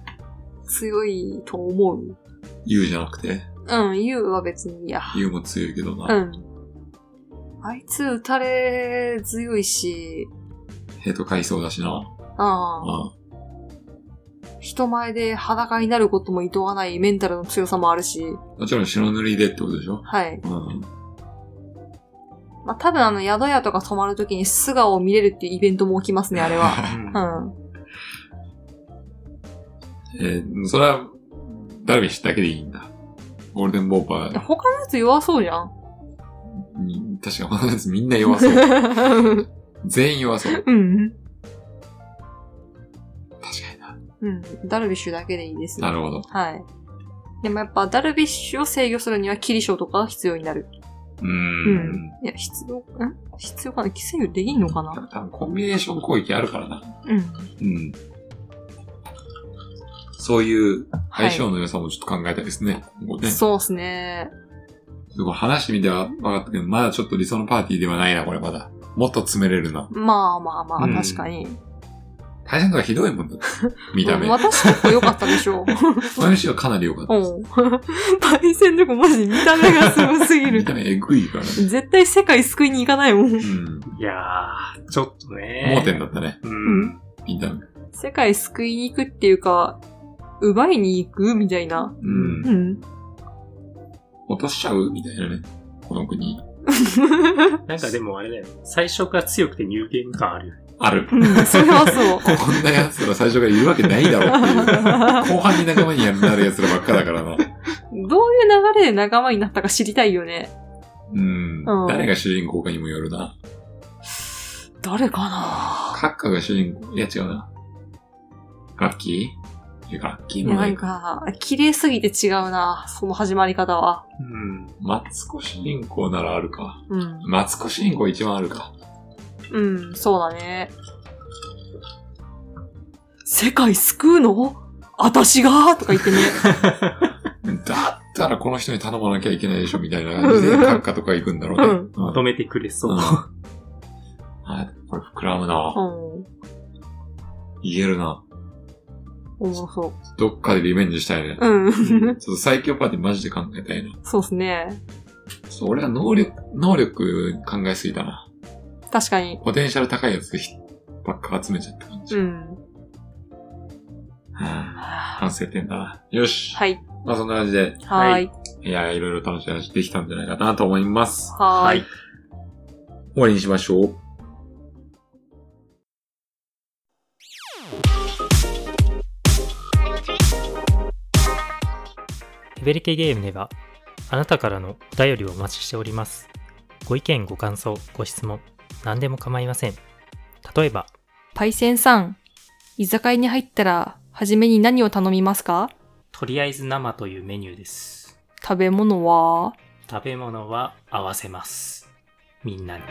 Speaker 2: 強いと思う。
Speaker 1: 言うじゃなくて
Speaker 2: うん、ユウは別にいいや。
Speaker 1: 言うも強いけど
Speaker 2: う
Speaker 1: な。
Speaker 2: ん。あいつ打たれ強いし、
Speaker 1: ヘッド買いそうだしな。
Speaker 2: ああ、
Speaker 1: あ
Speaker 2: 人前で裸になることも厭わないメンタルの強さもあるし、
Speaker 1: あもちろん白塗りでってことでしょ
Speaker 2: はい。
Speaker 1: うん。
Speaker 2: まあ、多分あの、宿屋とか泊まるときに素顔を見れるっていうイベントも起きますね、あれ は。うん。
Speaker 1: えーそれは、ダルビッシュだけでいいんだ。ゴールデンボーパー
Speaker 2: 他のやつ弱そうじゃ ん。
Speaker 1: に、確かこのやつみんな弱そう。全員弱そう。
Speaker 2: うん。
Speaker 1: 確かにな。
Speaker 2: うん。ダルビッシュだけでいいです。
Speaker 1: な
Speaker 2: は
Speaker 1: るほど。
Speaker 2: い。でもやっぱ、ダルビッシュを制御するには、キリショーとかが必要になる。
Speaker 1: うー。。
Speaker 2: うんいや、必要、ん必要かな制御できんのか
Speaker 1: 多
Speaker 2: な
Speaker 1: 分多分コンビネーション攻撃あるからな。
Speaker 2: うん。
Speaker 1: うん。そういう
Speaker 2: は
Speaker 1: 相
Speaker 2: い。
Speaker 1: 性の良さもちょっと考えたいですね。今後ね。
Speaker 2: そうっすね。
Speaker 1: すごい話してみては分かったけど、まだちょっと理想のパーティーではないな、これまだ。もっと詰めれるな。
Speaker 2: まあまあまあ、
Speaker 1: うん
Speaker 2: 確かに。
Speaker 1: 対戦とかひどいもんだって。見た目。
Speaker 2: 私結構良かったでしょ。
Speaker 1: MC はかなり良かったです。
Speaker 2: うん。パイセンとかマジ見た目がすごすぎ
Speaker 1: 見
Speaker 2: る。
Speaker 1: た目えぐいから。
Speaker 2: 絶対世界救いに行かないもん
Speaker 1: う。ん。
Speaker 3: いやー、ちょっとね。
Speaker 1: 盲点だったね。
Speaker 3: うん。
Speaker 1: 見た目。
Speaker 2: 世界救いに行くっていうか、奪いに行くみたいな。
Speaker 1: うん
Speaker 2: う。ん。
Speaker 1: 落としちゃうみたいなね。この国。
Speaker 3: なんかでもあれだよね。最初から強くて入限感あるよね。
Speaker 1: ある。
Speaker 2: うんそれは そう。
Speaker 1: こんな奴ら最初からいるわけないだろうっていう。後半に仲間になる奴らばっかだからな。
Speaker 2: どういう流れで仲間になったか知りたいよね。
Speaker 1: うん
Speaker 2: うん。
Speaker 1: 誰が主人公かにもよるな。
Speaker 2: 誰かな
Speaker 1: カッカが主人公。いや違うな。ラッキーいやラッキー
Speaker 2: い
Speaker 1: も
Speaker 2: や
Speaker 1: な
Speaker 2: ないん
Speaker 1: か。
Speaker 2: か、綺麗すぎて違うな。その始まり方は。
Speaker 3: うん。
Speaker 1: マツコ主人公ならあるか。
Speaker 2: うん。
Speaker 1: マツコ主人公一番あるか。
Speaker 2: うん、そうだね。世界救うの私がとか言 ってね。
Speaker 1: だったらこの人に頼まなきゃいけないでしょみたいな感じで、
Speaker 2: うん
Speaker 1: カッカとか行くんだろうね。
Speaker 2: うん
Speaker 1: うん
Speaker 3: まとめてくれそう。
Speaker 1: うんあ、これ膨らむ
Speaker 2: う
Speaker 1: な。
Speaker 2: ん。
Speaker 1: 言えるな。
Speaker 2: おもろそ
Speaker 1: どっかでリベンジしたいね。
Speaker 2: う。うん。
Speaker 1: ちょっと最強パーティーマジで考えたいな。
Speaker 2: そうですね。
Speaker 1: ちょっと俺は能力、能力考えすぎたな。
Speaker 2: 確かに。
Speaker 1: ポテンシャル高いやつばっか集めちゃった感じ。
Speaker 2: う
Speaker 1: は
Speaker 2: ん。
Speaker 1: あ
Speaker 2: は
Speaker 1: 反省点だな。よし。
Speaker 2: い。
Speaker 1: まあそんな感じで、
Speaker 2: は。
Speaker 3: はい
Speaker 1: いや、いろいろ楽しい話できたんじゃないかなと思います。
Speaker 2: はーい。。
Speaker 1: 終わりにしましょう。
Speaker 3: ヘベレケゲームでは、あなたからのお便りをお待ちしております。ご意見、ご感想、ご質問、何でも構いません。例えば、
Speaker 2: パイセンさん、居酒屋に入ったら、はじめに何を頼みますか
Speaker 3: とりあえず生というメニューです。
Speaker 2: 食べ物は
Speaker 3: 食べ物は合わせます。みんなに。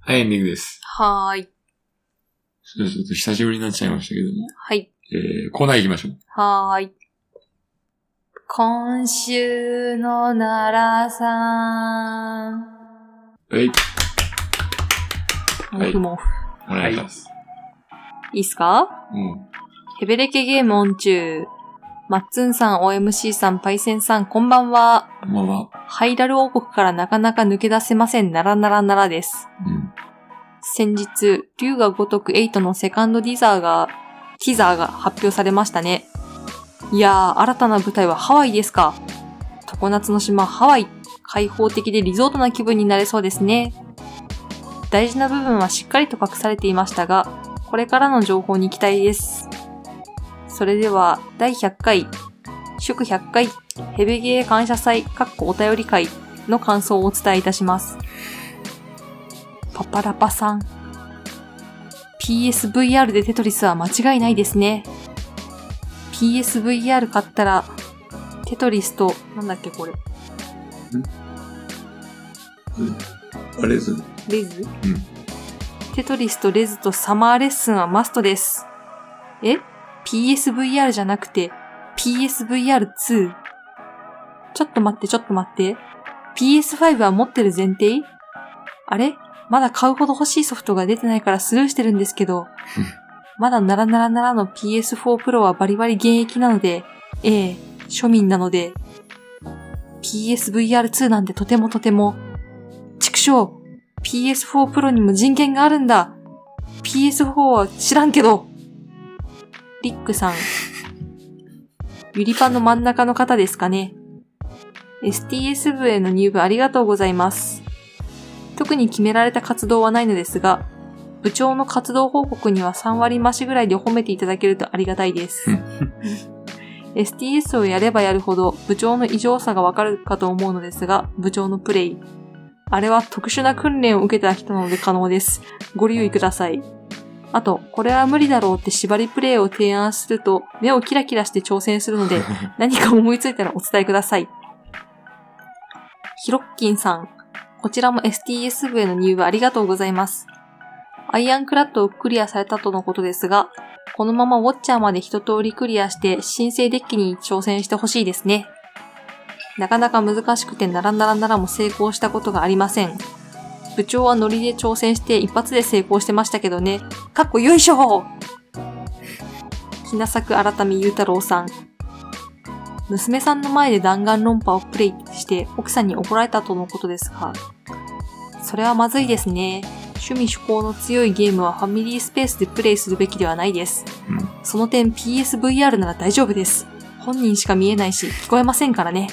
Speaker 1: はい、エンディングです。
Speaker 2: はーい。
Speaker 1: ちょっと久しぶりになっちゃいましたけども。
Speaker 2: はい。
Speaker 1: えー、コーナー行きましょう。
Speaker 2: はーい。今週の奈良さん。
Speaker 1: はい。
Speaker 2: 僕も
Speaker 1: お願いします。
Speaker 2: いいっすか
Speaker 1: うん。
Speaker 2: ヘベレケゲームオン中。マッツンさん、OMC さん、パイセンさん、こんばんは。
Speaker 1: こんばんは。
Speaker 2: ハイラル王国からなかなか抜け出せません、ならならならです。
Speaker 1: うん。
Speaker 2: 先日、竜が如く8のセカンドディザーが、ティザーが発表されましたね。いやー、新たな舞台はハワイですか。常夏の島ハワイ。開放的でリゾートな気分になれそうですね。大事な部分はしっかりと隠されていましたが、これからの情報に期待です。それでは、第100回、祝100回、ヘベゲー感謝祭、かっこお便り会の感想をお伝えいたします。パパラパさん。PSVR でテトリスは間違いないですね。PSVR 買ったら、テトリスと、なんだっけこれ、
Speaker 1: あれですね。
Speaker 2: レズ、テトリスとレズとサマーレッスンはマストです。え ?PSVR じゃなくて PSVR2。ちょっと待って、ちょっと待って。PS5 は持ってる前提あれまだ買うほど欲しいソフトが出てないからスルーしてるんですけど。まだならならならの PS4 Pro はバリバリ現役なので、ええ、庶民なので、PSVR2 なんてとてもとても、畜生 !PS4 Pro にも人権があるんだ !PS4 は知らんけどリックさん。ゆりパンの真ん中の方ですかね。STS 部への入部ありがとうございます。特に決められた活動はないのですが、部長の活動報告には3割増しぐらいで褒めていただけるとありがたいです。STS をやればやるほど部長の異常さがわかるかと思うのですが、部長のプレイ。あれは特殊な訓練を受けた人なので可能です。ご留意ください。あと、これは無理だろうって縛りプレイを提案すると、目をキラキラして挑戦するので、何か思いついたらお伝えください。ヒロッキンさん、こちらも STS 部への入部ありがとうございます。アイアンクラッドをクリアされたとのことですが、このままウォッチャーまで一通りクリアして新生デッキに挑戦してほしいですね。なかなか難しくてならならならも成功したことがありません。部長はノリで挑戦して一発で成功してましたけどね。かっこよいしょひなさく改めゆうたろうさん。娘さんの前で弾丸論破をプレイして奥さんに怒られたとのことですが、それはまずいですね。趣味趣向の強いゲームはファミリースペースでプレイするべきではないです。
Speaker 1: うん
Speaker 2: その点 PSVR なら大丈夫です。本人しか見えないし聞こえませんからね。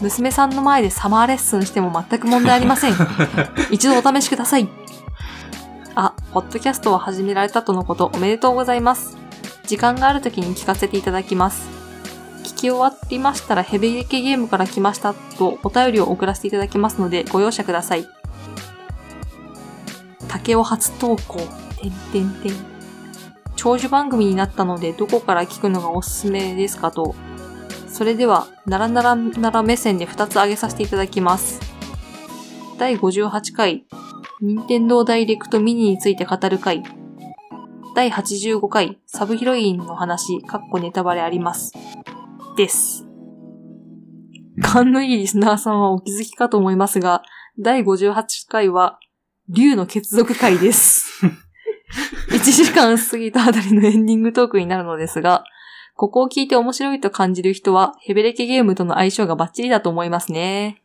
Speaker 2: 娘さんの前でサマーレッスンしても全く問題ありません。一度お試しください。あ、ポッドキャストを始められたとのことおめでとうございます。時間がある時に聞かせていただきます。聞き終わりましたらヘビレケゲームから来ましたとお便りを送らせていただきますのでご容赦ください。竹尾初投稿、てんてんてん。長寿番組になったのでどこから聞くのがおすすめですかと。それでは、ならならなら目線で2つ挙げさせていただきます。第58回、任天堂ダイレクトミニについて語る回。第85回、サブヒロインの話、かっこネタバレあります。です。勘のいいリスナーさんはお気づきかと思いますが、第58回は、竜の血族回です。1時間過ぎたあたりのエンディングトークになるのですが、ここを聞いて面白いと感じる人は、ヘベレケゲームとの相性がバッチリだと思いますね。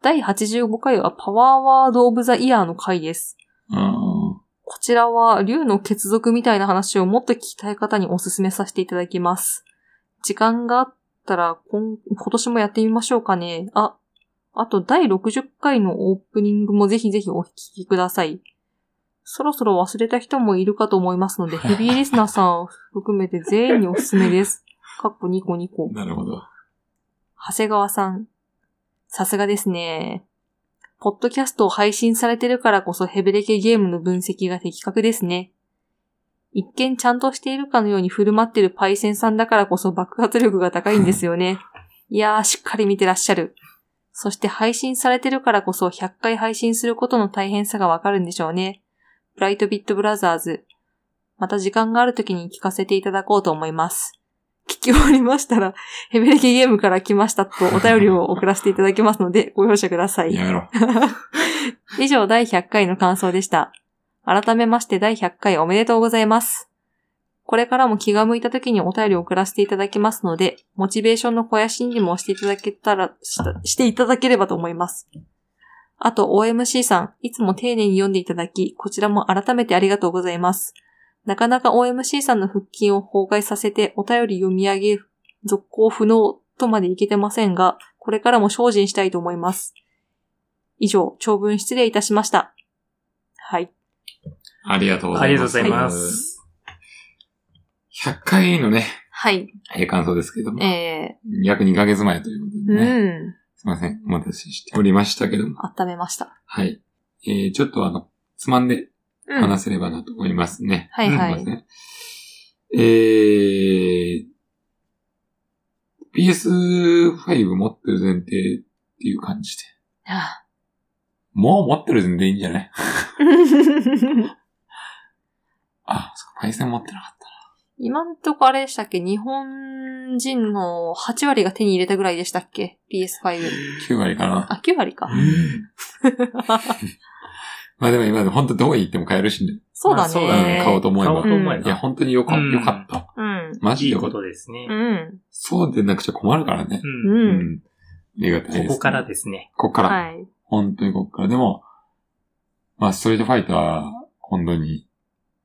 Speaker 2: 第85回はパワーワードオブザイヤーの回です。
Speaker 1: あ
Speaker 2: こちらは、竜の血族みたいな話をもっと聞きたい方にお勧めさせていただきます。時間があったら、今今年もやってみましょうかね。あ、あと第60回のオープニングもぜひぜひお聞きください。そろそろ忘れた人もいるかと思いますので、ヘビーリスナーさんを含めて全員にお勧めです。かっこニコニコ
Speaker 1: あ、。なるほど。
Speaker 2: 長谷川さん。さすがですね。ポッドキャストを配信されてるからこそヘベレケゲームの分析が的確ですね。一見ちゃんとしているかのように振る舞ってるパイセンさんだからこそ爆発力が高いんですよね。いやー、しっかり見てらっしゃる。そして配信されてるからこそ100回配信することの大変さがわかるんでしょうね。ブライトビットブラザーズ。また時間がある時に聞かせていただこうと思います。聞き終わりましたら、ヘベレケゲームから来ましたとお便りを送らせていただきますので、ご容赦ください。
Speaker 1: やめろ。
Speaker 2: 以上、第100回の感想でした。改めまして第100回おめでとうございます。これからも気が向いた時にお便りを送らせていただきますので、モチベーションの肥やしにもしていただけたら、したしていただければと思います。あと、OMC さん、いつも丁寧に読んでいただき、こちらも改めてありがとうございます。なかなか OMC さんの腹筋を崩壊させて、お便り読み上げ、続行不能とまでいけてませんが、これからも精進したいと思います。以上、長文失礼いたしました。はい。
Speaker 1: ありがとうござ
Speaker 3: あ
Speaker 1: い
Speaker 3: りがとう
Speaker 1: ま
Speaker 3: ご
Speaker 1: す。
Speaker 3: ざいま。す。
Speaker 1: 100回のね、
Speaker 2: はい。
Speaker 1: ええ感想ですけども、
Speaker 2: え
Speaker 1: 約2ヶ月前ということ
Speaker 2: ー、
Speaker 1: でね、
Speaker 2: うん。
Speaker 1: すいません、お待たせしておりましたけども、
Speaker 2: 温めました。
Speaker 1: はい。えー、ちょっとあの、つまんで
Speaker 2: うん。
Speaker 1: 話せればなと思いますね。
Speaker 2: はいはい
Speaker 1: うんそうですね、えー、PS5 持ってる前提っていう感じで。
Speaker 2: はあ
Speaker 1: もう持ってる前提でいいんじゃないあ、そっか、パイセン持ってなかっ
Speaker 2: い 今んとこあれでしたっけ日本人の8割が手に入れたぐらいでしたっけ ?PS5。
Speaker 1: 9割かな。
Speaker 2: あ、9割か。
Speaker 1: まあでも今、本当どこに行っても買えるしね。
Speaker 2: そうだ
Speaker 3: まあ
Speaker 2: ね。
Speaker 3: そう
Speaker 1: だね買おうと思えば
Speaker 3: 買おうと思え
Speaker 1: いや、
Speaker 3: ば。
Speaker 1: 本当によか,、
Speaker 3: うん
Speaker 1: よかった。
Speaker 2: うん。
Speaker 1: マジ
Speaker 3: い
Speaker 1: で
Speaker 3: い
Speaker 1: よか
Speaker 3: こ
Speaker 1: った。
Speaker 3: とですね。
Speaker 2: うん。
Speaker 1: そうでなくちゃ困るからね。
Speaker 3: うん。
Speaker 1: う
Speaker 2: うん。。
Speaker 1: ありがたいです、
Speaker 3: ここから。ですね。
Speaker 1: ここから。
Speaker 2: はい。
Speaker 1: 本当にここから。でも、まあ、ストリートファイター、本当に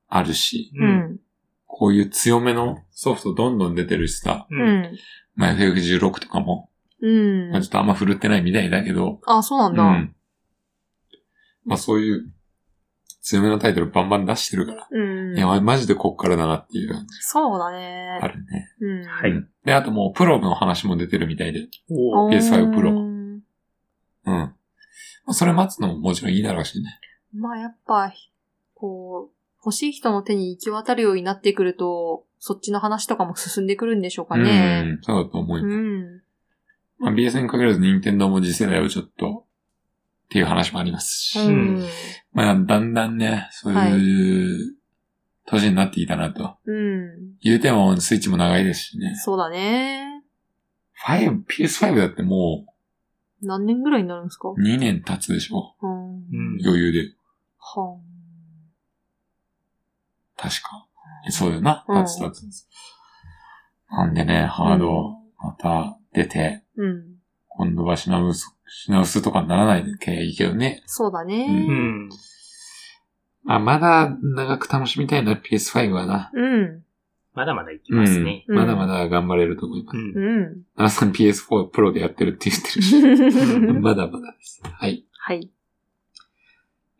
Speaker 1: あるし、
Speaker 2: う。ん。
Speaker 1: こういう強めのソフトどんどん出てるしさ、
Speaker 2: う
Speaker 3: うん。
Speaker 2: ん。
Speaker 1: まあ、FF16 とかも、
Speaker 2: うん
Speaker 1: まあ、ちょ。っとあんま振るってないみたいだけど、
Speaker 2: あ、そうなん
Speaker 1: う
Speaker 2: だ。
Speaker 1: ん。まあ、そういう強めのタイトルバンバン出してるから、
Speaker 2: うん。
Speaker 1: いや、マジでこっからだなっていう感じ
Speaker 2: そうだ
Speaker 1: あ
Speaker 2: ね。
Speaker 1: るね。
Speaker 2: うん。
Speaker 3: は
Speaker 1: う
Speaker 3: い。
Speaker 1: んで、あともうプロの話も出てるみたいで。
Speaker 3: おー
Speaker 1: PS5 Pro
Speaker 2: うん
Speaker 1: うん。まあ、それ待つのももちろんいいだろうしね。
Speaker 2: まあやっぱ、こう、欲しい人の手に行き渡るようになってくると、そっちの話とかも進んでくるんでしょうかね。
Speaker 1: うん。そうだと思います。
Speaker 2: うん。
Speaker 1: まあ、BS に限らず任天堂も次世代をちょっと、っていう話もありますし。
Speaker 2: う
Speaker 3: うんん。
Speaker 1: まあ、だんだんね、そういう、年になっていたなと。
Speaker 2: うん。
Speaker 1: 言うても、スイッチも長いですしね。
Speaker 2: そうだね。
Speaker 1: 5、PS5 だっても
Speaker 2: 何年ぐらいになるんですか
Speaker 1: う2年経つでしょ。
Speaker 2: うん。
Speaker 3: ん
Speaker 1: 余裕で。
Speaker 2: はん。
Speaker 1: 確か。そうだよな。
Speaker 2: うん
Speaker 1: 経つ経つです。なんでね、ハード、また出て、
Speaker 2: うん。
Speaker 1: 今度は品薄、品薄とかにならないでいいけどね。
Speaker 2: そうだ
Speaker 3: う
Speaker 2: ね。
Speaker 3: ん。
Speaker 1: まあ、まだ長く楽しみたいな、PS5 はな。
Speaker 2: うん。
Speaker 3: まだまだいきますね。
Speaker 2: うん
Speaker 1: まだまだ頑張れると思います
Speaker 3: う。ん。
Speaker 2: うん。
Speaker 1: ナナさん PS4 プロでやってるって言ってるし。 まだまだです。はい。
Speaker 2: はい。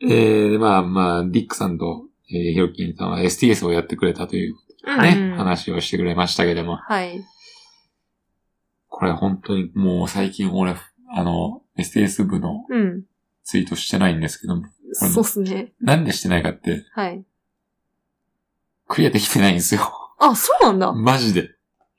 Speaker 1: えー、まあまあ、ディックさんと、えー、ヒロキンさんは STS をやってくれたというね、
Speaker 2: うん
Speaker 1: 話をしてくれましたけども、
Speaker 2: はい。
Speaker 1: これ本当にもう最近俺、あの、STS 部の
Speaker 2: うん。
Speaker 1: ツイートしてないんですけども、
Speaker 2: そうっすね。
Speaker 1: なんでしてないかって、
Speaker 2: はい。
Speaker 1: クリアできてないんですよ。
Speaker 2: あ、そうなんだ。
Speaker 1: マジで。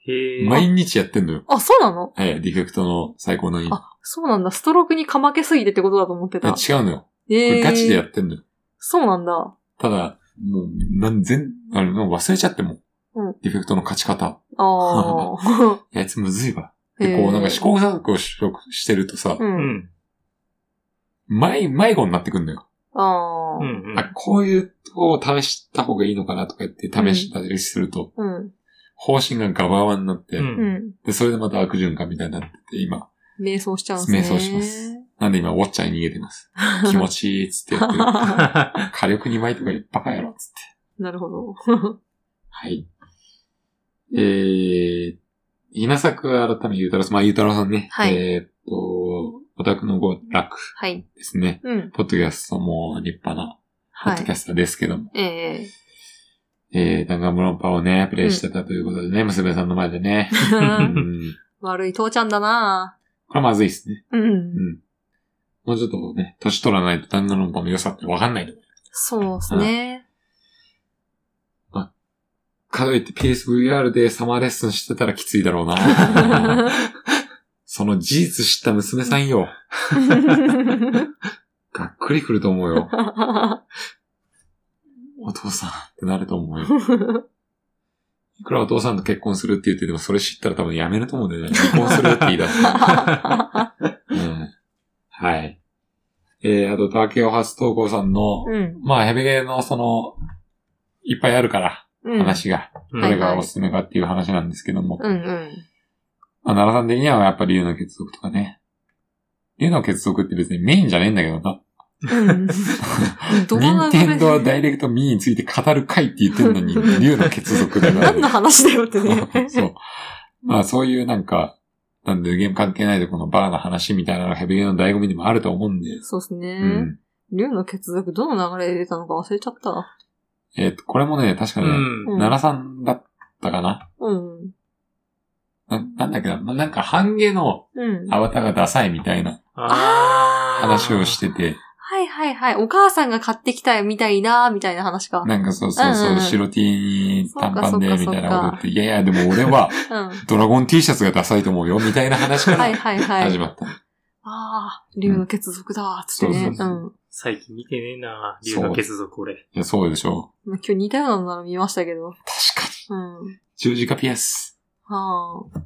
Speaker 3: へえ。
Speaker 1: 毎日やってんのよ。
Speaker 2: あ、そうなの
Speaker 1: えー、ディフェクトの最高のいい。
Speaker 2: あ、そうなんだ。ストロークにかまけすぎてってことだと思って
Speaker 1: いや
Speaker 2: た。
Speaker 1: 違うのよ。こ
Speaker 2: え
Speaker 1: れ
Speaker 2: え。
Speaker 1: ガチでやってんのよ。
Speaker 2: そうなんだ。
Speaker 1: ただ、もう、なん、全、あれ、もう忘れちゃっても、
Speaker 2: うん
Speaker 1: ディフェクトの勝ち方。
Speaker 2: ああ。
Speaker 1: いや、あいつむずいわ。
Speaker 2: へ
Speaker 1: で、
Speaker 2: ー
Speaker 1: こう、なんか試行錯誤ししてるとさ、
Speaker 2: う。
Speaker 3: うんん。
Speaker 1: 迷、迷子になってくんだよ。
Speaker 2: あ
Speaker 3: う
Speaker 2: あ。
Speaker 3: ん。
Speaker 1: あ、こういうとこを試した方がいいのかなとか言って試したりすると、
Speaker 2: うん。
Speaker 1: 方針がガバガバになって、
Speaker 3: う。
Speaker 2: うんん。
Speaker 1: で、それでまた悪循環みたいになってて、今。
Speaker 2: 瞑想しちゃうんですね。
Speaker 1: 瞑想し ます。なんで今、ウォッチャーに逃げてます。気持ちいいっつって言ってる火力2倍とかバカやろっつって。
Speaker 2: なるほど。
Speaker 1: はい。えー、稲作改めゆうたろうさん、まあ、ゆうたろうさんね。
Speaker 2: はい
Speaker 1: えーっと、オタクのご楽
Speaker 2: はい。
Speaker 1: ですね。
Speaker 2: うん。
Speaker 1: ポッドキャストも立派な、ポ
Speaker 2: は
Speaker 1: ッド
Speaker 2: い
Speaker 1: キャ。スターですけども。
Speaker 2: ええ
Speaker 1: えー、ダンガンブロンパをね、プレイしてたということでね、娘さんの前でね。う ん。
Speaker 2: 悪い父ちゃんだな
Speaker 1: これはまずいですね。
Speaker 2: ぁうん
Speaker 1: う。ん。もうちょっとね、年取らないとダンガンブロンパの良さってわかんないと。
Speaker 2: そうですね。
Speaker 1: かといって PSVR でサマーレッスンしてたらきついだろう な。その事実知った娘さんよ。がっくりくると思うよ。お父さんってなると思うよ。いくらお父さんと結婚するって言ってても、それ知ったら多分やめると思うんだよね。離婚するって言い出 す。うん。はい。えー、あと、竹尾初投稿さんの、
Speaker 2: うん。
Speaker 1: まあ、ヘビゲーのその、いっぱいあるから、
Speaker 2: うん。
Speaker 1: 話が、
Speaker 3: うん
Speaker 1: どれ
Speaker 2: はい
Speaker 1: が
Speaker 2: はい
Speaker 1: おすすめかっていう話なんですけども、
Speaker 2: うんうん。
Speaker 1: まあ、奈良さん的にはやっぱ竜の血族とかね。竜の血族って別にメインじゃねえんだけどな。
Speaker 2: うん。どうな
Speaker 1: 任天堂はダイ
Speaker 2: レ
Speaker 1: レクトミーについて語る回って言ってんの に、竜の血族だから。
Speaker 2: 何の話だよってね。
Speaker 1: そう。まあそういうなんか、なんでゲーム関係ないでこのバーの話みたいなのがヘビゲーの醍醐味でもあると思うんで。
Speaker 2: そうです
Speaker 1: う
Speaker 2: ね。
Speaker 1: ん。
Speaker 2: 竜の血族どの流れで出たのか忘れちゃった。
Speaker 1: えっ、と、これもね、確か
Speaker 3: う
Speaker 1: ね、
Speaker 3: ん。
Speaker 2: うん
Speaker 1: 奈良さんだったかな
Speaker 2: うん。
Speaker 1: ななんだっけな、まあ、なんか半ゲの
Speaker 2: うん。
Speaker 1: アバターがダサいみたいな
Speaker 3: あー
Speaker 1: 話をしてて、
Speaker 2: はいはいはい。お母さんが買ってきたみたいな、みたいな話か。
Speaker 1: なんかそうそうそうう、
Speaker 2: んうん
Speaker 1: 白 T に短パンで
Speaker 2: そ
Speaker 1: み
Speaker 2: うかそうか
Speaker 1: たいなこと言って、いやいや、でも俺 は
Speaker 2: うん。
Speaker 1: ドラゴン T シャツがダサいと思うよ、みたいな話か
Speaker 2: はい
Speaker 1: ら
Speaker 2: はいはい。
Speaker 1: 始まった。
Speaker 2: ああ、竜の血族だ、つって
Speaker 1: そ
Speaker 2: ね。
Speaker 1: う
Speaker 2: う。
Speaker 1: そうん
Speaker 3: 最近見てねえな竜の血族俺。
Speaker 1: いや、そうでしょ
Speaker 2: 今日似たようなの見ましたけど。
Speaker 1: う。確かに。
Speaker 2: うん。
Speaker 1: 十字架ピアス。
Speaker 2: はあ。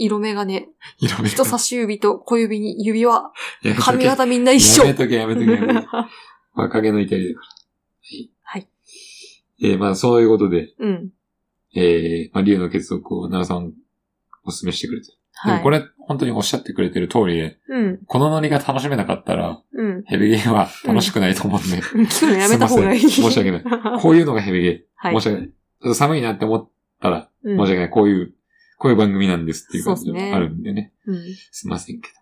Speaker 2: 色眼鏡、
Speaker 1: 色目
Speaker 2: 人差し指と小指に指 輪、髪
Speaker 1: や
Speaker 2: 型みんな一緒。
Speaker 1: めとけ、やめとけ、やめ とけ。若気の至りだから。はい。
Speaker 2: はい
Speaker 1: えーまあ、そういうことで、
Speaker 2: うん。
Speaker 1: えーまあ、竜の結束を奈良さん、お勧めしてくれて。で
Speaker 2: は
Speaker 1: も
Speaker 2: い。
Speaker 1: これ、本当におっしゃってくれてる通りで、
Speaker 2: うん。
Speaker 1: このノリが楽しめなかったら、
Speaker 2: うん。
Speaker 1: ヘビゲーは楽しくないと思うんで、
Speaker 2: 聞くのやめた方がいい。
Speaker 1: すいません申し訳
Speaker 2: ない。
Speaker 1: こういうのがヘビゲ ー。
Speaker 2: はい。
Speaker 1: 申し訳ない。ちょっと寒いなって思ったら、
Speaker 2: う
Speaker 1: 申
Speaker 2: ん
Speaker 1: し訳ない。こういう、こういう番組なんですっていう感じ
Speaker 2: そうですね
Speaker 1: があるんでね。
Speaker 2: うん。
Speaker 1: すいませんけど。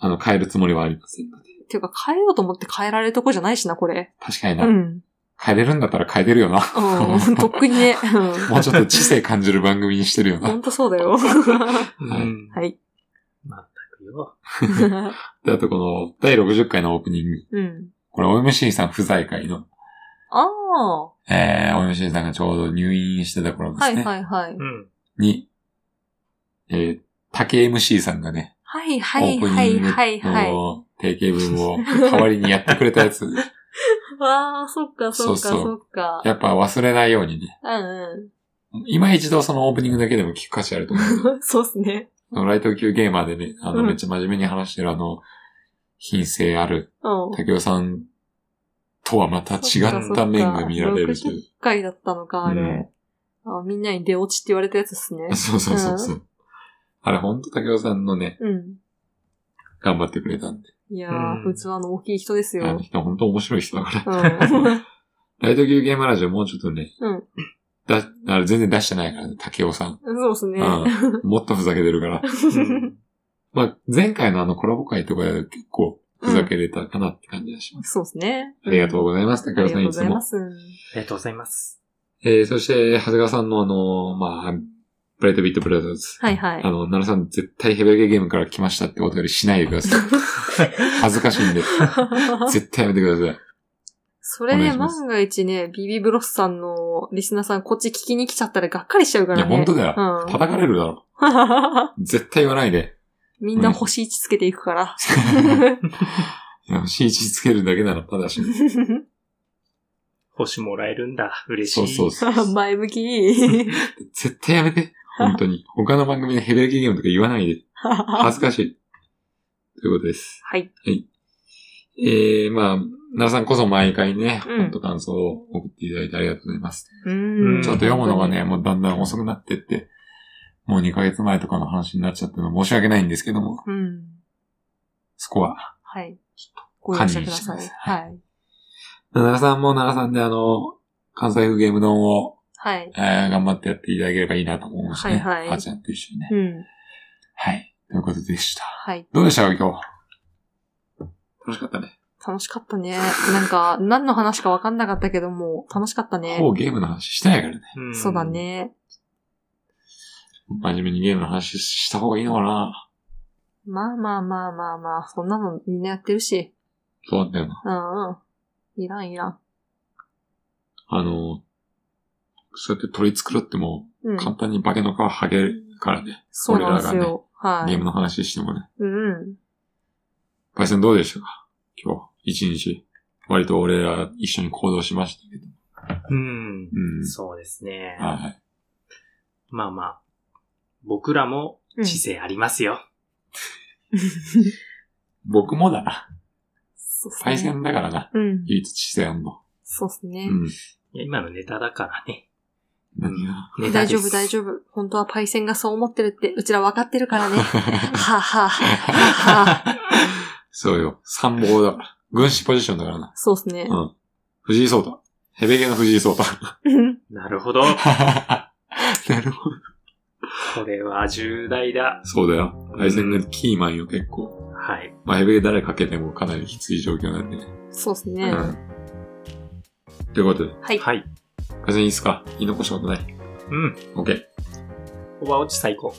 Speaker 1: あの、変えるつもりはありませんので。
Speaker 2: ていうか変えようと思って変えられるとこじゃないしな、これ。
Speaker 1: 確かに
Speaker 2: う
Speaker 1: な。
Speaker 2: ん。
Speaker 1: 変えれるんだったら変えてるよな。
Speaker 2: うん。とっくにね。うん
Speaker 1: もうちょっと知性感じる番組にしてるよ
Speaker 2: ほ
Speaker 1: な。
Speaker 2: んとそうだ
Speaker 1: は
Speaker 2: よ。
Speaker 1: い
Speaker 3: うん。
Speaker 2: はい。
Speaker 3: まったくよ。
Speaker 1: で、あとこの、第60回のオープニング。
Speaker 2: うん。
Speaker 1: これ、OMC さん不在会の、
Speaker 2: ああ。は
Speaker 1: えー、OMC さんがちょうど入院してた頃です
Speaker 2: い
Speaker 1: ね。
Speaker 2: はいはい。
Speaker 3: うん。
Speaker 1: に、えー、竹 MC さんがね、
Speaker 2: はい
Speaker 1: オ
Speaker 2: はい
Speaker 1: ープ
Speaker 2: は
Speaker 1: ニ
Speaker 2: い
Speaker 1: ング
Speaker 2: はいはい。
Speaker 1: の定型文を代わりにやってくれたや つ、
Speaker 2: わあ、そっかそ
Speaker 1: そ
Speaker 2: っか
Speaker 1: うそう
Speaker 2: そっか。
Speaker 1: やっぱ忘れないようにね。
Speaker 2: うん
Speaker 1: 今一度そのオープニングだけでも聞く価値あると思う。
Speaker 2: うん。 そうっすね。
Speaker 1: そのライト級ゲーマーでね、あの、
Speaker 2: うん
Speaker 1: めっちゃ真面目に話してるあの、品性ある
Speaker 2: うん。
Speaker 1: 竹雄さんとはまた違った面が見られるという。。
Speaker 2: 1回だったのか、あれ。あみんなに出落ちって言われたやつですね
Speaker 1: そうそうそうそう。あれ、ほんと竹雄さんのね、
Speaker 2: うん。
Speaker 1: 頑張ってくれたんで。
Speaker 2: いや
Speaker 3: う
Speaker 2: ー、
Speaker 3: ん
Speaker 2: 器の大きい人です
Speaker 1: あの
Speaker 2: よ。
Speaker 1: 人ほんと面白い人だから。
Speaker 2: うん。は
Speaker 1: ライト級ゲーマーラジオもうちょっとね、
Speaker 2: うん
Speaker 1: だ、あれ全然出してないからね、竹雄さん。
Speaker 2: そうっすね。
Speaker 1: うん。もっとふざけてるから。
Speaker 3: うん
Speaker 1: まあ、前回のあのコラボ会とかで結構ふざけれたかなって感じがします。
Speaker 2: そうっすね。
Speaker 1: ありがとう
Speaker 2: う
Speaker 1: ございます、
Speaker 2: んあ
Speaker 1: 竹雄
Speaker 2: り
Speaker 1: さ
Speaker 2: が
Speaker 1: ん
Speaker 2: とう
Speaker 1: い
Speaker 2: ご
Speaker 1: つ
Speaker 2: ざい
Speaker 1: も
Speaker 2: ま。す。
Speaker 3: ありがとうございます。
Speaker 1: えー、そして、長谷川さんのあのーまあ、ブライトビットブラザーズ。
Speaker 2: はいは
Speaker 1: あ
Speaker 2: い。
Speaker 1: の、奈良さん絶対ヘベゲゲームから来ましたってことよりしないでください。恥ずかしいん で。絶対やめてください。
Speaker 2: それ
Speaker 1: お願い
Speaker 2: ね、
Speaker 1: します
Speaker 2: 万が一ね、ビビブロスさんのリスナーさんこっち聞きに来ちゃったらがっかりしちゃうからね。
Speaker 1: いや本当だよ
Speaker 2: うん。
Speaker 1: 叩かれるだろ。絶対言わないで。
Speaker 2: みんな星1つけていくから。
Speaker 1: いやシーチつけるだけならただし も。
Speaker 3: 星もらえるんだ。嬉し
Speaker 1: そ
Speaker 3: い。
Speaker 1: うそうそう。
Speaker 2: 前向き。
Speaker 1: 絶対やめて。本当に。他の番組でヘベゲゲームとか言わないで。
Speaker 2: は
Speaker 1: 恥ずかしい。ということです。
Speaker 2: い。
Speaker 1: えー、まあ、奈良さんこそ毎回ね、
Speaker 2: うん
Speaker 1: 本当感想を送っていただいてありがとうございます。
Speaker 2: うん
Speaker 1: ちょっと読むのがね、もうだんだん遅くなってって、もう2ヶ月前とかの話になっちゃってるの申し訳ないんですけども、
Speaker 2: うん。
Speaker 1: そこは。
Speaker 2: はい。ご容赦くださ
Speaker 1: 堪忍してくださ
Speaker 2: い
Speaker 1: い。
Speaker 2: はい。
Speaker 1: 奈良さんも奈良さんであの、関西風ゲーム丼を、
Speaker 2: はい。
Speaker 1: えー頑張ってやっていただければいいなと思いましたね。
Speaker 2: はいはい
Speaker 1: あーちゃんと一緒にね。
Speaker 2: うん。
Speaker 1: はい。ということでした。
Speaker 2: はい。
Speaker 1: どうでしたか今日は。楽しかったね。
Speaker 2: 楽しかったね。なんか、何の話かわかんなかったけども、楽しかったね
Speaker 1: ほ。ぼゲームの話してないからね。
Speaker 3: うん
Speaker 2: そうだ。ね。
Speaker 1: 真面目にゲームの話した方がいいのかな
Speaker 2: まあまあまあまあまあ、そんなのみんなやってるし。
Speaker 1: そうなんだよな。
Speaker 2: うんうん。いらんいらん。
Speaker 1: あの、そうやって取り繕っても、
Speaker 2: うん。
Speaker 1: 簡単に化けの皮剥げるからね。
Speaker 2: そうなんです
Speaker 1: 俺らが
Speaker 2: よ。は
Speaker 1: ゲー
Speaker 2: い。
Speaker 1: ムの話してもね。
Speaker 2: うんうん。
Speaker 1: パイセンどうでしたか今日、一日。割と俺ら一緒に行動しましたけど。
Speaker 3: うん。
Speaker 1: うん。
Speaker 3: そうですね。
Speaker 1: はいはい。
Speaker 3: まあまあ。僕らも
Speaker 2: うん
Speaker 3: 知性ありますよ。
Speaker 1: 僕もだな。
Speaker 2: そうっす
Speaker 1: パイセ
Speaker 2: ね。
Speaker 1: ンだからな。
Speaker 2: うん。
Speaker 1: 唯一知性あんの。
Speaker 2: そうですね
Speaker 1: う。ん。
Speaker 3: いや今のネタだからね。
Speaker 1: 何が。
Speaker 3: ネタ
Speaker 2: 大
Speaker 3: で
Speaker 2: 丈
Speaker 3: す
Speaker 2: 夫大丈夫。本当はパイセンがそう思ってるって、うちら分かって るからね。はあはあはあはあ。
Speaker 1: そうよ。参謀だから。軍師ポジションだからな。
Speaker 2: そうですね。
Speaker 1: うん。藤井聡太。ヘベゲの藤井聡太。
Speaker 3: なるほど。
Speaker 1: なるほど。
Speaker 3: これは重大だ。
Speaker 1: そうだよ。パイセンがキーマンよ、結構。
Speaker 3: はい。
Speaker 1: まあ、ヘベゲ誰かけてもかなりきつい状況なんでね。
Speaker 2: そうですね。
Speaker 1: うん。ということで、
Speaker 2: はい。
Speaker 3: はい。
Speaker 1: パイセンいいっすか言い残したことない。
Speaker 3: うん。
Speaker 1: OK。
Speaker 3: オバ落ち最高。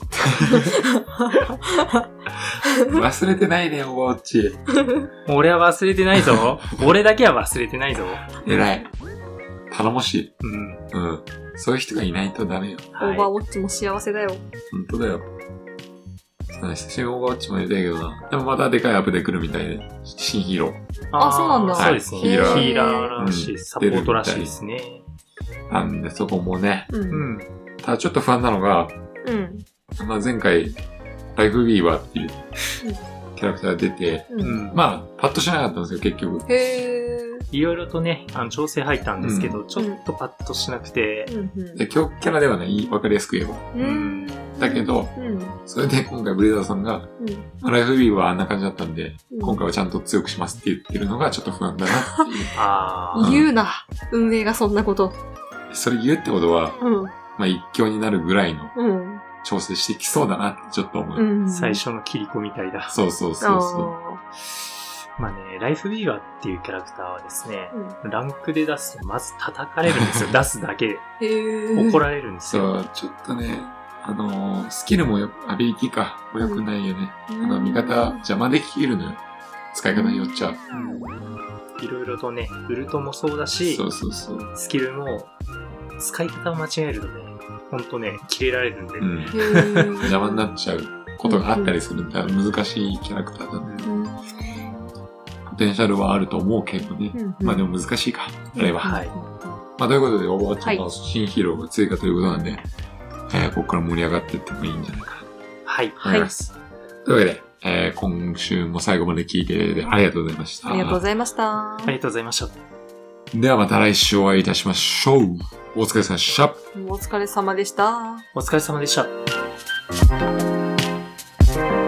Speaker 1: 忘れてないね、おばおっち。
Speaker 3: 俺は忘れてな いぞ。俺だけは忘れてないぞ。
Speaker 1: 偉い。頼もしい。
Speaker 3: うん。
Speaker 1: うん。そういう人がいないとダメよ。
Speaker 2: オーバー
Speaker 3: は
Speaker 2: ウォッチも幸せだよ。
Speaker 1: 本当だよ。そんったな。久しぶりにオーバーウォッチもやりたいけどな。でもまたでかいアップで来るみたいで、新ヒーロー。
Speaker 2: あそうなんだ
Speaker 3: そうですね。
Speaker 1: はい
Speaker 3: ヒ
Speaker 1: ヒー
Speaker 3: ー
Speaker 1: ラー
Speaker 3: ラーらしい、
Speaker 1: うん
Speaker 3: サポートらしいですね。
Speaker 1: なんで、そこもね。
Speaker 2: う。
Speaker 3: うんん。
Speaker 1: ただちょっと不安なのが、
Speaker 2: うん。
Speaker 1: まあ、前回、ライフビーバーっていうキャラクターが出て、
Speaker 2: う。
Speaker 3: うんん。まあ、
Speaker 1: まあ、パッとしなかったんですよ、結局。
Speaker 2: へー。
Speaker 3: いろいろとね、あの、調整入ったんですけど、ちょっとパッとしなくて、
Speaker 2: うん
Speaker 1: で、今日キャラではね、いいわかりやすく言えば。
Speaker 2: うん。うん。
Speaker 1: だけど、
Speaker 2: うん。
Speaker 1: それで今回ブレザーさんが、
Speaker 2: うん。
Speaker 1: ライフビーバーはあんな感じだったんで、
Speaker 2: うん
Speaker 1: 今回はちゃんと強くしますって言ってるのがちょっと不安だなっていう。
Speaker 3: あ
Speaker 1: うん
Speaker 3: あ、
Speaker 2: 言うな。運営がそんなこと。
Speaker 1: それ言うってことは、
Speaker 2: うん。
Speaker 1: まあ一強になるぐらいの
Speaker 2: うん。
Speaker 1: 調整してきそうだなってちょっと思う。
Speaker 2: うん。
Speaker 3: 最初の切り子みたいだ。
Speaker 1: そうそうそうそう。
Speaker 2: あ
Speaker 3: まあね、ライフビーガーっていうキャラクターはですね
Speaker 2: ー、うん
Speaker 3: ランクで出すとまず叩かれるん ですよ。出すだけ
Speaker 2: へ
Speaker 3: で。
Speaker 2: ー。
Speaker 3: 怒られるんです
Speaker 1: そ
Speaker 3: よ。
Speaker 1: う、ちょっとね、あのースキルもよ、アビリティか、も良くないよね。
Speaker 2: う
Speaker 1: あの、
Speaker 2: ん
Speaker 1: 味方邪魔できるのよ。使い方によっちゃ。
Speaker 3: いろいろとね、ウルトもそうだし
Speaker 1: そ、うそうそう。
Speaker 3: スキルも、使い方を間違えるとね、ほんとね、切れられるんで、
Speaker 1: うん。
Speaker 2: へー
Speaker 1: 邪魔になっちゃうことがあったりするんだ。難しいキャラクターだね。
Speaker 2: うん
Speaker 1: ポテンシャルはあると思うけどね。
Speaker 2: うん
Speaker 1: まあでも難しいか、あれは。
Speaker 3: はい
Speaker 1: まあということで、オーバーウォッチの新ヒーローが追加ということなんで、えーここから盛り上がっていってもいいんじゃないかな
Speaker 3: はい。
Speaker 1: と思います。というわけで、えー今週も最後まで聞いていただいてありがとうございました。
Speaker 2: ありがとうございました。
Speaker 3: ありがとうございました。
Speaker 1: ではまた来週お会いいたしましょう。お疲れ様でした。
Speaker 2: お疲れ様でした。
Speaker 3: お疲れ様でした。